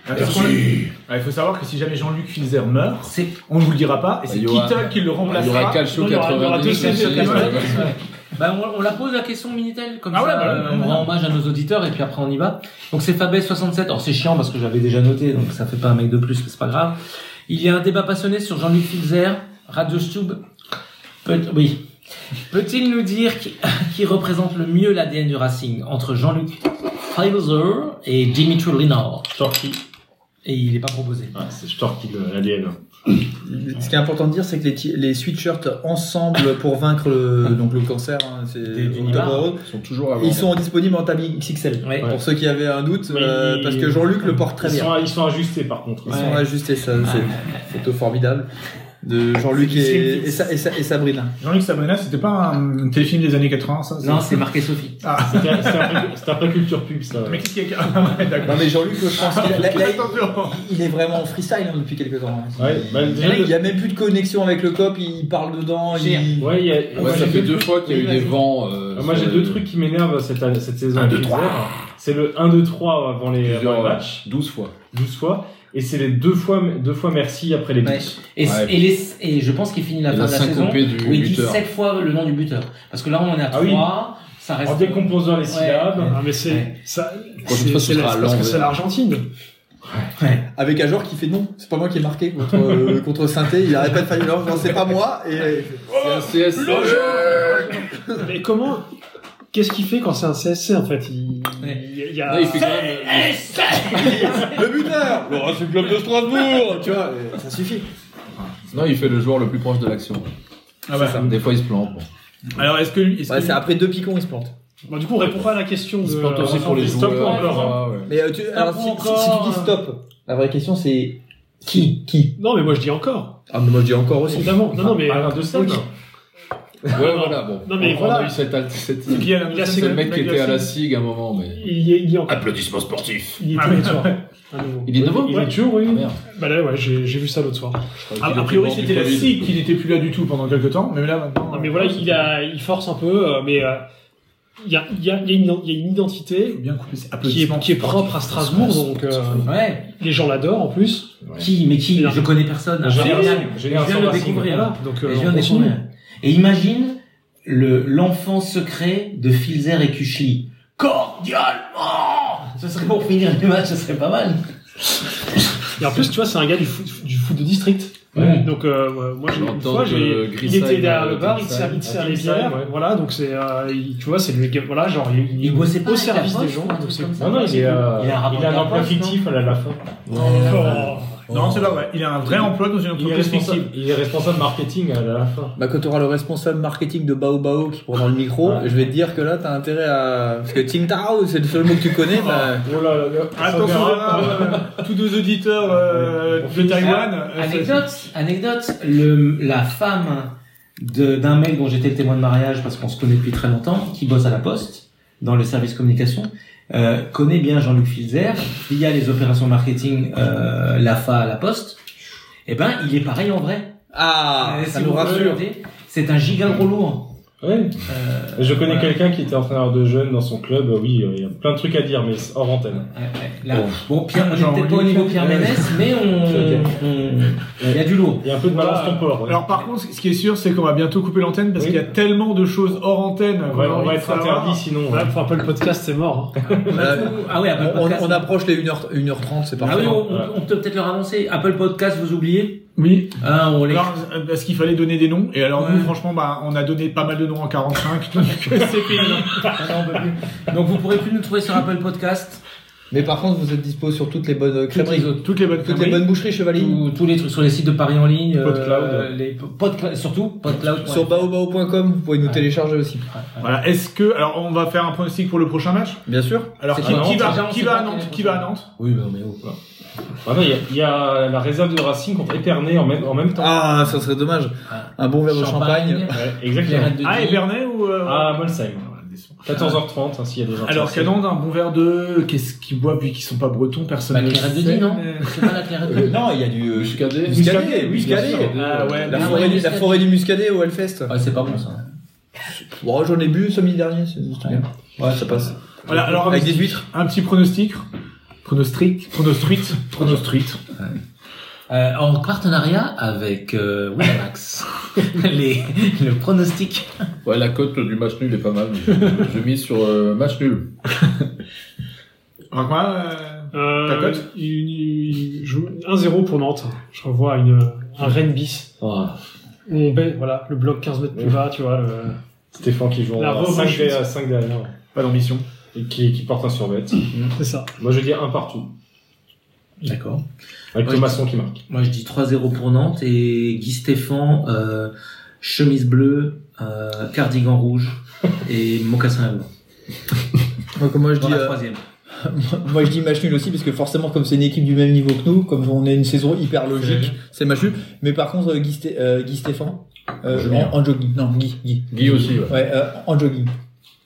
Speaker 8: Parce qu'on- Ouais, Il faut savoir que si jamais Jean-Luc Filzer meurt, on ne vous le dira pas, et c'est
Speaker 12: Il y aura-
Speaker 8: Kittle qui le remplacera.
Speaker 12: il y aura Calcio
Speaker 8: Non, il y aura- il y aura
Speaker 12: 90,
Speaker 8: deux Calcio
Speaker 12: aussi,
Speaker 8: 90.
Speaker 12: ouais.
Speaker 2: Bah, on, on la pose la question Minitel, comme
Speaker 8: Ah
Speaker 2: ça,
Speaker 8: ouais, bah,
Speaker 2: euh,
Speaker 8: ouais,
Speaker 2: on
Speaker 8: ouais,
Speaker 2: rend
Speaker 8: ouais.
Speaker 2: hommage à nos auditeurs et puis après on y va. Donc c'est Fabet67. Alors c'est chiant parce que j'avais déjà noté, donc ça fait pas un mec de plus, mais c'est pas grave. Il y a un débat passionné sur Jean-Luc Filzer, Radio Stube. Peut- oui. Peut-il nous dire qui, qui représente le mieux l'ADN du Racing entre Jean-Luc Filzer et Dimitri Linard
Speaker 1: Shorty.
Speaker 2: Et il n'est pas proposé.
Speaker 1: Ah, c'est Shorty de l'ADN.
Speaker 10: Ce qui est important de dire, c'est que les, ti- les sweatshirts ensemble pour vaincre le, donc le cancer, hein, c'est
Speaker 2: Des- du
Speaker 10: Octobre
Speaker 2: Nivard.
Speaker 10: Rose,
Speaker 12: Ils sont toujours avant.
Speaker 10: ils sont disponibles en tablier XXL.
Speaker 2: Ouais.
Speaker 10: Pour ceux qui avaient un doute,
Speaker 1: Mais
Speaker 10: euh,
Speaker 1: ils-
Speaker 10: parce que Jean-Luc le porte très
Speaker 1: ils
Speaker 10: bien.
Speaker 1: Sont, ils sont ajustés par contre.
Speaker 10: Ils
Speaker 2: Ouais.
Speaker 10: sont ajustés, ça, c'est une photo formidable de Jean-Luc
Speaker 2: C'est- c'est-
Speaker 10: et, et, Sa- et Sa- et Sabrina.
Speaker 8: Jean-Luc Sabrina, c'était pas un téléfilm des années 80, ça
Speaker 2: Non, c'est marqué Sophie.
Speaker 8: Ah,
Speaker 1: C'était après- c'était après culture pub ça.
Speaker 8: mais qu'est-ce qu'il y a Ah, ouais,
Speaker 10: Non
Speaker 8: d'accord.
Speaker 10: mais Jean-Luc, je pense qu'il a- là- là,
Speaker 8: Attention.
Speaker 10: il- il est vraiment en freestyle hein, depuis quelques temps. hein.
Speaker 1: Ouais, bah, déjà,
Speaker 10: Il n'y a même plus de connexion avec le cop, il parle dedans, il...
Speaker 1: Ouais, il y a- moi,
Speaker 12: Ouais, ça
Speaker 1: j'ai
Speaker 12: fait
Speaker 1: deux-
Speaker 12: deux fois qu'il y a eu
Speaker 1: Oui,
Speaker 12: des
Speaker 1: vas-y.
Speaker 12: vents. euh,
Speaker 1: Euh, Moi, j'ai
Speaker 12: sur
Speaker 1: deux
Speaker 12: le-
Speaker 1: trucs qui m'énervent cette, année- cette saison.
Speaker 12: Un,
Speaker 1: avec
Speaker 12: deux,
Speaker 1: Filzer. C'est le 1, 2, 3 avant les, avant les
Speaker 12: plusieurs
Speaker 1: matchs,
Speaker 12: matchs. 12 fois.
Speaker 1: 12 fois. Et c'est les deux fois, deux fois merci après les buts.
Speaker 2: Ouais. Et,
Speaker 12: Ouais.
Speaker 2: et, les- et je pense qu'il finit la
Speaker 12: Et
Speaker 2: fin
Speaker 12: la
Speaker 2: de la saison.
Speaker 12: syncopée du
Speaker 2: où il dit
Speaker 12: buteur.
Speaker 2: 7 fois le nom du buteur. Parce que là, on en est à
Speaker 1: Ah oui.
Speaker 2: 3. Ça
Speaker 1: En
Speaker 2: reste.
Speaker 1: décomposant les syllabes.
Speaker 19: Ah, mais c'est.
Speaker 2: Ouais.
Speaker 19: ça-
Speaker 12: Prochaine fois,
Speaker 19: C'est
Speaker 12: ce
Speaker 19: c'est
Speaker 12: sera
Speaker 19: la-
Speaker 12: à
Speaker 19: parce que
Speaker 12: l'envers.
Speaker 19: c'est l'Argentine.
Speaker 10: avec un joueur qui fait non, c'est pas moi qui ai marqué contre, euh, contre Sainté, il arrête pas de faire non, non, c'est pas moi, et
Speaker 12: C'est un CS.
Speaker 19: Mais comment Qu'est-ce qu'il fait quand c'est un CSC en fait Il,
Speaker 2: Ouais.
Speaker 19: il y a.
Speaker 12: Là, il fait quand même-
Speaker 10: le buteur, le Racing Club de Strasbourg, tu vois, et ça suffit.
Speaker 12: Non, il fait le joueur le plus proche de l'action.
Speaker 8: Ah bah.
Speaker 12: Des fois, il se plante. bon.
Speaker 8: Alors, est-ce que lui. est-ce
Speaker 10: Ouais,
Speaker 8: que
Speaker 10: c'est
Speaker 8: lui-
Speaker 10: après deux picons, il se plante.
Speaker 19: Bon, du coup, on répond pas à la question
Speaker 12: Il
Speaker 19: de.
Speaker 12: se plante aussi pour les
Speaker 1: Stop
Speaker 12: joueurs.
Speaker 1: encore, hein.
Speaker 12: Ah, ouais.
Speaker 10: Mais euh, tu, alors, si, si- si tu dis stop, la vraie question c'est qui Qui
Speaker 19: Non, mais moi je dis encore.
Speaker 10: Ah, mais moi je dis encore aussi.
Speaker 19: Évidemment. Non, non, mais.
Speaker 8: Ah,
Speaker 19: euh,
Speaker 1: Alain de Seine.
Speaker 12: Ouais, voilà, bon.
Speaker 19: Non, mais
Speaker 12: On- on
Speaker 19: voilà.
Speaker 12: a eu cette al- cette-
Speaker 8: Et puis, il y a la-
Speaker 19: Il a
Speaker 12: Ah, C'est le mec qui était à la
Speaker 8: Magazine.
Speaker 12: SIG à un moment, mais.
Speaker 19: Il y est, il y est encore.
Speaker 3: Applaudissements sportifs.
Speaker 19: Il y est
Speaker 8: Ah,
Speaker 19: tous les
Speaker 8: mais-
Speaker 19: soirs. À nouveau.
Speaker 12: Il est novembre
Speaker 1: Il est
Speaker 12: ouais.
Speaker 1: toujours, oui.
Speaker 12: Ah, merde.
Speaker 19: Bah là, ouais, j'ai j'ai vu ça l'autre soir.
Speaker 8: A a priori, c'était la SIG qui n'était plus là du tout pendant quelques temps, mais là maintenant.
Speaker 19: Non, mais voilà, il, a, il force un peu, euh, mais euh,
Speaker 8: il y a, il y a- il y a une- il y a une identité qui est, qui est propre à Strasbourg, donc euh, les gens l'adorent en plus.
Speaker 2: Qui Mais qui Je connais personne.
Speaker 8: Ah,
Speaker 2: Je
Speaker 8: si,
Speaker 2: viens,
Speaker 8: si,
Speaker 2: je
Speaker 8: j'ai
Speaker 2: viens
Speaker 8: un sans
Speaker 2: de le
Speaker 8: racine.
Speaker 2: découvrir.
Speaker 8: Voilà, donc, euh,
Speaker 2: Et je viens
Speaker 8: on
Speaker 2: de
Speaker 8: continue.
Speaker 2: découvrir. Et imagine le l'enfant secret de Filzer et Kuchli. Cordialement Ce serait pour finir le match, ce serait pas mal.
Speaker 8: Et en plus, tu vois, c'est un gars du foot, du foot de district.
Speaker 2: Ouais.
Speaker 8: Donc, euh, ouais, moi, j'ai- une
Speaker 2: J'entends
Speaker 8: fois,
Speaker 2: que
Speaker 8: j'ai- il
Speaker 2: Grisheim,
Speaker 8: était derrière le
Speaker 2: euh,
Speaker 8: bar, il
Speaker 2: Grisheim,
Speaker 8: servait il servait
Speaker 2: ah,
Speaker 8: les
Speaker 2: Grisheim,
Speaker 8: bières.
Speaker 2: ouais.
Speaker 8: Voilà, donc c'est, euh, il- tu vois, c'est le, voilà, genre, il, il bossait
Speaker 2: pas
Speaker 8: au
Speaker 2: avec la
Speaker 8: service
Speaker 2: poste
Speaker 8: des
Speaker 2: ou
Speaker 8: gens.
Speaker 2: un
Speaker 8: donc c'est- Ah
Speaker 20: Non,
Speaker 2: Ah,
Speaker 20: non, il est, euh, il a, un emploi fictif à la, la fin.
Speaker 1: Non, c'est pas vrai. Il a un vrai emploi dans une
Speaker 20: Il est
Speaker 1: entreprise
Speaker 20: responsable,
Speaker 1: fictive.
Speaker 20: il est responsable marketing à la fin.
Speaker 10: Bah, quand tu auras le responsable marketing de Bao Bao qui prendra le micro, je vais te dire que là, t'as intérêt à. Parce que Ting Tao, c'est le seul mot que tu connais. bah-
Speaker 1: Attention, là, euh, tous deux auditeurs euh, de Taïwan. euh,
Speaker 2: Anecdote, anecdote, le, la femme de- d'un mec dont j'étais le témoin de mariage parce qu'on se connaît depuis très longtemps, qui bosse à la poste, dans le service communication, euh, connaît bien Jean-Luc Filzer via les opérations marketing euh, l'AFA à la poste. Eh ben, il est pareil en vrai.
Speaker 10: Ah,
Speaker 2: Euh,
Speaker 10: ça
Speaker 2: si
Speaker 10: nous
Speaker 2: vous
Speaker 10: rassure.
Speaker 2: regardez, C'est un giga gros lourd.
Speaker 20: Ouais.
Speaker 1: Euh,
Speaker 20: Je connais
Speaker 2: voilà.
Speaker 20: quelqu'un qui était entraîneur de jeunes dans son club. euh, Oui, euh, il y a plein de trucs à dire, mais c'est hors antenne.
Speaker 2: Euh, Là,
Speaker 10: Oh.
Speaker 2: bon, Pierre, on est peut-être pas au niveau Pierre
Speaker 10: Euh,
Speaker 2: Ménès, mais on, on- il y a du lourd.
Speaker 20: Il y a un peu de
Speaker 1: Voilà.
Speaker 20: balance ton port. ouais.
Speaker 1: Alors par contre, ce qui est sûr, c'est qu'on va bientôt couper l'antenne parce qu'il y a tellement de choses hors antenne. qu'on
Speaker 20: Ouais,
Speaker 1: a
Speaker 20: on
Speaker 1: envie
Speaker 20: va
Speaker 1: de
Speaker 20: être
Speaker 1: savoir.
Speaker 20: interdit sinon.
Speaker 1: hein.
Speaker 8: Voilà, pour Apple Podcast, c'est mort. hein.
Speaker 2: Ah ouais, Apple
Speaker 10: Bah, Euh, on,
Speaker 2: Podcast.
Speaker 10: on approche les 1h, 1h30, c'est
Speaker 2: Ah
Speaker 10: parfait.
Speaker 2: oui, on, on- on peut peut-être leur annoncer. Apple Podcast, vous oubliez
Speaker 1: Oui.
Speaker 2: Ah, on les...
Speaker 1: Alors, euh, parce qu'il fallait donner des noms. Et alors, nous, franchement, bah, on a donné pas mal de noms en 45. donc c'est fini.
Speaker 2: Donc vous pourrez plus nous trouver sur Apple Podcast.
Speaker 10: Mais par contre, vous êtes dispo sur toutes les bonnes crèmeries.
Speaker 1: Toutes, toutes les bonnes
Speaker 10: Toutes les bonnes boucheries, chevalines.
Speaker 2: Tous, tous les trucs sur les sites de Paris en ligne. euh,
Speaker 10: Podcloud.
Speaker 2: les po- podcla- surtout Podcloud.
Speaker 10: Sur baobao.com, vous pouvez nous télécharger aussi.
Speaker 1: Voilà. Est-ce que alors on va faire un pronostic pour le prochain match
Speaker 10: Bien sûr.
Speaker 1: Alors
Speaker 10: C'est
Speaker 1: qui,
Speaker 10: à
Speaker 1: qui
Speaker 10: Nantes,
Speaker 1: va
Speaker 10: déjà, on
Speaker 1: qui
Speaker 10: sait
Speaker 1: va
Speaker 10: pas
Speaker 1: à Nantes Qui va à Nantes
Speaker 10: Oui, bah, mais oh.
Speaker 20: Ah non, il y a- il y, a la réserve de Racing contre Épernay en même, en même temps.
Speaker 10: Ah, ça serait dommage. Un bon verre de champagne.
Speaker 20: Ouais, exactement.
Speaker 1: Ah Épernay ou euh,
Speaker 20: Ah, Molsheim. 14h30, hein, s'il y a des gens.
Speaker 8: Ah,
Speaker 1: Alors qu'à Nantes, un bon verre de qu'est-ce qu'ils boivent vu qu'ils sont pas bretons, personne
Speaker 2: Bah,
Speaker 1: ne le
Speaker 2: Clairette de
Speaker 1: sait.
Speaker 2: Die, non C'est pas la Clairette de Die.
Speaker 10: Non, il y a du euh,
Speaker 12: Muscadet.
Speaker 10: muscadet. Muscadet.
Speaker 1: Ah ouais.
Speaker 10: La
Speaker 1: mais-
Speaker 10: forêt, du, la forêt du muscadet au Hellfest.
Speaker 2: Ah, c'est pas bon ça.
Speaker 10: Bon, j'en ai bu samedi dernier, c'est c'est bien. Ouais, ça passe.
Speaker 1: Voilà, alors
Speaker 10: Avec
Speaker 1: un
Speaker 10: des
Speaker 1: petit-
Speaker 10: huîtres.
Speaker 1: Un petit pronostic. Pronostic, pronostruite, pronostruite.
Speaker 2: Euh, en partenariat avec euh, Winamax. les, le pronostic.
Speaker 12: Ouais, la cote du match nul est pas mal. Je mise sur euh, match nul.
Speaker 1: Alors quoi euh,
Speaker 8: Euh,
Speaker 1: Ta cote
Speaker 8: une- une- je- 1-0 pour Nantes. Je revois une, un Rennes bis.
Speaker 20: Ah,
Speaker 8: On baie, voilà, le bloc 15 mètres plus bas, tu vois. le-
Speaker 20: Stéphane qui joue
Speaker 8: La
Speaker 20: en
Speaker 8: revanche.
Speaker 20: 5 à 5 derrière.
Speaker 1: Pas d'ambition.
Speaker 20: Et qui, qui porte un surbet.
Speaker 8: C'est ça.
Speaker 20: Moi, je dis un partout.
Speaker 2: D'accord.
Speaker 20: Avec
Speaker 2: Ouais.
Speaker 20: Thomasson qui marque.
Speaker 2: Moi je dis 3-0 pour Nantes et Guy Stéphane, euh, chemise bleue, euh, cardigan rouge et mocassin à blanc.
Speaker 10: Donc, moi, je
Speaker 2: Dans
Speaker 10: dis,
Speaker 2: la
Speaker 10: euh,
Speaker 2: troisième.
Speaker 10: moi, je dis match nul aussi, parce que forcément, comme c'est une équipe du même niveau que nous, comme on est une saison hyper logique, c'est match nul. Mais par contre, euh, Guy, Sté- euh, Guy Stéphane, euh,
Speaker 12: Julien.
Speaker 10: en, en jogging. Non, Guy. Guy,
Speaker 12: Guy aussi, ouais.
Speaker 10: Ouais, euh, en jogging.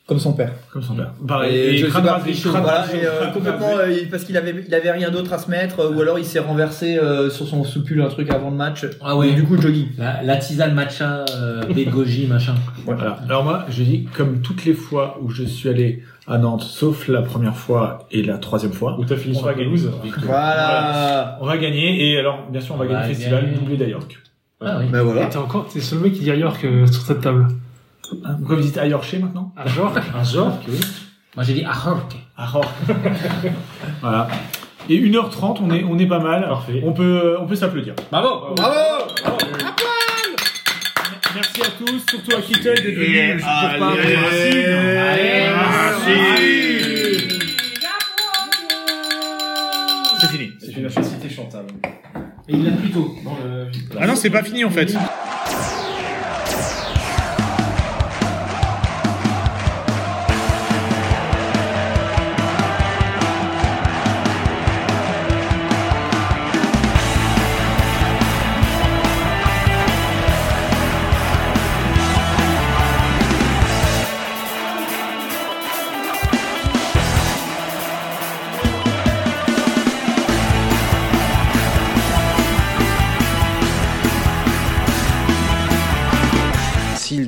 Speaker 10: Comme son père.
Speaker 1: Comme son père.
Speaker 10: Et je sais
Speaker 1: crâne
Speaker 10: pas,
Speaker 1: rasé,
Speaker 10: je-
Speaker 1: crâne
Speaker 10: voilà,
Speaker 1: rasé,
Speaker 10: et, euh,
Speaker 1: crâne
Speaker 10: complètement, euh, il- parce qu'il avait, il avait rien d'autre à se mettre, euh, ou alors il s'est renversé euh, sur son soupule un truc avant le match.
Speaker 2: Ah ouais.
Speaker 10: Et du coup, jogging.
Speaker 2: La, la tisane matcha, euh, baie de goji, machin.
Speaker 1: Voilà. Alors moi, je dis comme toutes les fois où je suis allé à Nantes, sauf la première fois et la troisième fois,
Speaker 20: Où t'as fini sur la galouse.
Speaker 10: Voilà.
Speaker 1: on va gagner. Et alors, bien sûr, on va
Speaker 2: On
Speaker 1: gagner
Speaker 2: va
Speaker 1: le festival
Speaker 2: gagner.
Speaker 1: doublé d'Ayork.
Speaker 2: Ah oui.
Speaker 10: Ben voilà.
Speaker 8: T'es encore, t'es le seul mec qui dit ailleurs que sur cette table.
Speaker 1: Pourquoi vous dites Ayorché maintenant
Speaker 8: À genre,
Speaker 2: Un genre, oui. Moi j'ai dit ah ok.
Speaker 1: Ayork. voilà. Et 1h30, on est, on est pas mal.
Speaker 20: Parfait.
Speaker 1: On peut, on peut s'applaudir.
Speaker 10: Bravo. Bravo.
Speaker 1: Merci à tous, surtout à Kittel d'être venu. Je ne pas.
Speaker 4: allez,
Speaker 1: Racine. C'est fini.
Speaker 20: C'est une facilité chantable.
Speaker 2: Et il l'a plus tôt dans le.
Speaker 1: Ah non, c'est pas fini en fait.
Speaker 21: S'il